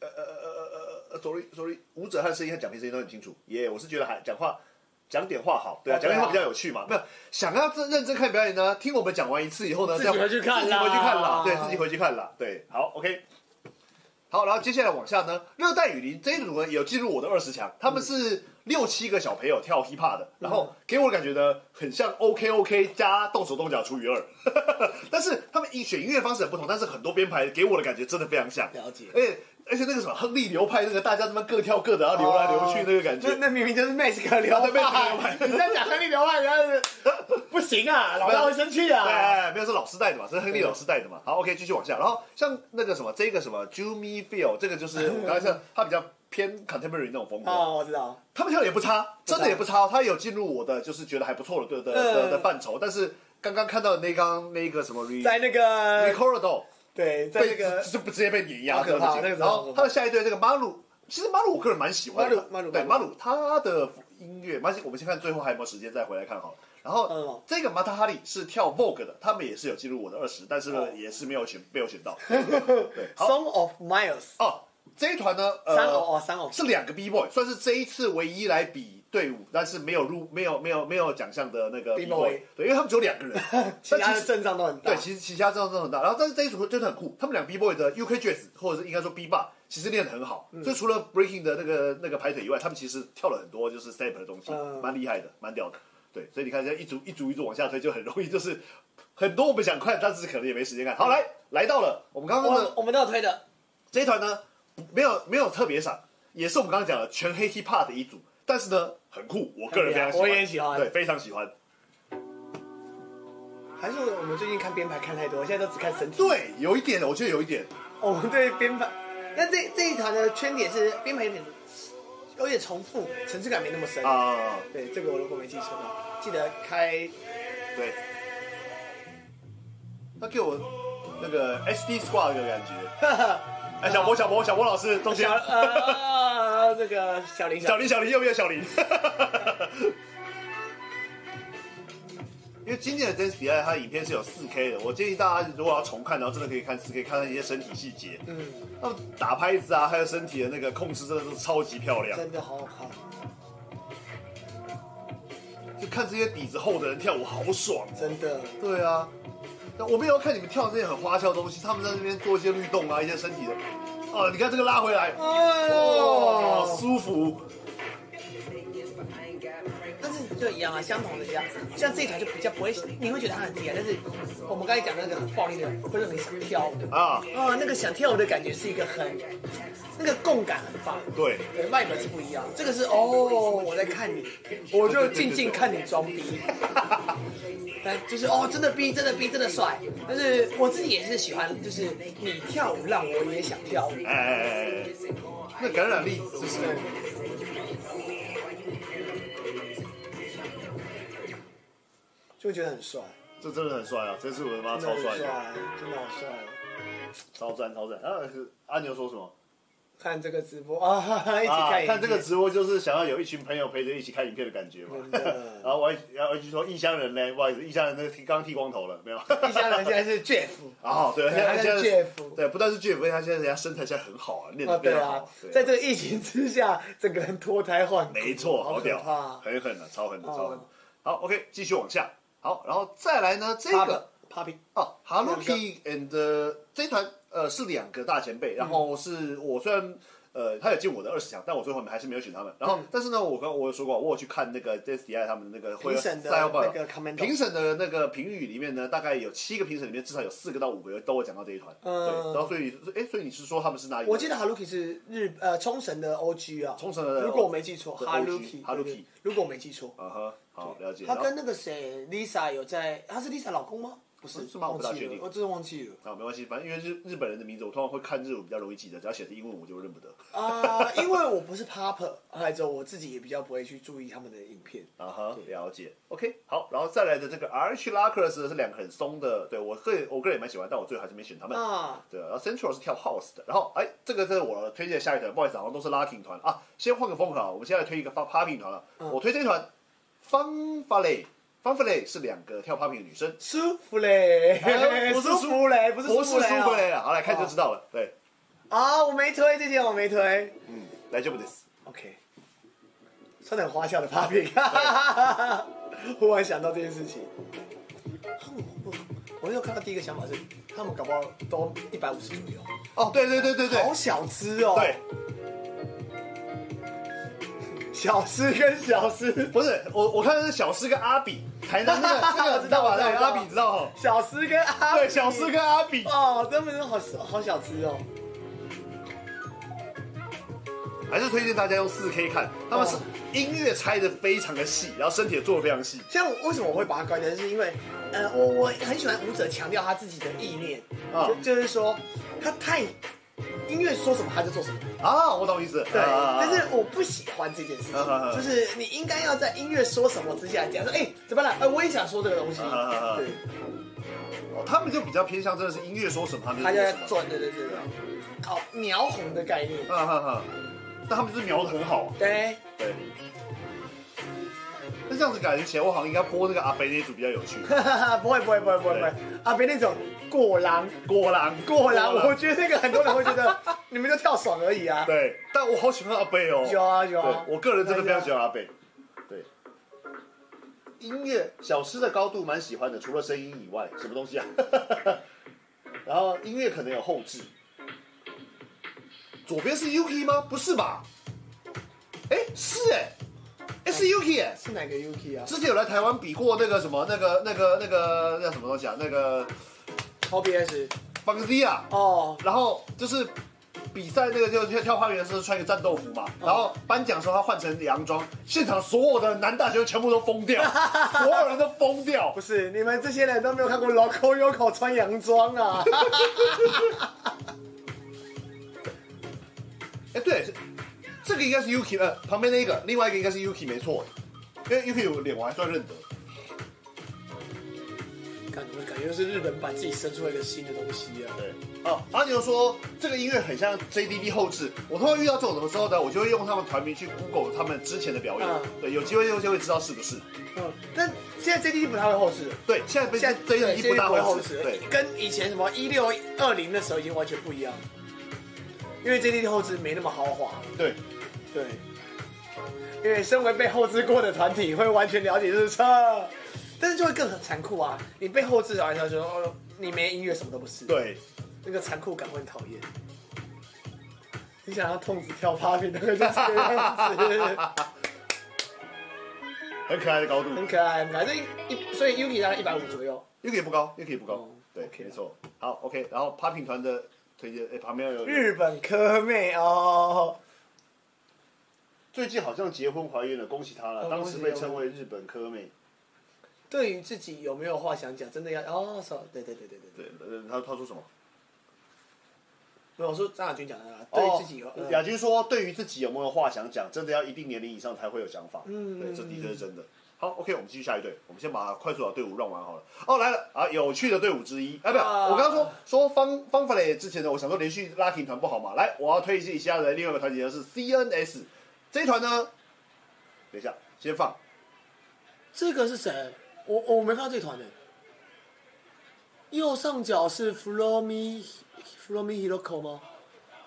Speaker 1: 呃呃呃呃呃呃，sorry sorry，舞者和声音和讲评声音都很清楚，耶、我是觉得还讲话讲点话好，对啊，
Speaker 2: 哦
Speaker 1: 讲点话比
Speaker 2: 对啊
Speaker 1: 较有趣嘛，没有想要认认真看表演呢，听我们讲完一次以后呢，
Speaker 2: 自己回去看啦啊
Speaker 1: 自己回去看啦，对，自己回去看啦，对，好，OK。好，然后接下来往下
Speaker 2: 嗯
Speaker 1: 呢，热带雨林这一组呢有进入我的二十强，他们是六七个小朋友跳 hiphop
Speaker 2: 嗯
Speaker 1: 的，然后给我的感觉呢很像 OK OK 加动手动脚除以二， 但是他们以选音乐方式很不同，但是很多编排给我的感觉真的非常像，
Speaker 2: 了解
Speaker 1: 而且而且那个什么亨利流派那个大家他妈各跳各的，然后流来流
Speaker 2: 啊
Speaker 1: 去那个感觉
Speaker 2: 就，那明明就是 Mask 流
Speaker 1: 对，Mask 流
Speaker 2: 派
Speaker 1: 派，
Speaker 2: 你在讲亨利流派，人家是不行啊，老大会生气
Speaker 1: 哎
Speaker 2: 啊。
Speaker 1: 哎，哎没有是老师带的嘛，是亨利老师带的嘛。好，OK，继续往下。然后像那个什么，这个什么 Jimmy Phil，这个就是 我刚才说他比较偏 contemporary 那种风格，
Speaker 2: 哦，我知道，
Speaker 1: 他们跳的也不差，真的也不差哦。他有进入我的就是觉得还不错的的的
Speaker 2: 嗯
Speaker 1: 的范畴，但是刚刚看到的那刚那个什么 Re
Speaker 2: 在那个
Speaker 1: Recordo
Speaker 2: 对，在那
Speaker 1: 被
Speaker 2: 个
Speaker 1: 就直接被碾
Speaker 2: 好
Speaker 1: 压，
Speaker 2: 可怕
Speaker 1: 真的
Speaker 2: 那个真的
Speaker 1: 然
Speaker 2: 好
Speaker 1: 后
Speaker 2: 可怕
Speaker 1: 他的下一队这个马鲁，其实马鲁我个人蛮喜欢的，
Speaker 2: 马鲁马鲁
Speaker 1: 对
Speaker 2: 马
Speaker 1: 马
Speaker 2: 鲁
Speaker 1: 鲁他的音乐，马我们先看最后还有没有时间再回来看好了。然
Speaker 2: 嗯
Speaker 1: 后这个马塔哈里是跳 Vogue 的，他们也是有进入我的二十，但是
Speaker 2: 哦
Speaker 1: 呢也是没有选没有选 到。对，好
Speaker 2: Song of Miles，
Speaker 1: 哦，这一团呢，
Speaker 2: 三
Speaker 1: 呃，
Speaker 2: 哦哦三哦，
Speaker 1: 是两个 B boy，算是这一次唯一来比队伍，但是没有入没有没有没有奖项的那个
Speaker 2: B
Speaker 1: B
Speaker 2: boy
Speaker 1: boy，对，因为他们只有两个人，
Speaker 2: 其
Speaker 1: 但
Speaker 2: 他
Speaker 1: 其
Speaker 2: 的
Speaker 1: 实
Speaker 2: 阵仗都很大。
Speaker 1: 对，其实其他真的很大。然后，但是这一组真的很酷，他们两个 B boy 的 UK jazz 或者是应该说 B bar，其实练得很好。
Speaker 2: 嗯
Speaker 1: 所以除了 breaking 的那个那个排腿以外，他们其实跳了很多就是 step 的东西
Speaker 2: 嗯，
Speaker 1: 蛮厉害的，蛮屌的。对，所以你看，这样一组一组一组往下推，就很容易就是很多我们想看，但是可能也没时间看。好，来来到了我们刚刚
Speaker 2: 我
Speaker 1: 的
Speaker 2: 我们都有推的，
Speaker 1: 这一团呢，没有没有特别闪，也是我们刚刚讲的全黑 hip hop 的一组，但是呢很酷，我个人非常喜欢，
Speaker 2: 我也喜欢
Speaker 1: 对，非常喜欢。
Speaker 2: 还是我们最近看编排看太多，现在都只看身体。
Speaker 1: 对，有一点，我觉得有一点，
Speaker 2: 哦我们对编排，那这这一团的圈点是编排有点有点重复，层次感没那么深。
Speaker 1: 啊、
Speaker 2: 对，这个我如果没记错的话，记得开
Speaker 1: 对，他给我那个 SD Squad 的感觉。
Speaker 2: 哈哈，
Speaker 1: 哎，小博，小博，小博老师，中间
Speaker 2: 小， 呃这个小林
Speaker 1: 小林，小林，右边小林。 因为今年的 Dance 比赛，它影片是有 4K 的，我建议大家如果要重看，然后真的可以看 4K，看看一些身体细节，
Speaker 2: 嗯，
Speaker 1: 那么打拍子啊，还有身体的那个控制，真的是超级漂亮。
Speaker 2: 真的好好看，
Speaker 1: 就看这些底子厚的人跳舞，好爽哦。
Speaker 2: 真的。
Speaker 1: 对啊，那我没有看你们跳这些很花俏的东西，他们在那边做一些律动啊，一些身体的。哦，你看这个拉回来，哦，
Speaker 2: 哦，
Speaker 1: 舒服。
Speaker 2: 但是就一样啊，相同的一样，像这一团就比较不会，你会觉得它很低啊，但是我们刚才讲的那个很暴力的，会让你想跳舞。
Speaker 1: 啊，
Speaker 2: 哦，那个想跳舞的感觉是一个很，那个共感很棒。
Speaker 1: 对，
Speaker 2: 对，外表是不一样，这个是哦，我在看你，我就静静看你装逼。但就是哦，真的逼，真的逼，真的帅。但是我自己也是喜欢，就是你跳舞让我也想跳舞。
Speaker 1: 哎哎哎哎，那感染力就是
Speaker 2: 就会觉得很帅，
Speaker 1: 这真的很帅啊！这次我的妈
Speaker 2: 真的
Speaker 1: 超
Speaker 2: 很
Speaker 1: 帅
Speaker 2: 帅
Speaker 1: 的，，
Speaker 2: 真的好帅。
Speaker 1: 超赞超赞！啊，是阿牛说什么？
Speaker 2: 看这个直播啊， 哈哈一起看
Speaker 1: 啊，
Speaker 2: 影片
Speaker 1: 看这个直播就是想要有一群朋友陪着一起看影片的感觉嘛
Speaker 2: 真。的
Speaker 1: 然后我还然后我还去说异乡人呢，不好意思，异乡人那个剃刚剃光头了，没有？
Speaker 2: 一家人现在是 Jeff
Speaker 1: 啊，对，
Speaker 2: 对
Speaker 1: 现在
Speaker 2: 他
Speaker 1: 现
Speaker 2: 叫
Speaker 1: 在
Speaker 2: Jeff
Speaker 1: 对，不但是 Jeff，而且他现在人家身材现在很好啊，练
Speaker 2: 啊，
Speaker 1: 得非
Speaker 2: 对
Speaker 1: 常好
Speaker 2: 啊。，在这个疫情之下，整个人脱胎换骨，
Speaker 1: 没错，
Speaker 2: 好
Speaker 1: 好
Speaker 2: 可
Speaker 1: 屌
Speaker 2: 怕，。
Speaker 1: 很狠的，超狠的，
Speaker 2: 哦
Speaker 1: 超狠的。好，OK，继续往下。好，然后再来呢，这
Speaker 2: 这
Speaker 1: 个
Speaker 2: Papi，
Speaker 1: 哦
Speaker 2: 两个
Speaker 1: ，Haruki and 呃这一团呃是两个大前
Speaker 2: 嗯
Speaker 1: 辈，然后是我虽然。呃，他有进我的二十强，但我最后还是没有选他们。然后，
Speaker 2: 嗯
Speaker 1: 但是呢，我刚我有说过，我有去看那个 d e s t i 他们的那个会
Speaker 2: 评审的
Speaker 1: 赛后报
Speaker 2: 那个 comment
Speaker 1: 评审的那个评语里面呢，大概有七个评审里面，至少有四个到五个都有讲到这一团。
Speaker 2: 嗯
Speaker 1: 对，然后所以，哎，所以你是说他们是哪里？
Speaker 2: 我记得 Haruki 是日呃冲绳的 OG 啊，
Speaker 1: 冲绳的 OG
Speaker 2: 如果我没记错
Speaker 1: 对 OG
Speaker 2: Haruki 对对
Speaker 1: Haruki
Speaker 2: 如果我没记错，
Speaker 1: 啊哈，好了解。
Speaker 2: 他
Speaker 1: 然后
Speaker 2: 跟那个谁 Lisa 有在，他是 Lisa 老公吗？不是，
Speaker 1: 是吗我
Speaker 2: 忘
Speaker 1: 不大
Speaker 2: 记
Speaker 1: 确
Speaker 2: 了
Speaker 1: 定，
Speaker 2: 我真的忘记了
Speaker 1: 啊，没关系，反正因为日日本人的名字，我通常会看日文比较容易记得，只要写成英文我就认不得。
Speaker 2: 啊， 因为我不是 Papa，后来之后我自己也比较不会去注意他们的影片。
Speaker 1: 啊哈，了解。OK，好，然后再来的这个 RH l a c r s 是两个很松的，对我个人我个人也蛮喜欢，但我最后还是没选他们。
Speaker 2: 啊
Speaker 1: 对，然后 Central 是跳 House 的，然后哎，这个是我推荐下一团，不好意思，好像都是 Locking 团啊嗯啊。先换个风格啊，我们现在推一个 Popping 团了。我推这一团 Fun f a l l y 方弗雷是两个跳 popping 的女生，
Speaker 2: 舒芙 蕾，
Speaker 1: 哎不是
Speaker 2: 舒芙蕾，不是
Speaker 1: 不是
Speaker 2: 芙
Speaker 1: 苏
Speaker 2: 蕾
Speaker 1: 芙
Speaker 2: 哦
Speaker 1: 蕾啊了，好来看就知道了。对，
Speaker 2: 啊！我没推这件，我没推。
Speaker 1: 嗯，来就不得死。
Speaker 2: OK，穿的很花俏的 Papi，忽 然想到这件事情。他们我我那时候看到第一个想法是，他们搞不好都一百五十左右，
Speaker 1: 哦，对对对对对
Speaker 2: 好小只哦。
Speaker 1: 对，，
Speaker 2: 小只跟小只，
Speaker 1: 不是我我看的是小诗跟阿比，台南 那个那个知道吧？那个阿比知道哦。
Speaker 2: 小只跟阿
Speaker 1: 对，
Speaker 2: 比
Speaker 1: 小诗跟阿比，
Speaker 2: 哦，真的是好小好小只哦。
Speaker 1: 还是推荐大家用四 K 看，他们是
Speaker 2: 哦
Speaker 1: 音乐拆的非常的细，然后身体也做的非常细。
Speaker 2: 像我为什么我会把它关掉，是因为，呃，我我很喜欢舞者强调他自己的意念，
Speaker 1: 啊
Speaker 2: 就就是说他太音乐说什么他就做什么，
Speaker 1: 啊，我懂意思。
Speaker 2: 对。
Speaker 1: 啊
Speaker 2: 但是我不喜欢这件事情，
Speaker 1: 啊啊啊
Speaker 2: 就是你应该要在音乐说什么之下讲说，哎、怎么了？哎、我也想说这个东西，
Speaker 1: 啊啊啊啊
Speaker 2: 对，
Speaker 1: 哦他们就比较偏向真的是音乐说什么，他们
Speaker 2: 他
Speaker 1: 就
Speaker 2: 就在
Speaker 1: 做什么。
Speaker 2: 做，对对对对，好描红的概念，
Speaker 1: 哈哈哈，啊但他们就是描的很好啊。
Speaker 2: 对，
Speaker 1: 对。那这样子感觉起来，我好像应该播那个阿北那一组比较有趣。
Speaker 2: 不会不会不会不会不会
Speaker 1: 对，
Speaker 2: 啊，别那种过狼
Speaker 1: 果然，
Speaker 2: 过狼，我觉得那个很多人会觉 得你们就跳爽而已啊，
Speaker 1: 对，但我好喜欢阿贝哦。
Speaker 2: 有啊有啊，
Speaker 1: 对，我个人真的非常喜欢阿贝。对，音乐小诗的高度蛮喜欢的，除了声音以外，什么东西啊？ 然后音乐可能有后置。左边是 Yuki 吗？不是吧？哎，是哎，哎是 Yuki 哎。
Speaker 2: 是哪个 Yuki 啊？
Speaker 1: 之前有来台湾比过那个什么那个那个那个那叫什么东西啊？那个
Speaker 2: OBS
Speaker 1: 邦迪啊，
Speaker 2: 哦，
Speaker 1: 然后就是比赛那个就跳跳花园的时候穿一个战斗服嘛，
Speaker 2: 嗯
Speaker 1: 然后颁奖的时候他换成洋装，现场所有的男大学全部都疯 掉，所有人都疯掉
Speaker 2: 不。是，你们这些人都没有看过 Loco Yoko 穿洋装啊？
Speaker 1: 哎，对，是这个应该是 Yuki 呃，旁边那一个，另外一个应该是 Yuki 没错，因为 Yuki 有脸我还算认得。
Speaker 2: 感觉感觉是日本版自己生出来一个新的东西啊。
Speaker 1: 对，哦，阿牛说这个音乐很像 JDD 后置。我通常遇到这种的时候呢，我就会用他们团名去 Google 他们之前的表演。
Speaker 2: 嗯
Speaker 1: 对，有机会就就会知道是不是。
Speaker 2: 嗯，但现在 JDD 不太会后置了，
Speaker 1: 对，现在被
Speaker 2: 现在对
Speaker 1: JDD 不大
Speaker 2: 会
Speaker 1: 会
Speaker 2: 后
Speaker 1: 后
Speaker 2: 置
Speaker 1: 置。
Speaker 2: 了
Speaker 1: 对，，
Speaker 2: 跟以前什么一六二零的时候已经完全不一样了，因为 JDD 后置没那么豪华。
Speaker 1: 对，
Speaker 2: 对，因为身为被后置过的团体，会完全了解日车，但是就会更很残酷啊！你被后置完之后，就说哦，你没音乐什么都不是。
Speaker 1: 对，
Speaker 2: 那个残酷感会很讨厌。你想要痛子跳 popping 那个就是这个样 子，
Speaker 1: 很可爱的高度。
Speaker 2: 很可爱，反正一一所以 Yuki 大概一百五左右。
Speaker 1: 又可以不高，又可以不高，
Speaker 2: 哦
Speaker 1: 对
Speaker 2: OK 啊
Speaker 1: 没错。好，OK，然后 Popping 团的推荐，哎、旁边有
Speaker 2: 日本科妹哦，
Speaker 1: 最近好像结婚怀孕了，恭喜她了。
Speaker 2: 哦
Speaker 1: 当时被
Speaker 2: 恭喜
Speaker 1: 称为日本科妹，
Speaker 2: 对于自己有没有话想讲，真的要哦，说对对对对对对，
Speaker 1: 对，呃他他说什么？
Speaker 2: 没有我说张亚军讲的啊，对自己有
Speaker 1: 哦
Speaker 2: 呃
Speaker 1: 亚军说，对于自己有没有话想讲，真的要一定年龄以上才会有想法。
Speaker 2: 嗯
Speaker 1: 对，这的确是真的。好，OK，我们继续下一队，我们先把快速的队伍让完好了。哦，来了啊，有趣的队伍之一。哎，不是，
Speaker 2: 啊
Speaker 1: 我刚刚说说方方法磊之前呢，我想说连续拉停团不好嘛，来，我要推荐一下的另外一个团体呢是 CNS 这一团呢，等一下先放，
Speaker 2: 这个是谁？我我没看到这团的。右上角是 Flomi Flomi Hiroko 吗？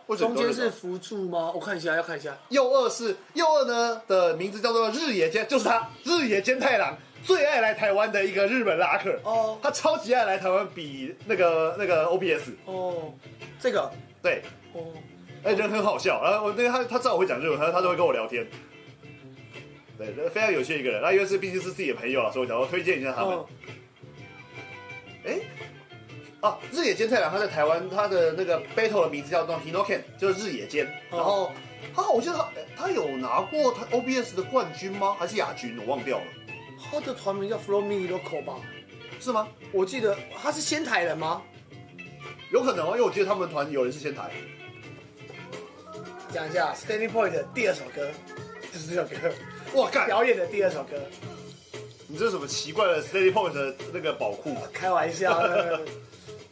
Speaker 1: 为什么你
Speaker 2: 中
Speaker 1: 都
Speaker 2: 间
Speaker 1: 认得
Speaker 2: 是福助吗？我看一下，要看一下。
Speaker 1: 右二是右二呢的名字叫做日野间，就是他日野间太郎最爱来台湾的一个日本拉客
Speaker 2: 哦
Speaker 1: 他超级爱来台湾比那个那个 OBS，
Speaker 2: 哦，这个
Speaker 1: 对，
Speaker 2: 哦，
Speaker 1: 哎、人很好笑，然后我那个他他知道我会讲日文，他他都会跟我聊天，对，非常有趣一个人，那因为是毕竟是自己的朋友了，所以我想要推荐一下他们
Speaker 2: 哦，，
Speaker 1: 哎、啊，日野间太郎他在台湾他的那个 battle 的名字叫做 Hinoken，就是日野间。
Speaker 2: 哦
Speaker 1: 然后他好像他他有拿过他 OBS 的冠军吗？还是亚军？我忘掉了，
Speaker 2: 他的团名叫 Flomi Loco 吧？
Speaker 1: 是吗？
Speaker 2: 我记得他是仙台人吗？
Speaker 1: 有可能哦，因为我记得他们团有人是仙台。
Speaker 2: 讲一下 Standing Point 的第二首歌，就是这首歌，
Speaker 1: 哇干！
Speaker 2: 表演的第二首歌。
Speaker 1: 你这是什么奇怪的 Steady Point 的那个宝库？
Speaker 2: 开玩 笑，呃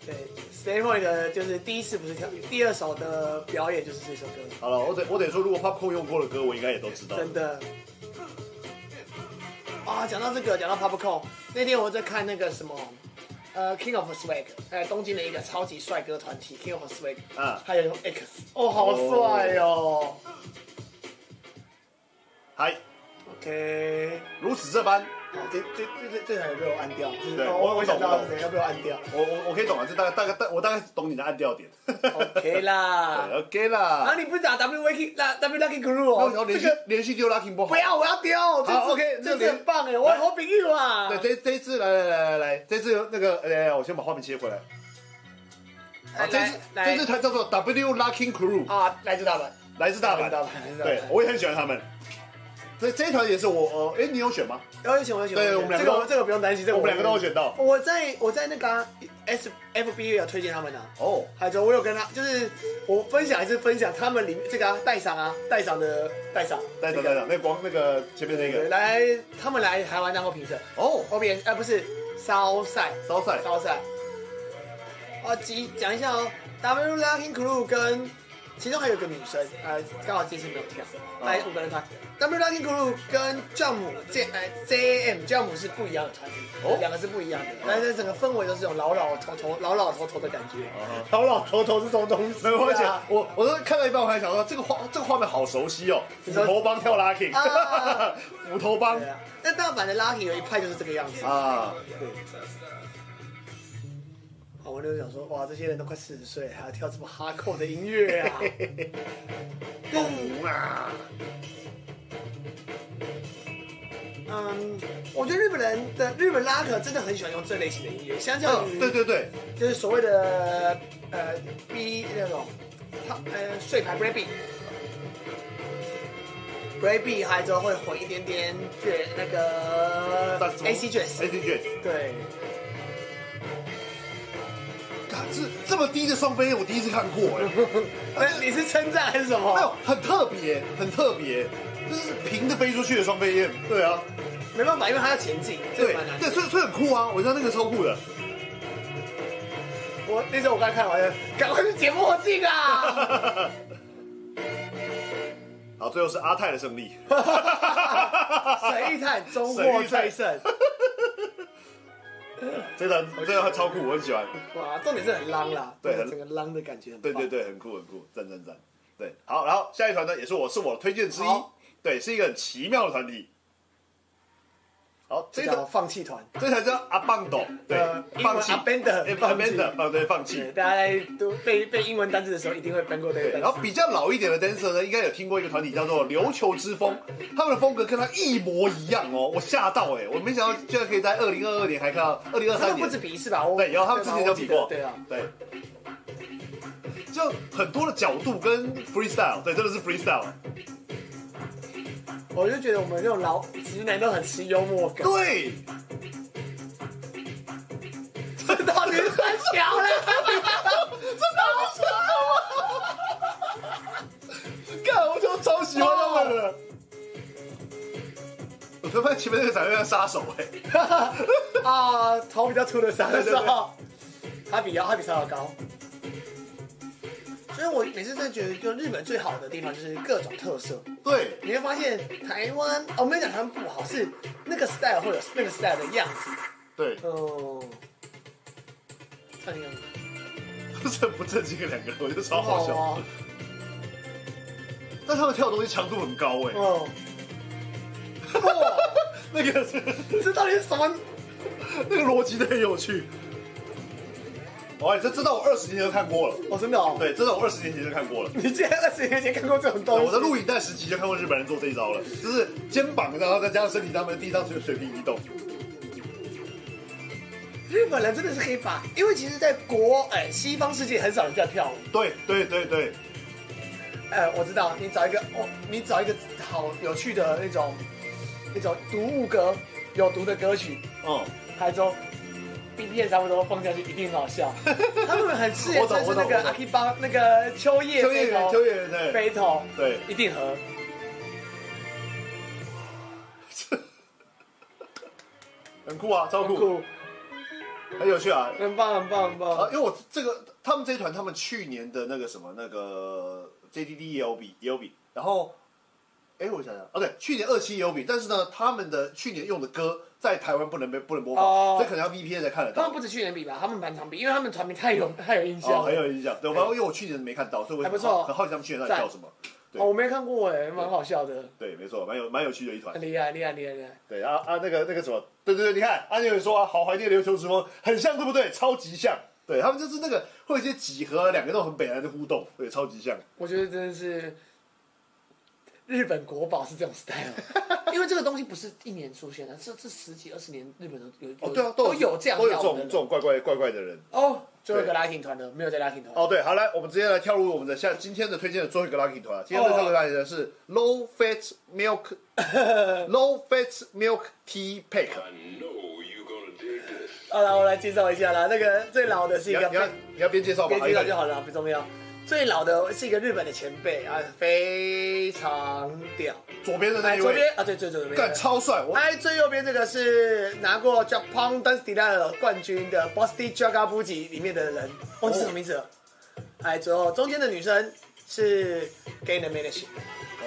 Speaker 2: 对 Standing Point 的就是第一次不是跳，第二首的表演就是这首歌，
Speaker 1: 好了，我得我得说，如果 Popcorn 用过的歌，我应该也都知道。
Speaker 2: 真的。啊、啊，讲到这个，讲到 popcorn，那天我在看那个什么，呃，King of Swag，呃，东京的一个超级帅哥团体 King of Swag，
Speaker 1: 啊
Speaker 2: 还有 X，哦，好帅哦。
Speaker 1: 嗨，
Speaker 2: OK，
Speaker 1: 如此这般，
Speaker 2: 好，哦这这这这这场有被我按掉，就是
Speaker 1: 对
Speaker 2: 哦
Speaker 1: 我
Speaker 2: 我我想
Speaker 1: 懂
Speaker 2: 到
Speaker 1: 我
Speaker 2: 是
Speaker 1: 懂
Speaker 2: 谁要被我按掉。
Speaker 1: 我我我可以懂啊，这大概大概大我大概懂你的按调点
Speaker 2: OK 啦，
Speaker 1: 对，OK
Speaker 2: 啊，
Speaker 1: 啦。
Speaker 2: 你不是打 W Lucky 啦 W Lucky Crew
Speaker 1: 那我想要
Speaker 2: 哦？
Speaker 1: 连
Speaker 2: 这
Speaker 1: 续
Speaker 2: 个
Speaker 1: 连续丢 Lucky 不好
Speaker 2: 不。要，我要丢。这次
Speaker 1: OK，那
Speaker 2: 这次
Speaker 1: 连
Speaker 2: 很棒哎，我好朋友啊。
Speaker 1: 对，这这一次来来来来来，这次有那个呃，我先把画面切回来。
Speaker 2: 来
Speaker 1: 啊，这次
Speaker 2: 来
Speaker 1: 这次它叫做 W Lucky Crew，
Speaker 2: 啊，来自大阪，
Speaker 1: 来自大阪。
Speaker 2: 大阪，
Speaker 1: 对，
Speaker 2: 我
Speaker 1: 我也很喜欢他们。这这一团也是我呃，哎，你有选吗？
Speaker 2: 有选我有选，
Speaker 1: 对
Speaker 2: 有
Speaker 1: 我们两
Speaker 2: 这
Speaker 1: 个
Speaker 2: 个
Speaker 1: 都
Speaker 2: 这个不用担心，这个
Speaker 1: 我们两个都有
Speaker 2: 有。
Speaker 1: 选到。
Speaker 2: 我在我在那个啊 S F B 有推荐他们啊，
Speaker 1: 哦，
Speaker 2: 还有我有跟他，就是我分享还是分享他们里面这个啊带赏啊带赏的带赏
Speaker 1: 带
Speaker 2: 那
Speaker 1: 着
Speaker 2: 个
Speaker 1: 带着，那光那个前面那
Speaker 2: 对
Speaker 1: 个
Speaker 2: 来他们来台湾当过评审，
Speaker 1: 哦，
Speaker 2: 后边呃不是烧赛
Speaker 1: 骚赛
Speaker 2: 烧赛，哦几讲一下哦，W Lucky Crew 跟其中还有一个女生，呃刚好这次没有跳，来五个人团，W Lucky Crew 跟 Jump J 呃 J M Jump 是不一样的团体
Speaker 1: 哦，
Speaker 2: 两个是不一样的，但是整个氛围都是这种老老头头老老头头的感觉，
Speaker 1: 哦
Speaker 2: 老老头头是什么东西
Speaker 1: 没有，而且
Speaker 2: 啊？
Speaker 1: 我我都看到一半，我还想说这个画这个画面好熟悉哦，斧
Speaker 2: 说
Speaker 1: 头帮跳 lucky，
Speaker 2: 啊
Speaker 1: 斧头帮
Speaker 2: 对啊，那大阪的 Lucky 有一派就是这个样子
Speaker 1: 啊，
Speaker 2: 对。好，我就想说，哇，这些人都快四十岁，还要跳这么哈扣的音乐 啊！
Speaker 1: 嗯啊，
Speaker 2: 嗯，我觉得日本人的日本拉客真的很喜欢用这类型的音乐，相较
Speaker 1: 哦
Speaker 2: 于
Speaker 1: 对对对，
Speaker 2: 就是所谓的呃 B 那种，他呃碎牌 b r a b y b r a b y 还有之后会混一点点卷那个 AC
Speaker 1: A
Speaker 2: Jazz，
Speaker 1: C 卷，
Speaker 2: 对，
Speaker 1: 啊这这么低的双飞我第一次看过哎，
Speaker 2: 哎，你是称赞还是什
Speaker 1: 没有
Speaker 2: 么？
Speaker 1: 很特别很特别，就是平的飞出去的双飞燕，对啊，
Speaker 2: 没办法，因为他要前进，这个
Speaker 1: 对
Speaker 2: 蛮难的
Speaker 1: 对，。所以所以很酷啊，我觉得那个超酷的，
Speaker 2: 我那时候我刚看完了，赶快去解墨镜 啊！
Speaker 1: 好，最后是阿泰的胜利。
Speaker 2: 沈玉泰中获最胜，
Speaker 1: 真的，真的超酷，我很喜欢。
Speaker 2: 哇，重点是很浪啦，
Speaker 1: 对很
Speaker 2: 整个浪的感觉很
Speaker 1: 对
Speaker 2: 棒。
Speaker 1: 对对，很酷很酷，赞赞赞。对，好，然后下一团呢，也是我是我推荐之一
Speaker 2: 好，
Speaker 1: 对，是一个很奇妙的团体。好，这
Speaker 2: 这
Speaker 1: 一
Speaker 2: 叫
Speaker 1: 团
Speaker 2: 放弃 团，
Speaker 1: 这才叫阿棒斗，对
Speaker 2: 呃，
Speaker 1: 放弃
Speaker 2: 英文 abandon，
Speaker 1: 哎
Speaker 2: 放弃
Speaker 1: ，abandon，放对，放
Speaker 2: 对，
Speaker 1: 弃。
Speaker 2: 大家在读背背英文单词的时候一定会翻过这个
Speaker 1: 对，
Speaker 2: 单
Speaker 1: 然
Speaker 2: 词
Speaker 1: 后。比较老一点的 dancer 呢，应该有听过一个团体叫做琉球之风，他们的风格跟他一模一样哦，我吓到哎、我没想到居然可以在二零二二年还看到二零二
Speaker 2: 他
Speaker 1: 三
Speaker 2: 们不
Speaker 1: 年
Speaker 2: 止，比一次吧？我
Speaker 1: 对，然后他们之
Speaker 2: 对吧
Speaker 1: 前就比过，
Speaker 2: 我记得对啊，
Speaker 1: 对，就很多的角度跟 freestyle，对，真的是 freestyle，
Speaker 2: 我就觉得我们这种老直男都很吃幽默 感。
Speaker 1: 对，
Speaker 2: 这到底是三小 了？
Speaker 1: 干，我就超喜欢他们
Speaker 2: 哦
Speaker 1: 的。我突然发现前面那个长得像杀手哎、
Speaker 2: 啊，头比较粗的沙的
Speaker 1: 对
Speaker 2: 时
Speaker 1: 对对
Speaker 2: 候，他比腰，他比沙要高。所以我每次真的觉得，就日本最好的地方就是各种特色。
Speaker 1: 对，
Speaker 2: 你会发现台湾，哦，我没有讲他们不好，是那个 style 会有那个 style 的样子。
Speaker 1: 对，
Speaker 2: 哦，看样子
Speaker 1: 这不正经的两个人，我觉得超
Speaker 2: 很
Speaker 1: 好笑。
Speaker 2: 啊。
Speaker 1: 但他们跳的东西强度很高哎、
Speaker 2: 哦，哇，
Speaker 1: 那个 是
Speaker 2: 这到底是什么？
Speaker 1: 那个逻辑都很有趣。哇，这知道我二十年前就看过了，
Speaker 2: 哦，真的哦。
Speaker 1: 对，真的我二十年前就看过了。
Speaker 2: 你竟然二十年前看过这种东西？
Speaker 1: 我在录影带时期就看过日本人做这一招了，就是肩膀，然后再加上身体，他们地上水水平移动。
Speaker 2: 日本人真的是可以把，因为其实，在国哎、西方世界很少人在跳舞。
Speaker 1: 对对对对，
Speaker 2: 哎、我知道，你找一个哦，你找一个好有趣的那种那种独舞歌，有毒的歌曲，
Speaker 1: 嗯，
Speaker 2: 台中 B B 差不多放下去一定很好 笑。他们很自然
Speaker 1: 我懂
Speaker 2: 就是那
Speaker 1: 我懂我
Speaker 2: 个
Speaker 1: 懂
Speaker 2: 阿 K 帮那个秋叶
Speaker 1: 秋叶
Speaker 2: 飞
Speaker 1: 原，
Speaker 2: 头
Speaker 1: 秋叶原对
Speaker 2: 飞头
Speaker 1: 对，
Speaker 2: 一定合。
Speaker 1: 很酷啊，超
Speaker 2: 很
Speaker 1: 酷，
Speaker 2: 酷，
Speaker 1: 很有趣啊。
Speaker 2: 很棒，很棒，很
Speaker 1: 啊，
Speaker 2: 棒。
Speaker 1: 因为我这个他们这一团，他 E 们去年的那个什么那个 JDD 也有比也有比，然后哎，我想想，哦，对，去年二期也有比，但是呢，他们的去年用的歌在台湾不能被不能播放，
Speaker 2: 哦
Speaker 1: 所以可能要 VPN 才看得
Speaker 2: 他
Speaker 1: 到
Speaker 2: 们。不止去年比吧，他们满场比，因为他们团名太有太有印象了。
Speaker 1: 哦，很有印象。对，我因为我去年没看到，所以我
Speaker 2: 还不
Speaker 1: 很好
Speaker 2: 错
Speaker 1: 很好奇他们去年到底叫什么。对
Speaker 2: 哦，我没看过哎，蛮好笑的，
Speaker 1: 对，没错，蛮有蛮有趣的一团
Speaker 2: 很。厉害厉害厉害厉害。
Speaker 1: 对啊啊，那个那个什么，对对对，你看，安有人说啊，好怀念琉球时光，很像，对不对？超级像。对他们就是那个会有一些几何，两个都很北南的互动，对，超级像。
Speaker 2: 我觉得真的是日本国宝是这 种 style，因为这个东西不是一年出现的，这这十几二十年日本都有
Speaker 1: 哦，对啊，
Speaker 2: 都
Speaker 1: 有
Speaker 2: 有这样
Speaker 1: 都有
Speaker 2: 跳
Speaker 1: 这
Speaker 2: 舞
Speaker 1: 种
Speaker 2: 的
Speaker 1: 这
Speaker 2: 人
Speaker 1: 种怪怪怪怪的人。
Speaker 2: 哦，最后一个
Speaker 1: 对
Speaker 2: 拉丁团的没有在拉丁团
Speaker 1: 哦，对，好来，我们直接来跳入我们的下今天的推荐的最后一个 lucky 团啊。今天的
Speaker 2: 哦
Speaker 1: 最后一个 lucky 团是 low fat milk low fat milk tea pack。
Speaker 4: I know you're gonna dig this.
Speaker 2: 好了，我来介绍一下啦。那个最老的是
Speaker 1: 你
Speaker 2: 一
Speaker 1: 要
Speaker 2: 个
Speaker 1: 你要
Speaker 2: 非
Speaker 1: 你要边介绍吧，
Speaker 2: 别介绍就好了，不重要。最老的是一个日本的前辈啊，非常屌。
Speaker 1: 左边的那
Speaker 2: 哎，
Speaker 1: 一
Speaker 2: 左
Speaker 1: 位，
Speaker 2: 边啊，对，最左边。
Speaker 1: 干超帅，我
Speaker 2: 哎，最右边这个是拿过 Japan Dance Delight 冠军的 Bosti Jagabuji 里面的人，忘记什么名字了。哎，最后中间的女生是 Gay n a m a n a g e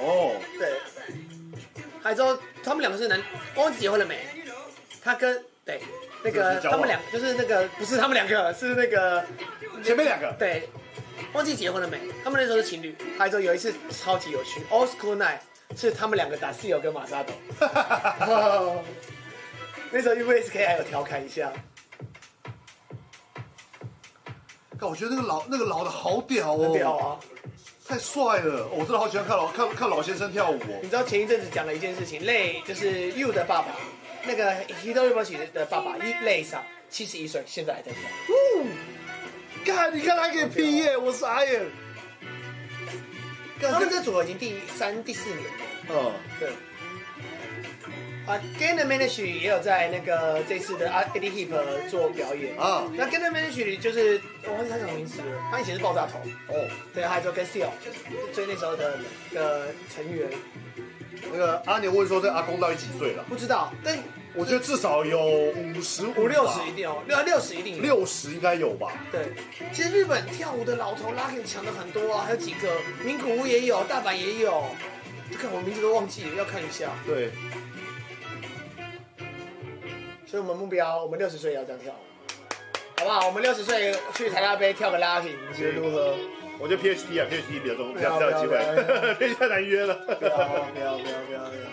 Speaker 1: 哦，
Speaker 2: 对。还之后他们两个是男，忘记结婚了没？他跟对那
Speaker 1: 是
Speaker 2: 个
Speaker 1: 交
Speaker 2: 他
Speaker 1: 往
Speaker 2: 们两就是那个不是他们两个是那个
Speaker 1: 前面两 个
Speaker 2: 对，忘记结婚了没？他们那时候是情侣。还之后有一次超级有趣，Old School Night 是他们两个打室友跟马沙斗。 那时候 USK 还有调侃一下，
Speaker 1: 干，我觉得那个老那个老的好屌哦，
Speaker 2: 很屌啊！
Speaker 1: 太帅了，哦我真的好喜欢看老看看老先生跳舞
Speaker 2: 你
Speaker 1: 哦。
Speaker 2: 知道前一阵子讲了一件事情，累就是 You 的爸爸，那个 Hideo Yamashi 的爸爸累上七十一岁，现在还在跳。
Speaker 1: 干，你看他给毕业，我傻眼。干
Speaker 2: 他们
Speaker 1: 啊这
Speaker 2: 这组合已经第三、第四年了。
Speaker 1: 嗯，
Speaker 2: 对。啊 g a n a m a n a g e 也有在那个这次的啊 a d Hip 做表演
Speaker 1: 啊
Speaker 2: 那 g a n a m a n a g e 就是我忘记他什么名字了，他以前是爆炸头，
Speaker 1: 哦，
Speaker 2: 对，还有就跟 Seal 追那时候的的成员，
Speaker 1: 那个阿牛问说这阿公到底几岁了？
Speaker 2: 不知道，但
Speaker 1: 我觉得至少有五十
Speaker 2: 五六十一定有，六六十一定有。
Speaker 1: 六十应该有吧？
Speaker 2: 对，其实日本跳舞的老头 l u 强的很多啊，还有几个名古屋也有，大阪也有，就看我名字都忘记了，要看一下。
Speaker 1: 对，
Speaker 2: 所以我们目标，我们六十岁也要这样跳，好不好？我们六十岁去台大杯跳个拉丁，你觉得如 何？
Speaker 1: 我觉得 PhD 啊，PhD 比较重，比较
Speaker 2: 不
Speaker 1: 比
Speaker 2: 要
Speaker 1: 较有机
Speaker 2: 不要不要
Speaker 1: 会，PhD 太难约
Speaker 2: 不要
Speaker 1: 了。
Speaker 2: 不要不要不要不要！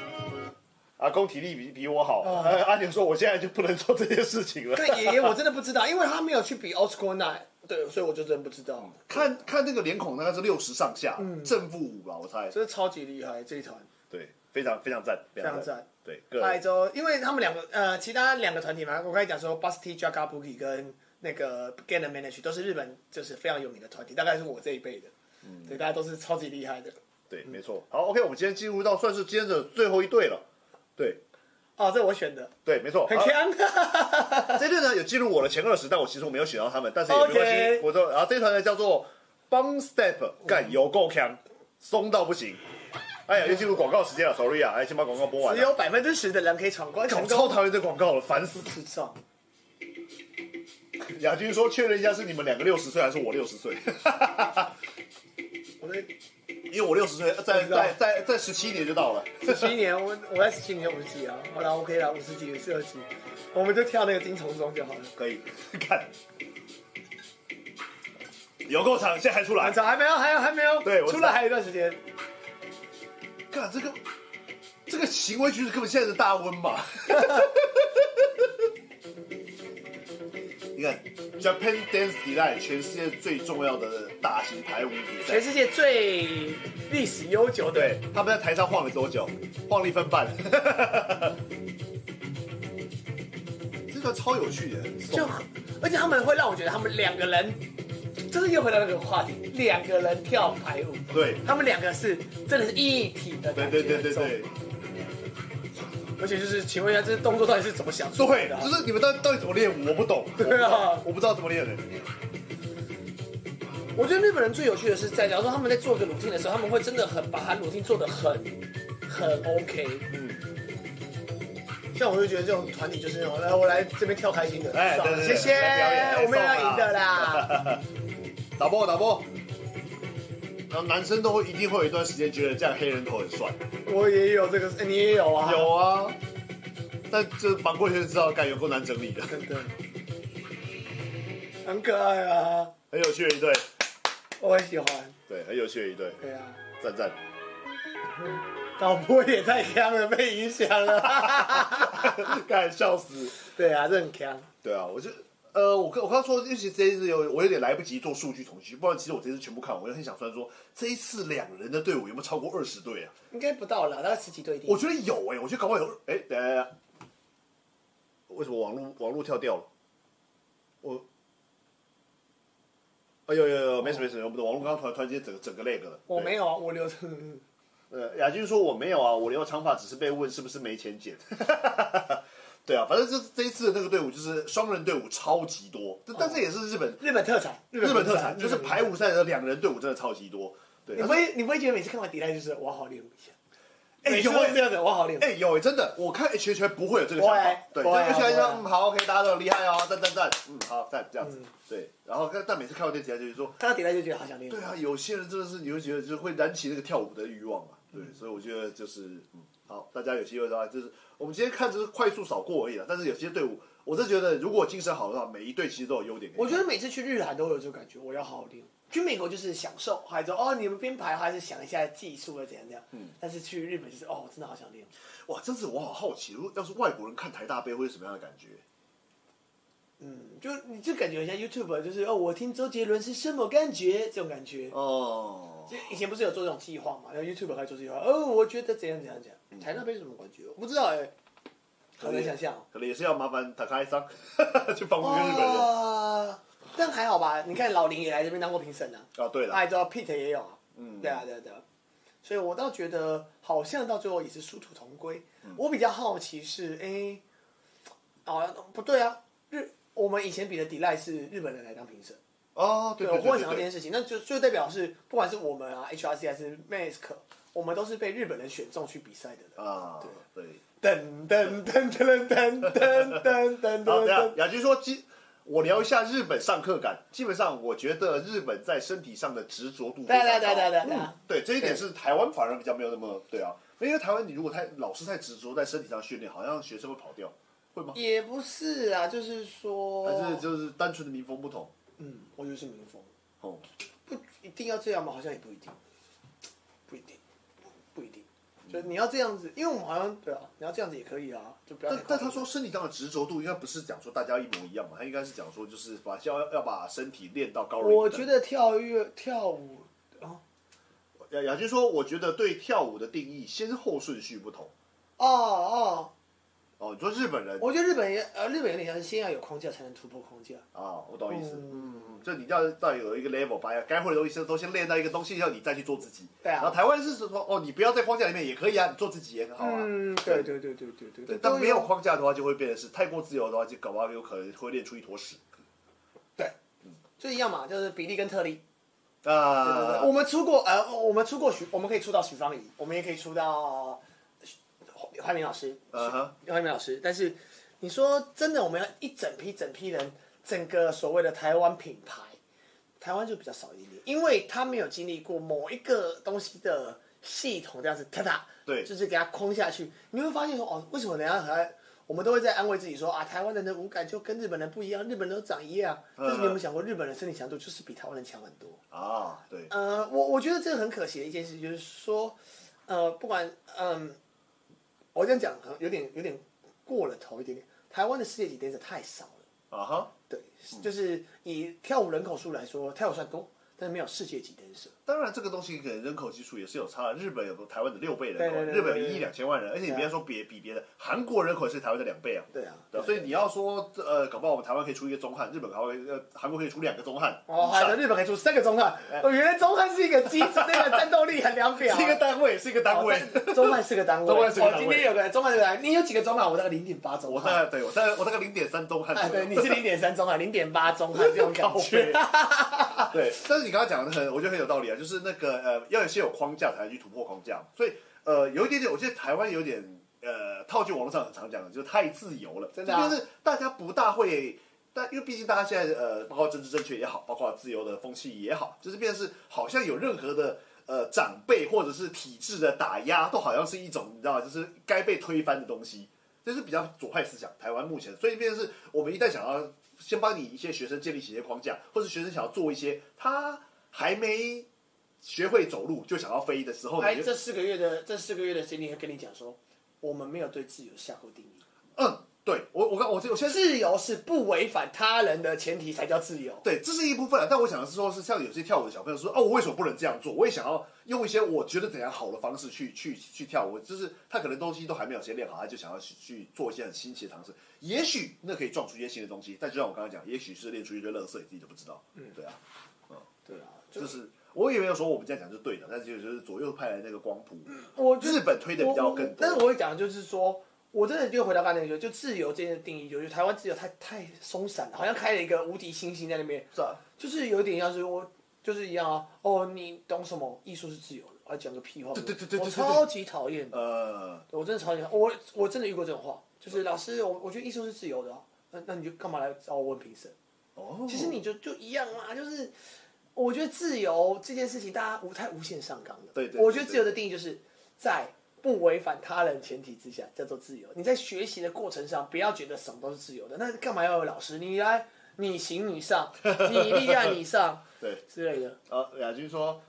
Speaker 1: 阿公体力比比我好，
Speaker 2: 啊
Speaker 1: 呃 阿牛说我现在就不能做这件事情了。
Speaker 2: 对爷爷，我真的不知道，因为他没有去比 Old School Night，对，所以我就真的不知道。
Speaker 1: 看看那个脸孔大概是六十上下，
Speaker 2: 嗯
Speaker 1: 正负五吧，我猜。
Speaker 2: 真的超级厉害这一团，
Speaker 1: 对，非常非常赞，非
Speaker 2: 非常赞。
Speaker 1: 对，个
Speaker 2: 来
Speaker 1: 人
Speaker 2: 之后，因为他们两个呃，其他两个团体嘛，我刚才讲说 Busty Jagabuki 跟那个 g a n a Manage 都是日本就是非常有名的团体，大概是我这一辈的，
Speaker 1: 嗯
Speaker 2: 对，大家都是超级厉害的。
Speaker 1: 对，没错。好，OK，我们今天进入到算是今天的最后一队了。对
Speaker 2: 哦，这我选的，
Speaker 1: 对，没错。
Speaker 2: 很
Speaker 1: 好
Speaker 2: 强。
Speaker 1: 这队呢有进入我的前二十，但我其实我没有选到他们，但是也没关
Speaker 2: OK
Speaker 1: 系。我说，然后这一团呢叫做 Bun Step，干有够强，松到不行。哎呀，又进入广告时间了，sorry 啊，哎，先把广告播完
Speaker 2: 只
Speaker 1: 了。
Speaker 2: 有百分之十的人可以闯关
Speaker 1: 干
Speaker 2: 成
Speaker 1: 我超
Speaker 2: 功。
Speaker 1: 讨厌这广告了，烦死！
Speaker 2: 智障，
Speaker 1: 亚军说确认一下是你们两个六十岁还是我六十岁，
Speaker 2: 我的
Speaker 1: 因为我六十岁，在在在在十七年就到了。
Speaker 2: 十七年，我我在十七年五十几啊，好了 OK 了，五十几、五十二几，我们就跳那个金虫钟就好了。
Speaker 1: 可以，看，有够长，现在还出来
Speaker 2: 班。长还没有，还有还没有，
Speaker 1: 哎对我知道
Speaker 2: 出来还有一段时间。
Speaker 1: 看这个，这个行为举止根本现在是大温嘛。 你看，Japan Dance Delight 全世界最重要的大型排舞比赛，
Speaker 2: 全世界最历史悠久的，
Speaker 1: 对，他们在台上晃了多久？晃了一分 半。这个超有趣的，
Speaker 2: 就很而且他们会让我觉得他们两个人，就是又回到那个话题，两个人跳排舞，
Speaker 1: 对
Speaker 2: 他们两个是真的是一体的
Speaker 1: 对
Speaker 2: 感觉，
Speaker 1: 对对对对，
Speaker 2: 而且就是，请问一下，这动作到底是怎么想出来
Speaker 1: 对
Speaker 2: 的啊、，
Speaker 1: 就是你们到底到底怎么练舞？我不懂，我不
Speaker 2: 对
Speaker 1: 知
Speaker 2: 啊
Speaker 1: 道，我不知道怎么练的。
Speaker 2: 我觉得日本人最有趣的是在，假如说他们在做一个 routine 的时候，他们会真的很把他 routine 做的很很 OK。嗯。像我就觉得这种团体就是那种，来我来这边跳开心的，
Speaker 1: 哎
Speaker 2: 爽
Speaker 1: 对对对
Speaker 2: 谢谢
Speaker 1: 来表演，
Speaker 2: 我们
Speaker 1: 爽啊
Speaker 2: 要赢的啦。
Speaker 1: 打波打波，然后男生都会一定会有一段时间觉得这样黑人头很帅，
Speaker 2: 我也有这个，哎你也有啊？
Speaker 1: 有啊。但这绑过去就知道，感觉够难整理的，
Speaker 2: 真的，很可爱啊，
Speaker 1: 很有趣的一对，
Speaker 2: 我很喜欢。
Speaker 1: 对，很有趣的一对，
Speaker 2: 对啊，
Speaker 1: 赞赞。
Speaker 2: 导播也太强了，被影响了。
Speaker 1: 干笑死。
Speaker 2: 对啊，这很强。
Speaker 1: 对啊，我就呃，我刚我刚说，因为其实这一次有我有点来不及做数据统计，不然其实我这次全部看完，我就很想算说这一次两人的队伍有没有超过二十队啊？
Speaker 2: 应该不到了，大概十几对一定。
Speaker 1: 我觉得有哎、我觉得搞不好有哎、等一下等一下，为什么网络网络跳掉了？我。哎呦呦呦，没事没事，我们的网络刚刚突然突然间整个整个那个了。
Speaker 2: 我
Speaker 1: 对
Speaker 2: 没有啊，我留着。
Speaker 1: 呃，雅君说我没有啊，我留长发只是被问是不是没钱剪。 对啊，反正这这一次的那个队伍就是双人队伍超级多，但但这也是日本、
Speaker 2: 日本特产，日
Speaker 1: 日本特产，就是
Speaker 2: 日本特
Speaker 1: 排舞赛的两人队伍真的超级多。对，
Speaker 2: 你不
Speaker 1: 但是
Speaker 2: 会你不会觉得每次看完迪莱就是我要好好练舞一下？
Speaker 1: 哎
Speaker 2: 每次
Speaker 1: 有
Speaker 2: 都
Speaker 1: 哎
Speaker 2: 是这样子，我好好练舞。
Speaker 1: 哎、有哎、真的，我看 H H 不会有这个想
Speaker 2: 不
Speaker 1: 法
Speaker 2: 会，
Speaker 1: 对，
Speaker 2: 不会啊
Speaker 1: 但 H H 说
Speaker 2: 不会啊
Speaker 1: 嗯好，OK，大家都很厉害哦，赞赞赞，嗯好赞这样子，对，然后但但每次看到这集就是说，
Speaker 2: 看到迪莱就觉得好想练舞
Speaker 1: 对。啊，有些人真的是你会觉得就是会燃起那个跳舞的欲望嘛，对，所以我觉得就是嗯，好，大家有机会的话，就是我们今天看就是快速扫过而已啦，但是有些队伍，我是觉得如果精神好的话，每一队其实都有优点可以看。
Speaker 2: 我觉得每次去日韩都会有这个感觉，我要好好练舞。去美国就是享受，还是哦你们编排还是想一下技术要怎样怎样。
Speaker 1: 嗯
Speaker 2: 但是去日本就是哦，我真的好想练舞。
Speaker 1: 哇，这次我好好奇，如果要是外国人看台大杯会是什么样的感觉？
Speaker 2: 嗯，就你就感觉像 YouTube，就是哦，我听周杰伦是什么感觉？这种感觉。
Speaker 1: 哦，
Speaker 2: 就以前不是有做这种计划嘛？然后 YouTube 还做计划，哦，我觉得怎样怎样怎
Speaker 1: 嗯
Speaker 2: 样。台那边什么感觉？我不知道哎、很难想象哦。
Speaker 1: 可能也是要麻烦打开桑 去访问一个日本人啊。
Speaker 2: 哇，但还好吧？你看老林也来这边当过评审啊，
Speaker 1: 哦对了，
Speaker 2: 他也知道 Pete 也有啊，嗯，对啊，对啊，对啊。所以我倒觉得好像到最后也是殊途同归。
Speaker 1: 嗯
Speaker 2: 我比较好奇是，哎、啊，不对啊，日我们以前比的 d e l i 是日本人来当评审，
Speaker 1: 哦，对
Speaker 2: 我
Speaker 1: 对
Speaker 2: 忽
Speaker 1: 对
Speaker 2: 然想到
Speaker 1: 对
Speaker 2: 这
Speaker 1: 对，
Speaker 2: 件事情，那就就代表是不管是我们啊 HRC 还是 MASK，我们都是被日本人选中去比赛的人。
Speaker 1: 啊，对。
Speaker 2: 噔噔噔噔噔噔噔噔
Speaker 1: 好，
Speaker 2: 噔
Speaker 1: 等一下
Speaker 2: 噔，
Speaker 1: 雅君说基，我聊一下日本上课感。基本上，我觉得日本在身体上的执着度非
Speaker 2: 对
Speaker 1: 常高，
Speaker 2: 对对对对对
Speaker 1: 嗯对，这一点是台湾反而比较没有那么对啊，因为台湾你如果太老师太执着在身体上训练，好像学生会跑掉，会吗？
Speaker 2: 也不是啊，就是说，
Speaker 1: 还是啊就是单纯的民风不同？
Speaker 2: 嗯，我就是民风，
Speaker 1: 哦，
Speaker 2: 不一定要这样吗？好像也不一定，不一定，不一定。就你要这样子，因为我们好像对啊，你要这样子也可以啊，就不要太
Speaker 1: 但
Speaker 2: 夸张。
Speaker 1: 但他说身体上的执着度应该不是讲说大家一模一样嘛，他应该是讲说就是把要要把身体练到高人一等。
Speaker 2: 我觉得跳跃跳舞啊，
Speaker 1: 雅呃雅君说，我觉得对跳舞的定义先后顺序不同。
Speaker 2: 哦哦，
Speaker 1: 哦，你说日本人
Speaker 2: 我觉得日本也呃，日本有点像是先要有框架才能突破框架。
Speaker 1: 啊，我懂意
Speaker 2: 哦
Speaker 1: 思。嗯，就你要到有一个 level，把该会的东西都先练到一个东西以后，你再去做自己。
Speaker 2: 对啊
Speaker 1: 然后台湾是说，哦，你不要在框架里面也可以啊，你做自己也很好啊。
Speaker 2: 嗯，对对对对对对
Speaker 1: 对
Speaker 2: 对，
Speaker 1: 但
Speaker 2: 都
Speaker 1: 没有框架的话，就会变成是太过自由的话，就搞不好有可能会练出一坨屎。
Speaker 2: 对，就一样嘛，就是比例跟特例。对对对，
Speaker 1: 啊
Speaker 2: 我，们出过呃，我们出过许，我们可以出到许芳宜，我们也可以出到许怀明老师，
Speaker 1: 嗯哼
Speaker 2: 许怀明老师。但是你说真的，我们要一整批整批人，整个所谓的台湾品牌，台湾就比较少一点，因为他没有经历过某一个东西的系统这样子，哒哒，
Speaker 1: 对
Speaker 2: 就是给它框下去，你会发现说哦，为什么人家很爱，我们都会在安慰自己说啊，台湾人的五感就跟日本人不一样，日本人都长一样，
Speaker 1: 嗯
Speaker 2: 但是你有没有想过，日本人身体强度就是比台湾人强很多？
Speaker 1: 啊，对，
Speaker 2: 呃，我我觉得这个很可惜的一件事，就是说，呃，不管嗯、我这样讲可能有点有点过了头一点点，台湾的世界级 dancer 太少了，
Speaker 1: 啊哈。
Speaker 2: 对，就是以跳舞人口数来说，跳舞算多，但是没有世界级 dancer。
Speaker 1: 当然，这个东西可能人口基数也是有差的。日本有台湾的六倍人口，
Speaker 2: 对对对对
Speaker 1: 日本有一亿两千万人，而且你别说别比别的，韩国人口是台湾的两倍啊。
Speaker 2: 对啊
Speaker 1: 对所以你要说呃，搞不好我们台湾可以出一个中汉，日本搞不好呃韩国可以出两个中汉。
Speaker 2: 哦，还有
Speaker 1: 以
Speaker 2: 日本还出三个钟汉，哦，原来钟汉是一个机，那个战斗力很量表
Speaker 1: 哎上
Speaker 2: 啊，
Speaker 1: 是一个单位，是一个单位。
Speaker 2: 钟汉是 个单位，
Speaker 1: 钟汉是个单位
Speaker 2: 哦今天有个钟汉是个单位，你有几个钟汉？啊我大概零点八钟
Speaker 1: 我
Speaker 2: 汉
Speaker 1: 大。概对我大概我大概零点三中汉左
Speaker 2: 哎，
Speaker 1: 右。
Speaker 2: 对，你是零点三钟啊汉，零点八钟汉这种感觉。
Speaker 1: 对，但是你刚刚讲的很，我觉得很有道理啊，就是那个呃，要有些有框架才能去突破框架嘛，所以呃，有一点点，我觉得台湾有点呃，套句网络上很常讲的，就是太自由了，
Speaker 2: 真的啊
Speaker 1: 就是大家不大会但因为毕竟大家现在呃，包括政治正确也好，包括自由的风气也好，就是变成是好像有任何的呃长辈或者是体制的打压，都好像是一种你知道吗，就是该被推翻的东西。这是比较左派思想，台湾目前，所以变成是我们一旦想要先帮你一些学生建立起一些框架，或是学生想要做一些他还没学会走路就想要飞的时候，
Speaker 2: 哎，
Speaker 1: 你就
Speaker 2: 这四个月的这四个月的经历，会跟你讲说，我们没有对自由下过定义。
Speaker 1: 嗯，对我我刚我这我现在是
Speaker 2: 自由是不违反他人的前提才叫自由。
Speaker 1: 对，这是一部分啊，但我想的是说，是像有些跳舞的小朋友说，哦，我为什么不能这样做？我也想要用一些我觉得怎样好的方式去去去跳舞，就是他可能东西都还没有先练好，他就想要去去做一些很新奇的尝试，也许那可以撞出一些新的东西。但就像我刚刚讲，也许是练出一堆乐色，你自己都不知道。嗯，对啊。
Speaker 2: 对啊，就
Speaker 1: 就是是我也没有说我们这样讲是对的，但是就是左右派的那个光谱，
Speaker 2: 我就是
Speaker 1: 日本推的比较更
Speaker 2: 嗯我
Speaker 1: 多。
Speaker 2: 但是我会讲，就是说，我真的就回到刚才那个，就自由这件定义，就是台湾自由太太松散了，好像开了一个无敌星星在那边，
Speaker 1: 是啊，
Speaker 2: 就是有点像是我就是一样啊，哦，你懂什么？艺术是自由的，啊，讲个屁话，
Speaker 1: 对对对对对
Speaker 2: 我
Speaker 1: 对对
Speaker 2: 超级讨厌的，
Speaker 1: 呃，
Speaker 2: 我真的超级讨厌，我我真的遇过这种话，就是老师，我我觉得艺术是自由的、啊，那那你就干嘛来找我问评审？
Speaker 1: 哦，
Speaker 2: 其实你就就一样嘛，就是我觉得自由这件事情，大家无太无限上纲了。
Speaker 1: 对对对
Speaker 2: 我觉得自由的定义就是在不违反他人前提之下叫做自由。你在学习的过程上，不要觉得什么都是自由的，那干嘛要有老师？你来，你行你上，你立案你上
Speaker 1: 对，
Speaker 2: 之类的。
Speaker 1: 呃，亚军说，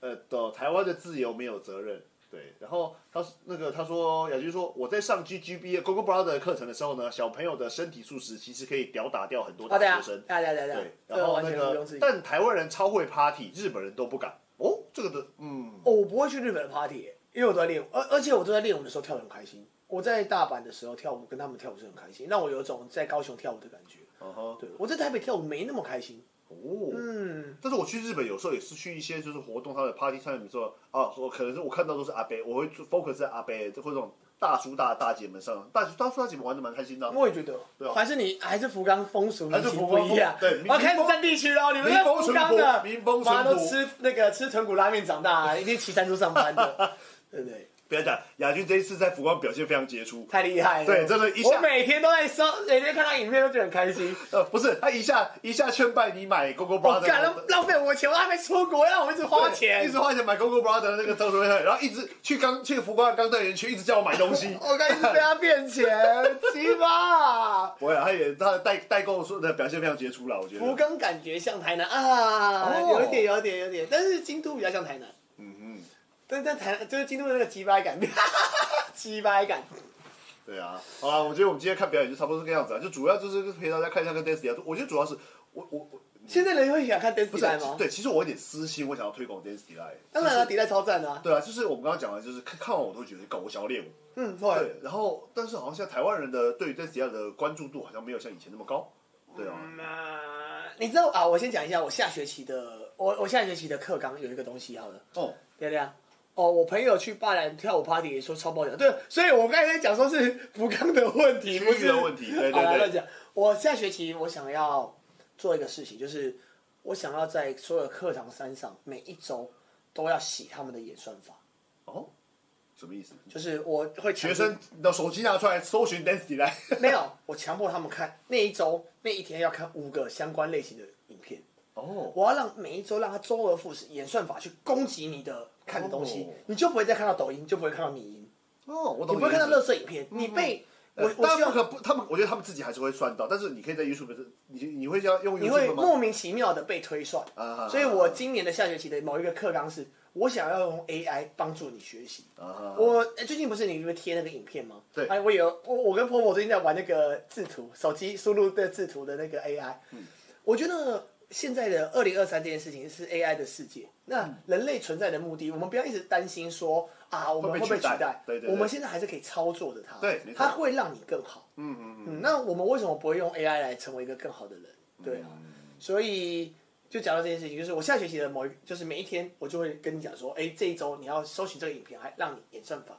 Speaker 1: 呃，的台湾的自由没有责任。对，然后他说那个他说亚军说我在上 GGB Google Brother 的课程的时候呢，小朋友的身体素质其实可以屌打掉很多
Speaker 2: 啊，
Speaker 1: 大
Speaker 2: 对啊
Speaker 1: 学生，。
Speaker 2: 啊对啊对啊啊
Speaker 1: 对，
Speaker 2: 这
Speaker 1: 然后
Speaker 2: 完
Speaker 1: 那
Speaker 2: 全不
Speaker 1: 个
Speaker 2: 用质疑。
Speaker 1: 但台湾人超会 party，日本人都不敢。哦，这个的，嗯，
Speaker 2: 哦，我不会去日本的 party，因为我都在练舞，而而且我都在练舞的时候跳得很开心。我在大阪的时候跳舞，跟他们跳舞是很开心，让我有一种在高雄跳舞的感觉。
Speaker 1: 嗯哼，
Speaker 2: 对，我在台北跳舞没那么开心。
Speaker 1: 哦，
Speaker 2: 嗯，
Speaker 1: 但是我去日本有时候也是去一些就是活动，他的 party 上面，比如说啊，我可能是我看到都是阿伯，我会 focus 在阿伯或者这种大叔大大姐们上，大大叔大姐们玩的蛮开心的啊。
Speaker 2: 我也觉得，
Speaker 1: 对啊
Speaker 2: 还是你还是福冈风俗
Speaker 1: 还
Speaker 2: 民
Speaker 1: 是
Speaker 2: 情
Speaker 1: 福
Speaker 2: 不
Speaker 1: 冈
Speaker 2: 一样。
Speaker 1: 风对民
Speaker 2: 我要开始占地区哦喽，你们在福冈的，
Speaker 1: 民风淳朴民风淳朴
Speaker 2: 妈都吃那个吃豚骨拉面长大、啊一定骑山猪上 班的，对不对？
Speaker 1: 不要讲，亚军这一次在福冈表现非常杰出，
Speaker 2: 太厉害了，
Speaker 1: 对真的一下
Speaker 2: 我每天都在搜，每天看到影片都觉得很开心。
Speaker 1: 呃，不是他一下一下劝败你买 Google
Speaker 2: 我
Speaker 1: Brother，
Speaker 2: 哦干浪浪费我的钱，我还没出国，让我一直花
Speaker 1: 一
Speaker 2: 钱
Speaker 1: 直。花钱买 Google Brother 的那个周边赛，然后一直去刚去福冈钢弹园区，一直叫我买东 西。
Speaker 2: 我刚一直被他骗钱，鸡巴！
Speaker 1: 不会啊，他也他的代代购说的表现非常杰出了，我觉
Speaker 2: 福
Speaker 1: 得。
Speaker 2: 冈感觉像台南啊，
Speaker 1: 哦
Speaker 2: 有一点，有一点，有一点，但是京都比较像台南。
Speaker 1: 嗯哼，
Speaker 2: 但但台就是京都的那个鸡掰感， 鸡掰感。
Speaker 1: 嗯对啊，好啦，我觉得我们今天看表演就差不多是这个样子啊，就主要就是陪大家看一下跟 Dance 一样，我觉得主要是我我我
Speaker 2: 现在人会想看 Dance
Speaker 1: 不
Speaker 2: d
Speaker 1: 是啊
Speaker 2: e 吗？，
Speaker 1: 对，其实我有点私心，我想要推广 Dance Delight。
Speaker 2: 当然了，迪代超赞的啊。
Speaker 1: 对啊，就是我们刚刚讲的，就是看看完我都觉得，搞我想要练舞。
Speaker 2: 嗯，会。
Speaker 1: 对，然后但是好像现在台湾人的对于 Dance Delight 的关注度好像没有像以前那么高。对啊，
Speaker 2: 嗯那你知道啊？我先讲一下我下学期的，我我下学期的课纲有一个东西好了，
Speaker 1: 哦，
Speaker 2: 亮亮。哦，我朋友去巴兰跳舞 party 也说超爆奖，对，所以我刚才讲说是福冈的问题，不
Speaker 1: 区域
Speaker 2: 是
Speaker 1: 的问题，对
Speaker 2: 好啦
Speaker 1: 对
Speaker 2: 乱
Speaker 1: 对，
Speaker 2: 讲。我下学期我想要做一个事情，就是我想要在所有的课堂三上每一周都要洗他们的演算法，
Speaker 1: 哦，什么意思？
Speaker 2: 就是我会强
Speaker 1: 学
Speaker 2: 制
Speaker 1: 生的手机拿出来搜寻 Dance Delight。
Speaker 2: 没有，我强迫他们看那一周那一天要看五个相关类型的影片，
Speaker 1: 哦，
Speaker 2: 我要让每一周让它周而复始，演算法去攻击你的看的东西，
Speaker 1: 哦
Speaker 2: 你就不会再看到抖音，就不会看到迷音，
Speaker 1: 哦，我
Speaker 2: 你
Speaker 1: 懂
Speaker 2: 不
Speaker 1: 的
Speaker 2: 会
Speaker 1: 意思。嗯哎呃
Speaker 2: 看到乐色影片，你被。我我
Speaker 1: 当
Speaker 2: 希
Speaker 1: 然
Speaker 2: 望
Speaker 1: 不可不，他们我觉得他们自己还是会算到，但是你可以在 YouTube 上你你会要用
Speaker 2: 你会
Speaker 1: YouTube 吗？
Speaker 2: 莫名其妙的被推算
Speaker 1: 啊，
Speaker 2: 所以我今年的下学期的某一个课纲是，我想要用 AI 帮助你学习。
Speaker 1: 啊
Speaker 2: 我呃最近不是你们贴那个影片吗？
Speaker 1: 对
Speaker 2: 哎，我有我我跟婆婆最近在玩那个制图，手机输入的制图的那个 AI。
Speaker 1: 嗯
Speaker 2: 我觉得现在的二零二三这件事情是 AI 的世界，那
Speaker 1: 嗯
Speaker 2: 人类存在的目的，我们不要一直担心说啊，我们
Speaker 1: 会被
Speaker 2: 会不会
Speaker 1: 取
Speaker 2: 取
Speaker 1: 代
Speaker 2: 代？
Speaker 1: 对对对
Speaker 2: 我们现在还是可以操作的它，
Speaker 1: 对没错
Speaker 2: 它会让你更好。
Speaker 1: 嗯嗯
Speaker 2: 嗯，那我们为什么不会用 AI 来成为一个更好的人？对
Speaker 1: 嗯
Speaker 2: 啊，所以就讲到这件事情，就是我下学期的某一，就是每一天我就会跟你讲说，哎，这一周你要搜寻这个影片，还让你演算法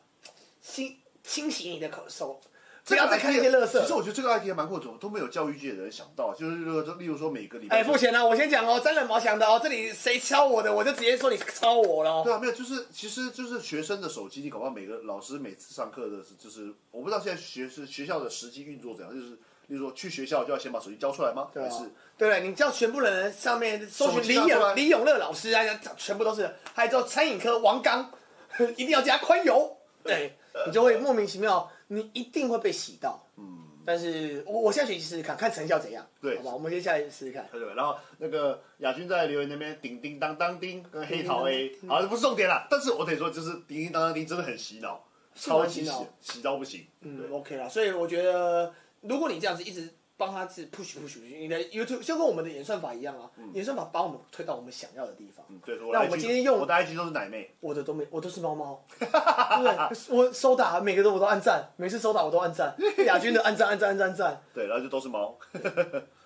Speaker 2: 清清洗你的口手，不要再看那些乐
Speaker 1: 其实
Speaker 2: 色。
Speaker 1: 我觉得这个 idea 蛮酷的，怎么都没有教育界的人想到，就是说例如说每个礼拜，
Speaker 2: 哎，付钱了、我先讲哦，沾染毛想的哦，这里谁敲我的，我就直接说你抄我了、
Speaker 1: 对
Speaker 2: 哦。
Speaker 1: 啊，没有，就是其实就是学生的手机，你搞不好每个老师每次上课的是，就是我不知道现在学是学校的实际运作怎样，就是例如说去学校就要先把手机交出来吗？
Speaker 2: 对
Speaker 1: 还
Speaker 2: 啊
Speaker 1: 是，
Speaker 2: 对了，你叫全部的人上面搜
Speaker 1: 手
Speaker 2: 寻
Speaker 1: 机
Speaker 2: 李
Speaker 1: 拿出来
Speaker 2: 永李永乐老师啊，全部都是，还有之后餐饮科王刚， 一定要加宽油，对，你就会莫名其妙，你一定会被洗到。嗯，但是我我下学期试试看，看成效怎样，
Speaker 1: 对
Speaker 2: 好吧，我们接下来试试看。
Speaker 1: 对对，然后那个亚军在留言那边叮叮当当叮跟黑桃 A，好，
Speaker 2: 嗯
Speaker 1: 这不是重点啦，但是我得说就是叮叮当当叮真的很洗脑，超级
Speaker 2: 是
Speaker 1: 洗
Speaker 2: 蛮洗脑，
Speaker 1: 洗到不行。
Speaker 2: 嗯，OK 啦，所以我觉得，如果你这样子一直帮他是 push push，你的 YouTube 就跟我们的演算法一样啊，演算法把我们推到我们想要的地方。
Speaker 1: 嗯，对，
Speaker 2: 那
Speaker 1: 的 IG
Speaker 2: 我们今天用
Speaker 1: 我的 IG 都是奶妹，
Speaker 2: 我的都没，我都是猫猫，对， 我收打每个都我都按赞，每次收打我都按赞，亚军的按赞按赞按赞按赞，
Speaker 1: 对，然后就都是猫，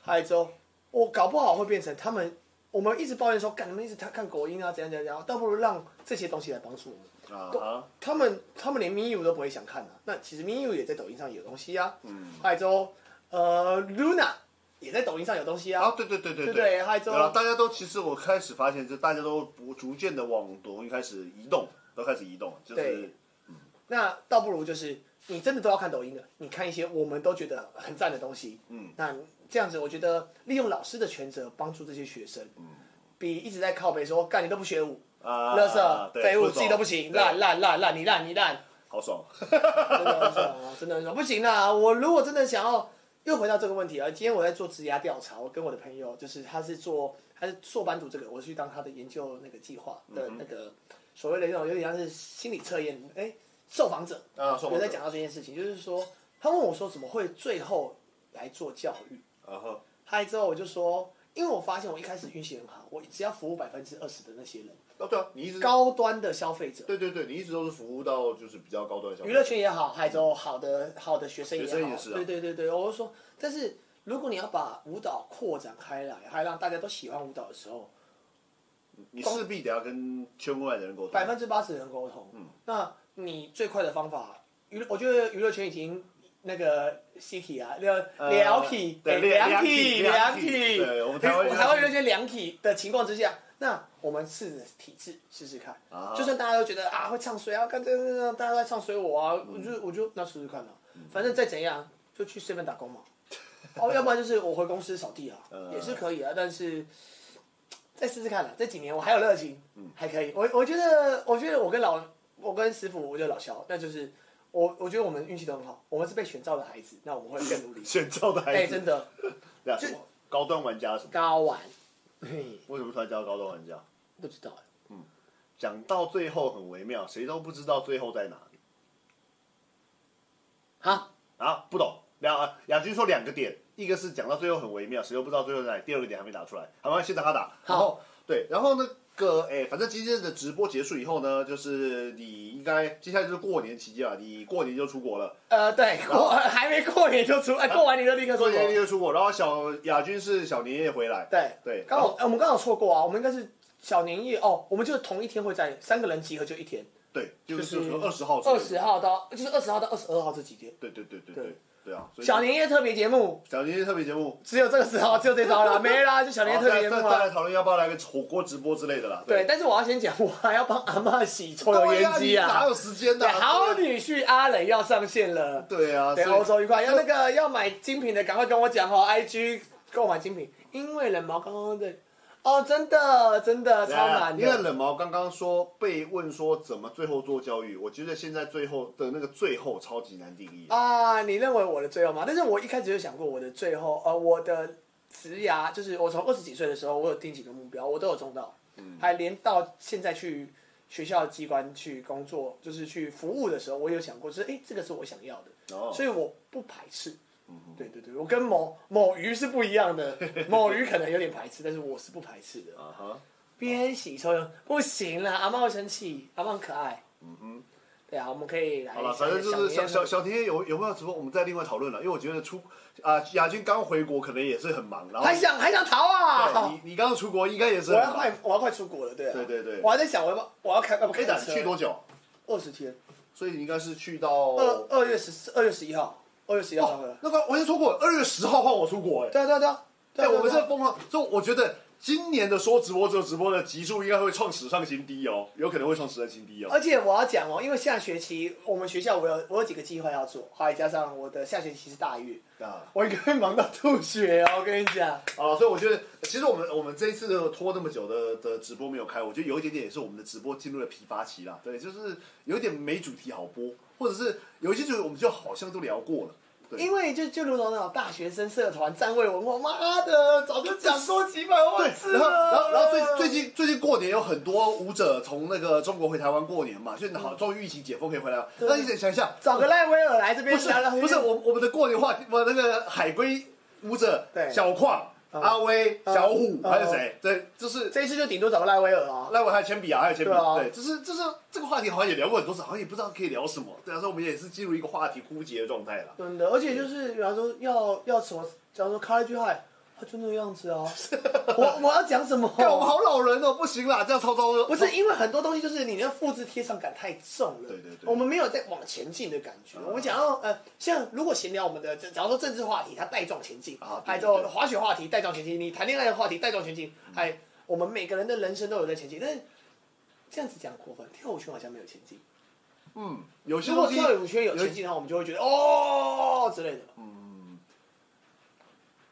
Speaker 2: 还有之后我搞不好会变成他们，我们一直抱怨说，干你们一直看看抖音啊怎样怎样怎样，倒不如让这些东西来帮助我们。
Speaker 1: 啊
Speaker 2: 都
Speaker 1: 啊，
Speaker 2: 他们他们连 Miu 都不会想看啊。那其实 Miu 也在抖音上有东西啊，嗯，还有之后呃 Luna 也在抖音上有东西
Speaker 1: 啊
Speaker 2: 啊，
Speaker 1: 对对对对
Speaker 2: 对不对？还有之
Speaker 1: 对了，
Speaker 2: 后
Speaker 1: 大家都其实我开始发现，就大家都不逐渐的往抖音开始移动，都开始移动，就是
Speaker 2: 对那倒不如就是你真的都要看抖音的，你看一些我们都觉得很赞的东西，
Speaker 1: 嗯，
Speaker 2: 那这样子我觉得利用老师的权责帮助这些学生，嗯，比一直在靠北说干你都不学舞。
Speaker 1: 啊，
Speaker 2: 垃圾、
Speaker 1: 对
Speaker 2: 废物，
Speaker 1: 不爽
Speaker 2: 自己都不行，
Speaker 1: 对
Speaker 2: 烂烂烂烂，你烂你烂，
Speaker 1: 好爽，
Speaker 2: 真的很爽啊，真的很爽。不行啦，我如果真的想要，又回到这个问题啊。今天我在做职涯调查，我跟我的朋友，就是他是做他是硕班读这个，我去当他的研究那个计划的
Speaker 1: 嗯
Speaker 2: 那个、所谓的那种有点像是心理测验，哎、受访者
Speaker 1: 啊受访者
Speaker 2: 有在讲到这件事情，就是说他问我说怎么会最后来做教育，
Speaker 1: 然后
Speaker 2: 嗨之后我就说，因为我发现我一开始运气很好，我只要服务百分之二十的那些人，
Speaker 1: 哦对啊，你一直
Speaker 2: 高端的消费者。
Speaker 1: 对对对，你一直都是服务到就是比较高端的消费
Speaker 2: 娱乐圈也好，还有好的好的学生也好，
Speaker 1: 学生也是啊
Speaker 2: 对对对对，我就说，但是如果你要把舞蹈扩展开来，还让大家都喜欢舞蹈的时候，
Speaker 1: 你势必得要跟圈外的人沟通。嗯
Speaker 2: 百分之八十人沟通，那你最快的方法，娱乐，我觉得娱乐圈已经那个 city 啊，
Speaker 1: 呃
Speaker 2: 聊聊体，
Speaker 1: 对
Speaker 2: 哎
Speaker 1: 良
Speaker 2: 良体，
Speaker 1: 良
Speaker 2: 良
Speaker 1: 体
Speaker 2: 体，
Speaker 1: 对我们台湾
Speaker 2: 我台湾娱乐圈良体的情况之下，那我们试着体制试试看
Speaker 1: 啊，
Speaker 2: 就算大家都觉得啊会唱衰啊，干这这这，大家都在唱衰我啊，我就我就那试试看啊，
Speaker 1: 嗯
Speaker 2: 反正再怎样就去 seven 打工嘛， 哦，要不然就是我回公司扫地啊
Speaker 1: 呃，。
Speaker 2: 也是可以啊，但是。再试试看了，这几年我还有热情，还可以。我我觉得，我觉得我跟老，我跟师傅，我觉得老肖，那就是我，我觉得我们运气都很好，我们是被选召的孩子，那我们会更努力
Speaker 1: 选照的
Speaker 2: 哎、
Speaker 1: 孩子，
Speaker 2: 真的
Speaker 1: 对啊，什么高端玩家什么？
Speaker 2: 高玩， 嘿，
Speaker 1: 为什么突然叫高端玩家？
Speaker 2: 不知道。
Speaker 1: 讲到最后很微妙，谁都不知道最后在哪里
Speaker 2: 好，
Speaker 1: 啊？不懂。两啊亚军说两个点，一个是讲到最后很微妙，谁都不知道最后在哪里。第二个点还没打出来，好，没关系，等他打。然后对，然后那个哎，反正今天的直播结束以后呢，就是你应该接下来就是过年期间啊，你过年就出国了。
Speaker 2: 呃，对， 过还没过年就出，哎、过完年就立刻出
Speaker 1: 啊过
Speaker 2: 国。
Speaker 1: 年你就出国，然后小亚军是小年夜回来，
Speaker 2: 对
Speaker 1: 对
Speaker 2: 刚好、哎我们刚好错过啊，我们应该是小年夜哦，我们就同一天会在三个人集合就一天，
Speaker 1: 对，就是
Speaker 2: 是
Speaker 1: 说二十号左右，
Speaker 2: 二十号到就是二十号到二十二号这几天。
Speaker 1: 对对对对对
Speaker 2: 对
Speaker 1: 对啊！所以
Speaker 2: 小年夜特别节目
Speaker 1: 小年夜特别节目，
Speaker 2: 只有这个时 候，只有这招啦，没啦，就小年夜
Speaker 1: 好
Speaker 2: 特
Speaker 1: 再
Speaker 2: 别节
Speaker 1: 再
Speaker 2: 目
Speaker 1: 再
Speaker 2: 啊
Speaker 1: 来。讨论要不要来个火锅直播之类的啦。
Speaker 2: 对，，但是我要先讲，我还要帮阿嬷洗抽油
Speaker 1: 对
Speaker 2: 烟
Speaker 1: 呀，你
Speaker 2: 机
Speaker 1: 哪
Speaker 2: 啊
Speaker 1: 有。时间
Speaker 2: 对，
Speaker 1: 呢？
Speaker 2: 好女婿阿磊要上线了，
Speaker 1: 啊对啊，
Speaker 2: 对，
Speaker 1: 所以
Speaker 2: 欧洲愉快。要那个要买精品的，赶快跟我讲哦，IG 购买精品，因为冷毛刚刚对，哦，真的真的
Speaker 1: 对
Speaker 2: 超
Speaker 1: 啊
Speaker 2: 难
Speaker 1: 因为
Speaker 2: 的，
Speaker 1: 冷毛刚刚说被问说怎么最后做教育，我觉得现在最后的那个最后超级难定义。
Speaker 2: 啊，你认为我的最后吗？但是我一开始就想过我的最后，呃，我的职涯就是我从二十几岁的时候，我有定几个目标，我都有中到，
Speaker 1: 嗯
Speaker 2: 还连到现在去学校机关去工作，就是去服务的时候，我有想过，就是哎、诶这个是我想要的，
Speaker 1: 哦嗯
Speaker 2: 所以我不排斥。对对对，我跟某某鱼是不一样的， 某鱼可能有点排斥，但是我是不排斥的。
Speaker 1: 啊哈，
Speaker 2: 边洗抽油不行啦，阿妈会生气，阿妈很可爱。嗯哼，对啊，我们可以来
Speaker 1: 好了，
Speaker 2: 想
Speaker 1: 反正就
Speaker 2: 想
Speaker 1: 是
Speaker 2: 念
Speaker 1: 小
Speaker 2: 那
Speaker 1: 小
Speaker 2: 个
Speaker 1: 小天有有没有直播，我们再另外讨论了。因为我觉得出啊亚军刚回国可能也是很忙，然后
Speaker 2: 还想还想逃
Speaker 1: 对
Speaker 2: 啊！
Speaker 1: 你你刚刚出国应该也 是
Speaker 2: 我
Speaker 1: 很
Speaker 2: 要
Speaker 1: 忙。
Speaker 2: 快我要快出国了，对啊，
Speaker 1: 对对对
Speaker 2: 我还在想我要不要我要开要不
Speaker 1: 哎，
Speaker 2: 开
Speaker 1: 打
Speaker 2: 车
Speaker 1: 去多久？
Speaker 2: 二十天，
Speaker 1: 所以你应该是去到哦
Speaker 2: 二二月十二月十一号，二月十一号才回来
Speaker 1: 哦，。那个我先说过，二月十号换我出国哎、
Speaker 2: 对啊对啊对啊，对
Speaker 1: 哎、
Speaker 2: 啊，
Speaker 1: 我们
Speaker 2: 对啊
Speaker 1: 是疯了，所以我觉得今年的说直播就直播的集数应该会创史上新低哦，有可能会创史上新低哦。
Speaker 2: 而且我要讲哦，因为下学期我们学校我有我有几个计划要做，还加上我的下学期是大一，
Speaker 1: 啊
Speaker 2: 我应该会忙到吐血哦，我跟你讲。
Speaker 1: 啊，所以我觉得，其实我们我们这一次的拖那么久的的直播没有开，我觉得有一点点也是我们的直播进入了疲乏期啦。对，就是有一点没主题好播，或者是有一些主题我们就好像都聊过了。对
Speaker 2: 因为就就如同那种大学生社团站位文化，妈的，早就讲过几百万次
Speaker 1: 然后，
Speaker 2: 了。
Speaker 1: 然后，然后
Speaker 2: 啊
Speaker 1: 最最近最近过年有很多舞者从那个中国回台湾过年嘛，就好，终于疫情解封可以回来了。
Speaker 2: 嗯对
Speaker 1: 那你得想一下，
Speaker 2: 找个赖威尔来这边
Speaker 1: 不是
Speaker 2: 聊聊，
Speaker 1: 不是我我们的过年话题，我那个海龟舞者
Speaker 2: 对
Speaker 1: 小矿、
Speaker 2: 嗯
Speaker 1: 阿威、小虎
Speaker 2: 嗯
Speaker 1: 还有谁？对，就是
Speaker 2: 这一次就顶多找个赖威尔啊。
Speaker 1: 赖伟还有铅笔啊，还有铅笔
Speaker 2: 对啊，
Speaker 1: 对，就是就是这个话题好像也聊过很多次，好像也不知道可以聊什么。对啊，所以我们也是进入一个话题枯竭的状态了。
Speaker 2: 真的，而且就是比方说要要什么，假如说 college high，他就那个样子啊。 我我要讲什么？
Speaker 1: 看我们好老人哦，不行啦，这样超糟的。
Speaker 2: 不是因为很多东西就是你那个复制贴上感太重了，
Speaker 1: 对对对嗯
Speaker 2: 我们没有在往前进的感觉。我们想要呃，像如果闲聊我们的，假如说政治话题，它带状前进
Speaker 1: 啊对对嗯
Speaker 2: 还有滑雪话题带状前进，你谈恋爱的话题带状前进，还我们每个人的人生都有在前进，但是这样子讲过分，跳舞圈好像没有前进。
Speaker 1: 嗯，有些
Speaker 2: 如果
Speaker 1: 东西
Speaker 2: 跳舞圈有前进的话，我们就会觉得哦之类的，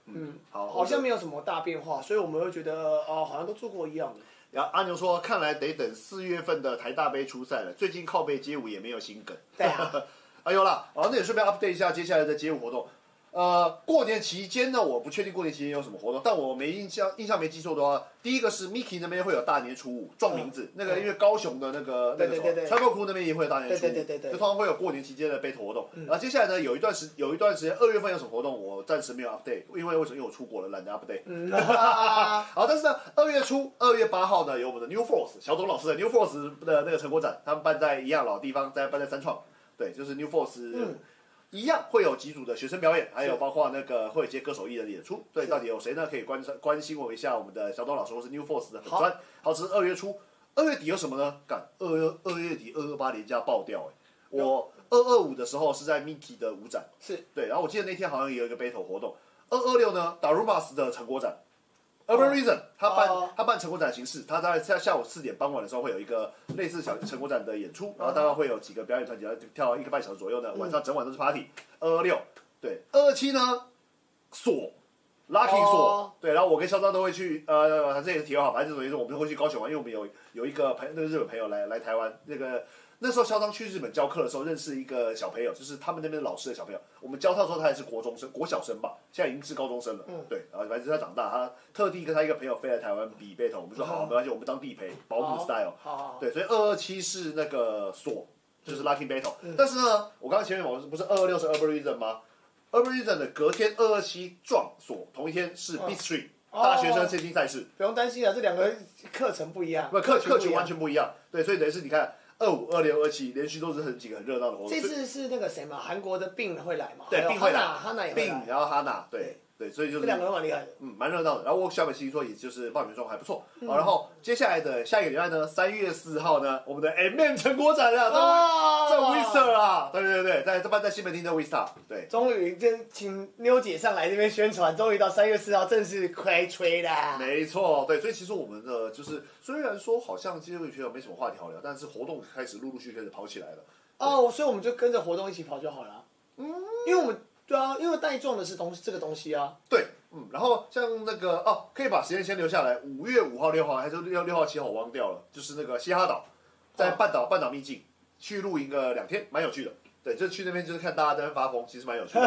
Speaker 1: 嗯，好，
Speaker 2: 好像没有什么大变化，所以我们会觉得哦，好像都做过 一样的。
Speaker 1: 然啊后阿牛说，看来得等四月份的台大杯出赛了。最近靠背街舞也没有新梗。
Speaker 2: 对啊，
Speaker 1: 啊有啦，啊那也顺便 update 一下接下来的街舞活动。呃，过年期间呢，我不确定过年期间有什么活动，但我没印象，印象没记错的话，第一个是 Miki 那边会有大年初五撞名字，那个因为高雄的那个那
Speaker 2: 嗯对
Speaker 1: 个什
Speaker 2: 对
Speaker 1: 么
Speaker 2: 对对
Speaker 1: 川购库那边也会有大年初五，
Speaker 2: 对对对对对嗯
Speaker 1: 就通常会有过年期间的 battle 活动。然后接下来呢，有一段时有一段时间二月份有什么活动，我暂时没有 update，因为为什么？因为我出国了，懒得 update。
Speaker 2: 嗯，啊
Speaker 1: 好，但是呢，二月初二月八号呢，有我们的 New Force 小董老师的 New Force 的那个成果展，他们办在一样老地方，在办在三创，对，就是 New Force、
Speaker 2: 嗯
Speaker 1: 一样会有几组的学生表演，还有包括那个会有一些歌手艺人的演出。对，
Speaker 2: 是
Speaker 1: 到底有谁呢？可以关关心我一下，我们的小董老师或是 New Force 的粉专。好，这是二月初，二月底有什么呢？干二月二月底二二八连假爆掉哎、我二二五的时候是在 Miki 的舞展，
Speaker 2: 是
Speaker 1: 对，然后我记得那天好像也有一个 battle 活动。二二六呢，Darumas 的成果展，Urban
Speaker 2: 哦
Speaker 1: Reason 他办、
Speaker 2: 哦
Speaker 1: 他办成果展的形式，他大概下下午四点傍晚的时候会有一个类似小成果展的演出，然后大
Speaker 2: 嗯
Speaker 1: 概会有几个表演团体来跳一个半小时左右的，晚上整晚都是 party。二二六，对，二二七呢，锁。Lucky
Speaker 2: 哦
Speaker 1: 锁、对，然后我跟肖张都会去，呃，这也是题外话，反正总而言之，我们会去高雄玩，因为我们有有一个朋那个日本朋友来来台湾，那个那时候肖张去日本教课的时候，认识一个小朋友，就是他们那边的老师的小朋友。我们教他的时候，他还是国中生、国小生吧，现在已经是高中生了。
Speaker 2: 嗯
Speaker 1: 对，然后反正他长大，他特地跟他一个朋友飞来台湾比 battle，我们说好，
Speaker 2: 嗯
Speaker 1: 没关系，我们当地陪，保姆 style。
Speaker 2: 好好好，
Speaker 1: 对，所以二二七是那个锁，就是 Lucky Battle、但
Speaker 2: 嗯
Speaker 1: 是呢，我刚刚前面我不是二二六是 Urban Reason 吗？Urban Reason 的隔天二二七撞锁，同一天是 Beat Street、
Speaker 2: 哦
Speaker 1: 大学生电竞赛事，
Speaker 2: 不用担心啊，这两个课程不一样，
Speaker 1: 不客
Speaker 2: 群不
Speaker 1: 客
Speaker 2: 一样
Speaker 1: 群完全不一样。对，所以等于是你看二五、二六、二七连续都是很几个很热闹的活动。
Speaker 2: 这
Speaker 1: 所以
Speaker 2: 次是那个谁嘛，韩国的病会来嘛？
Speaker 1: 对病会来
Speaker 2: 哈娜也会
Speaker 1: 并
Speaker 2: 来，
Speaker 1: 然后哈娜，对对，所以就
Speaker 2: 这
Speaker 1: 是
Speaker 2: 两个人蛮厉害的。
Speaker 1: 嗯，蛮热闹的。然后我小本星说，也就是报名状况还不错、
Speaker 2: 嗯
Speaker 1: 好，然后接下来的下一个礼拜呢，三月四号呢，我们的 M M 成果展啊，在
Speaker 2: 哦
Speaker 1: 在 Vista 啊，对对对，在这办在西门町的 Vista，对，
Speaker 2: 终于这请妞姐上来这边宣传，终于到三月四号正式开吹啦。
Speaker 1: 没错，对，所以其实我们的就是虽然说好像街友圈有没什么话题好聊，但是活动开始陆陆续续开始跑起来了。
Speaker 2: 哦，所以我们就跟着活动一起跑就好了。嗯，因为我们对啊，因为带状的是东西这个东西啊。
Speaker 1: 对，嗯，然后像那个哦，可以把时间先留下来，五月五号、六号还是六六号、七号，我忘掉了，就是那个嘻哈岛，在半岛半岛秘境去露营个两天，蛮有趣的。对，就去那边就是看大家在那边发疯，其实蛮有趣的。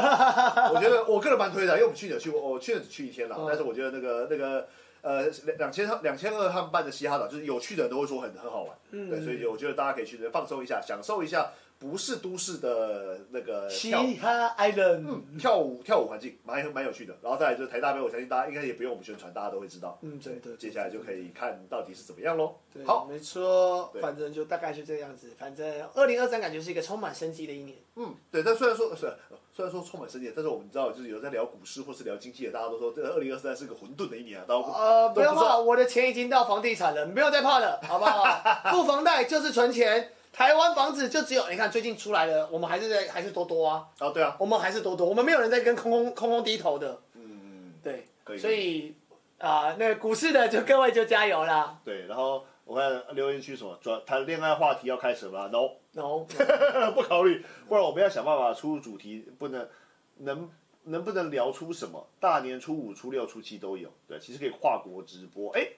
Speaker 1: 我觉得我个人蛮推的，因为我们去年有去过，我去年只去一天啦，
Speaker 2: 嗯
Speaker 1: 但是我觉得那个那个呃两千两千二他们办的嘻哈岛，就是有趣的人都会说很很好玩。对，所以我觉得大家可以去那边放松一下，享受一下不是都市的那个
Speaker 2: 嘻
Speaker 1: 跳
Speaker 2: 哈 Island，、嗯
Speaker 1: 跳舞跳舞环境蛮蛮有趣的，然后再来就是台大杯，我相信大家应该也不用我们宣传，大家都会知道。
Speaker 2: 嗯真的
Speaker 1: 接下来就可以看到底是怎么样喽
Speaker 2: 对，。
Speaker 1: 好，
Speaker 2: 没错，
Speaker 1: 对
Speaker 2: 反正就大概是这样子。反正二零二三感觉是一个充满生机的一年。
Speaker 1: 嗯，对，但虽然说虽然虽然说充满生机，但是我们知道就是有在聊股市或是聊经济的，大家都说这二零二三是个混沌的一年啊，大家都
Speaker 2: 呃，不要
Speaker 1: 都知
Speaker 2: 怕，
Speaker 1: 道
Speaker 2: 我的钱已经到房地产了，不要再怕了，好不好？ 付房贷就是存钱，台湾房子就只有你看最近出来了，我们还是在还是多多啊，
Speaker 1: 啊，对啊，
Speaker 2: 我们还是多多，我们没有人在跟空空空空低头的，嗯，对
Speaker 1: 嗯可，以
Speaker 2: 所以啊，那个股市的就各位就加油啦
Speaker 1: 对，然后我看留言区什么转谈恋爱话题要开始了吗，no，
Speaker 2: ，no，
Speaker 1: 不考虑，不然我们要想办法出主题，不能能能不能聊出什么？大年初五、初六、初七都有，对，其实可以跨国直播。哎，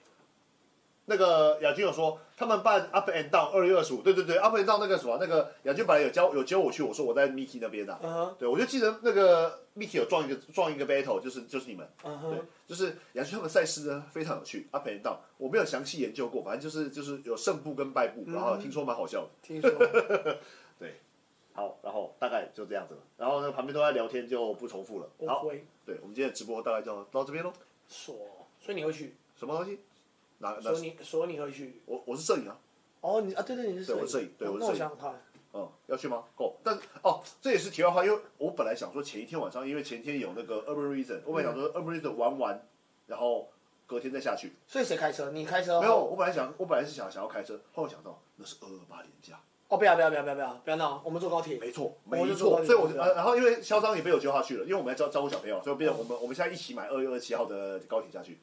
Speaker 1: 那个亚军有说他们办 Up and Down 二月二十五，对对对，Up and Down 那个什么，那个亚军本来有教有揪我去，我说我在 Miki 那边的、啊
Speaker 2: 嗯哼
Speaker 1: 对我就记得那个 Miki 有撞一个撞一个 battle，就是就是你们，
Speaker 2: 嗯
Speaker 1: 对
Speaker 2: 哼，，
Speaker 1: 就是亚军他们赛事呢非常有趣，Up and Down 我没有详细研究过，反正就是就是有胜部跟败部，
Speaker 2: 嗯
Speaker 1: 然后听说蛮好笑的。
Speaker 2: 听说
Speaker 1: 好，然后大概就这样子了。然后呢，旁边都在聊天，就不重复了。
Speaker 2: 我
Speaker 1: 好，
Speaker 2: 会
Speaker 1: 对，我们今天的直播大概就到这边喽。
Speaker 2: 锁，所以你会去，
Speaker 1: 什么东西？哪哪
Speaker 2: 锁？你锁你会去，
Speaker 1: 我我是摄影啊，
Speaker 2: 哦，你啊，对对，你是
Speaker 1: 对我是摄
Speaker 2: 摄
Speaker 1: 影对
Speaker 2: 哦
Speaker 1: 我是摄
Speaker 2: 那我
Speaker 1: 影
Speaker 2: 想想看，
Speaker 1: 嗯，要去吗？够。但哦，这也是题外话，因为我本来想说前一天晚上，因为前天有那个 Urban Reason，我本来想
Speaker 2: 嗯
Speaker 1: 说 Urban Reason 玩完，然后隔天再下去。
Speaker 2: 所以谁开车？你开车？哦
Speaker 1: 没有，我本来想，我本来是想想要开车，后来想到那是二二八年假，
Speaker 2: 哦，不要不要不要不要不要不要闹，我们坐高铁，
Speaker 1: 没错，
Speaker 2: 我就
Speaker 1: 没
Speaker 2: 知道
Speaker 1: 错。
Speaker 2: 你
Speaker 1: 所以我
Speaker 2: 是
Speaker 1: 就
Speaker 2: 这样
Speaker 1: 呃，然后因为嚣张也被我揪下去了，因为我们要照照顾小朋友，所以变成我们我们现在一起买二月二十七号的高铁下去。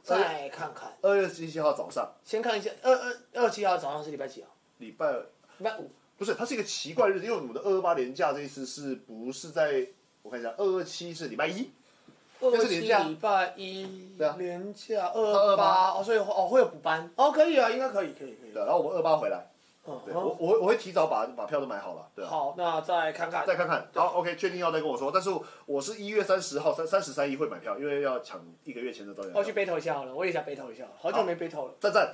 Speaker 2: 再看看，
Speaker 1: 二月十七号早上，
Speaker 2: 先看一下二二二七号早上是礼拜几啊？
Speaker 1: 礼拜
Speaker 2: 礼拜五，
Speaker 1: 不是，它是一个奇怪日子，因为我们的二二八年假这一次是不是在我看一下，二二七是礼拜一，
Speaker 2: 二
Speaker 1: 是
Speaker 2: 七
Speaker 1: 连假
Speaker 2: 礼拜一
Speaker 1: 对啊
Speaker 2: 连假二八，哦，所以哦会有补班，哦可以啊，应该可以可以可以
Speaker 1: 对，，然后我们二八回来，
Speaker 2: 嗯
Speaker 1: 对
Speaker 2: 好
Speaker 1: 我我我会提早把把票都买好了，对啊，
Speaker 2: 好，那再看看，
Speaker 1: 再看看，好，OK，确定要再跟我说，但是我是一月三十号三三十三一会买票，因为要抢一个月前的导演
Speaker 2: 哦我去 battle 一下好了，我也想 battle 一下，好久
Speaker 1: 好
Speaker 2: 没 battle 了。
Speaker 1: 赞赞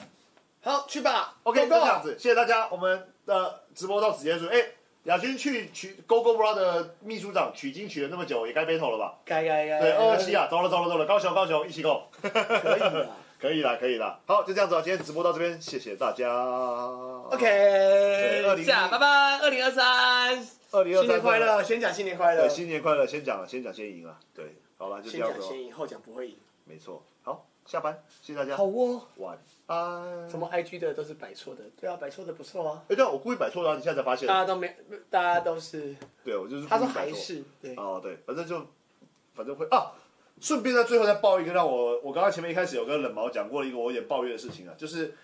Speaker 2: 好，去吧。
Speaker 1: ，OK，就
Speaker 2: Go
Speaker 1: 这
Speaker 2: go
Speaker 1: 样子，谢谢大家，我们的直播到此结束，哎。亚军去取 Go Go Bra 的秘书长取经取了那么久，也该 battle 了吧？
Speaker 2: 该该该。
Speaker 1: 对，二二七啊，走了走了走了，高雄高雄，一起 go。
Speaker 2: 可以 啊。
Speaker 1: 可以啦，可以啦。好，就这样子哦，今天直播到这边，谢谢大家。
Speaker 2: OK，
Speaker 1: 2021
Speaker 2: 这样，拜拜，二零二三，
Speaker 1: 二零二
Speaker 2: 新
Speaker 1: 三
Speaker 2: 年快乐，，先讲新年快乐
Speaker 1: 对，，新年快乐，先讲，先讲，先赢啊，对，好吧，就这
Speaker 2: 先
Speaker 1: 样
Speaker 2: 讲
Speaker 1: 子哦，
Speaker 2: 先赢，后讲不会赢。
Speaker 1: 没错。好，下班，谢谢大家
Speaker 2: 好，哦，
Speaker 1: 晚安。
Speaker 2: 什么 IG 的都是摆错的，对啊，摆错的不错啊，
Speaker 1: 哎，对啊，我故意摆错了啊，你现在才发现
Speaker 2: 大。家都没，大家都是，
Speaker 1: 对，我就是
Speaker 2: 他说
Speaker 1: 故意摆
Speaker 2: 还
Speaker 1: 错
Speaker 2: 是对，
Speaker 1: 哦，对，反正就反正会啊。顺便在最后再爆一个让我，我刚刚前面一开始有跟冷毛讲过一个我有点抱怨的事情啊，就是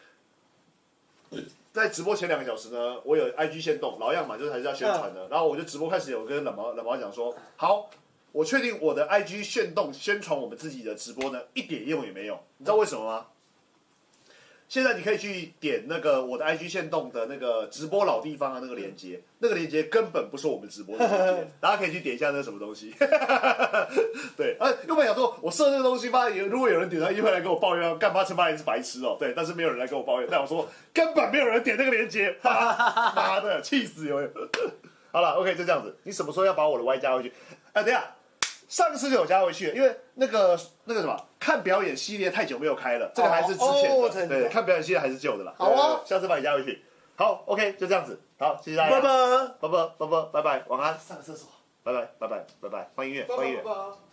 Speaker 1: 在直播前两个小时呢，我有 IG 先动，老样嘛，就是还是要宣传的。然后我就直播开始有跟冷毛冷毛讲说，好，我确定我的 IG 炫动宣传我们自己的直播呢，一点用也没有，你知道为什么吗？现在你可以去点那个我的 IG 线动的那个直播老地方的那个链接，那个链接根本不是我们直播的链接，大家可以去点一下那是什么东西。对，啊，又本想说我设这个东西吧，有如果有人点到，一会来跟我抱怨，干嘛陈八你是白痴哦、对，但是没有人来跟我抱怨，但我说根本没有人点那个链 接，哈哈妈的，气死有没有？好了，OK，就这样子。你什么时候要把我的 Y 加回去？啊，等一下，上次就有加回去了，因为那个那个什么看表演系列太久没有开了，这个还是之前
Speaker 2: 哦哦
Speaker 1: 的，
Speaker 2: 真的
Speaker 1: 对，看表演系列还是旧的啦。
Speaker 2: 好啊
Speaker 1: 对，下次把你加回去。好，OK，就这样子。好，谢谢大家，
Speaker 2: 拜拜，
Speaker 1: 拜拜，拜拜，拜拜，晚安，
Speaker 2: 上个厕所，
Speaker 1: 拜拜，拜拜，拜拜，放音乐，
Speaker 2: 拜
Speaker 1: 放音乐。
Speaker 2: 拜。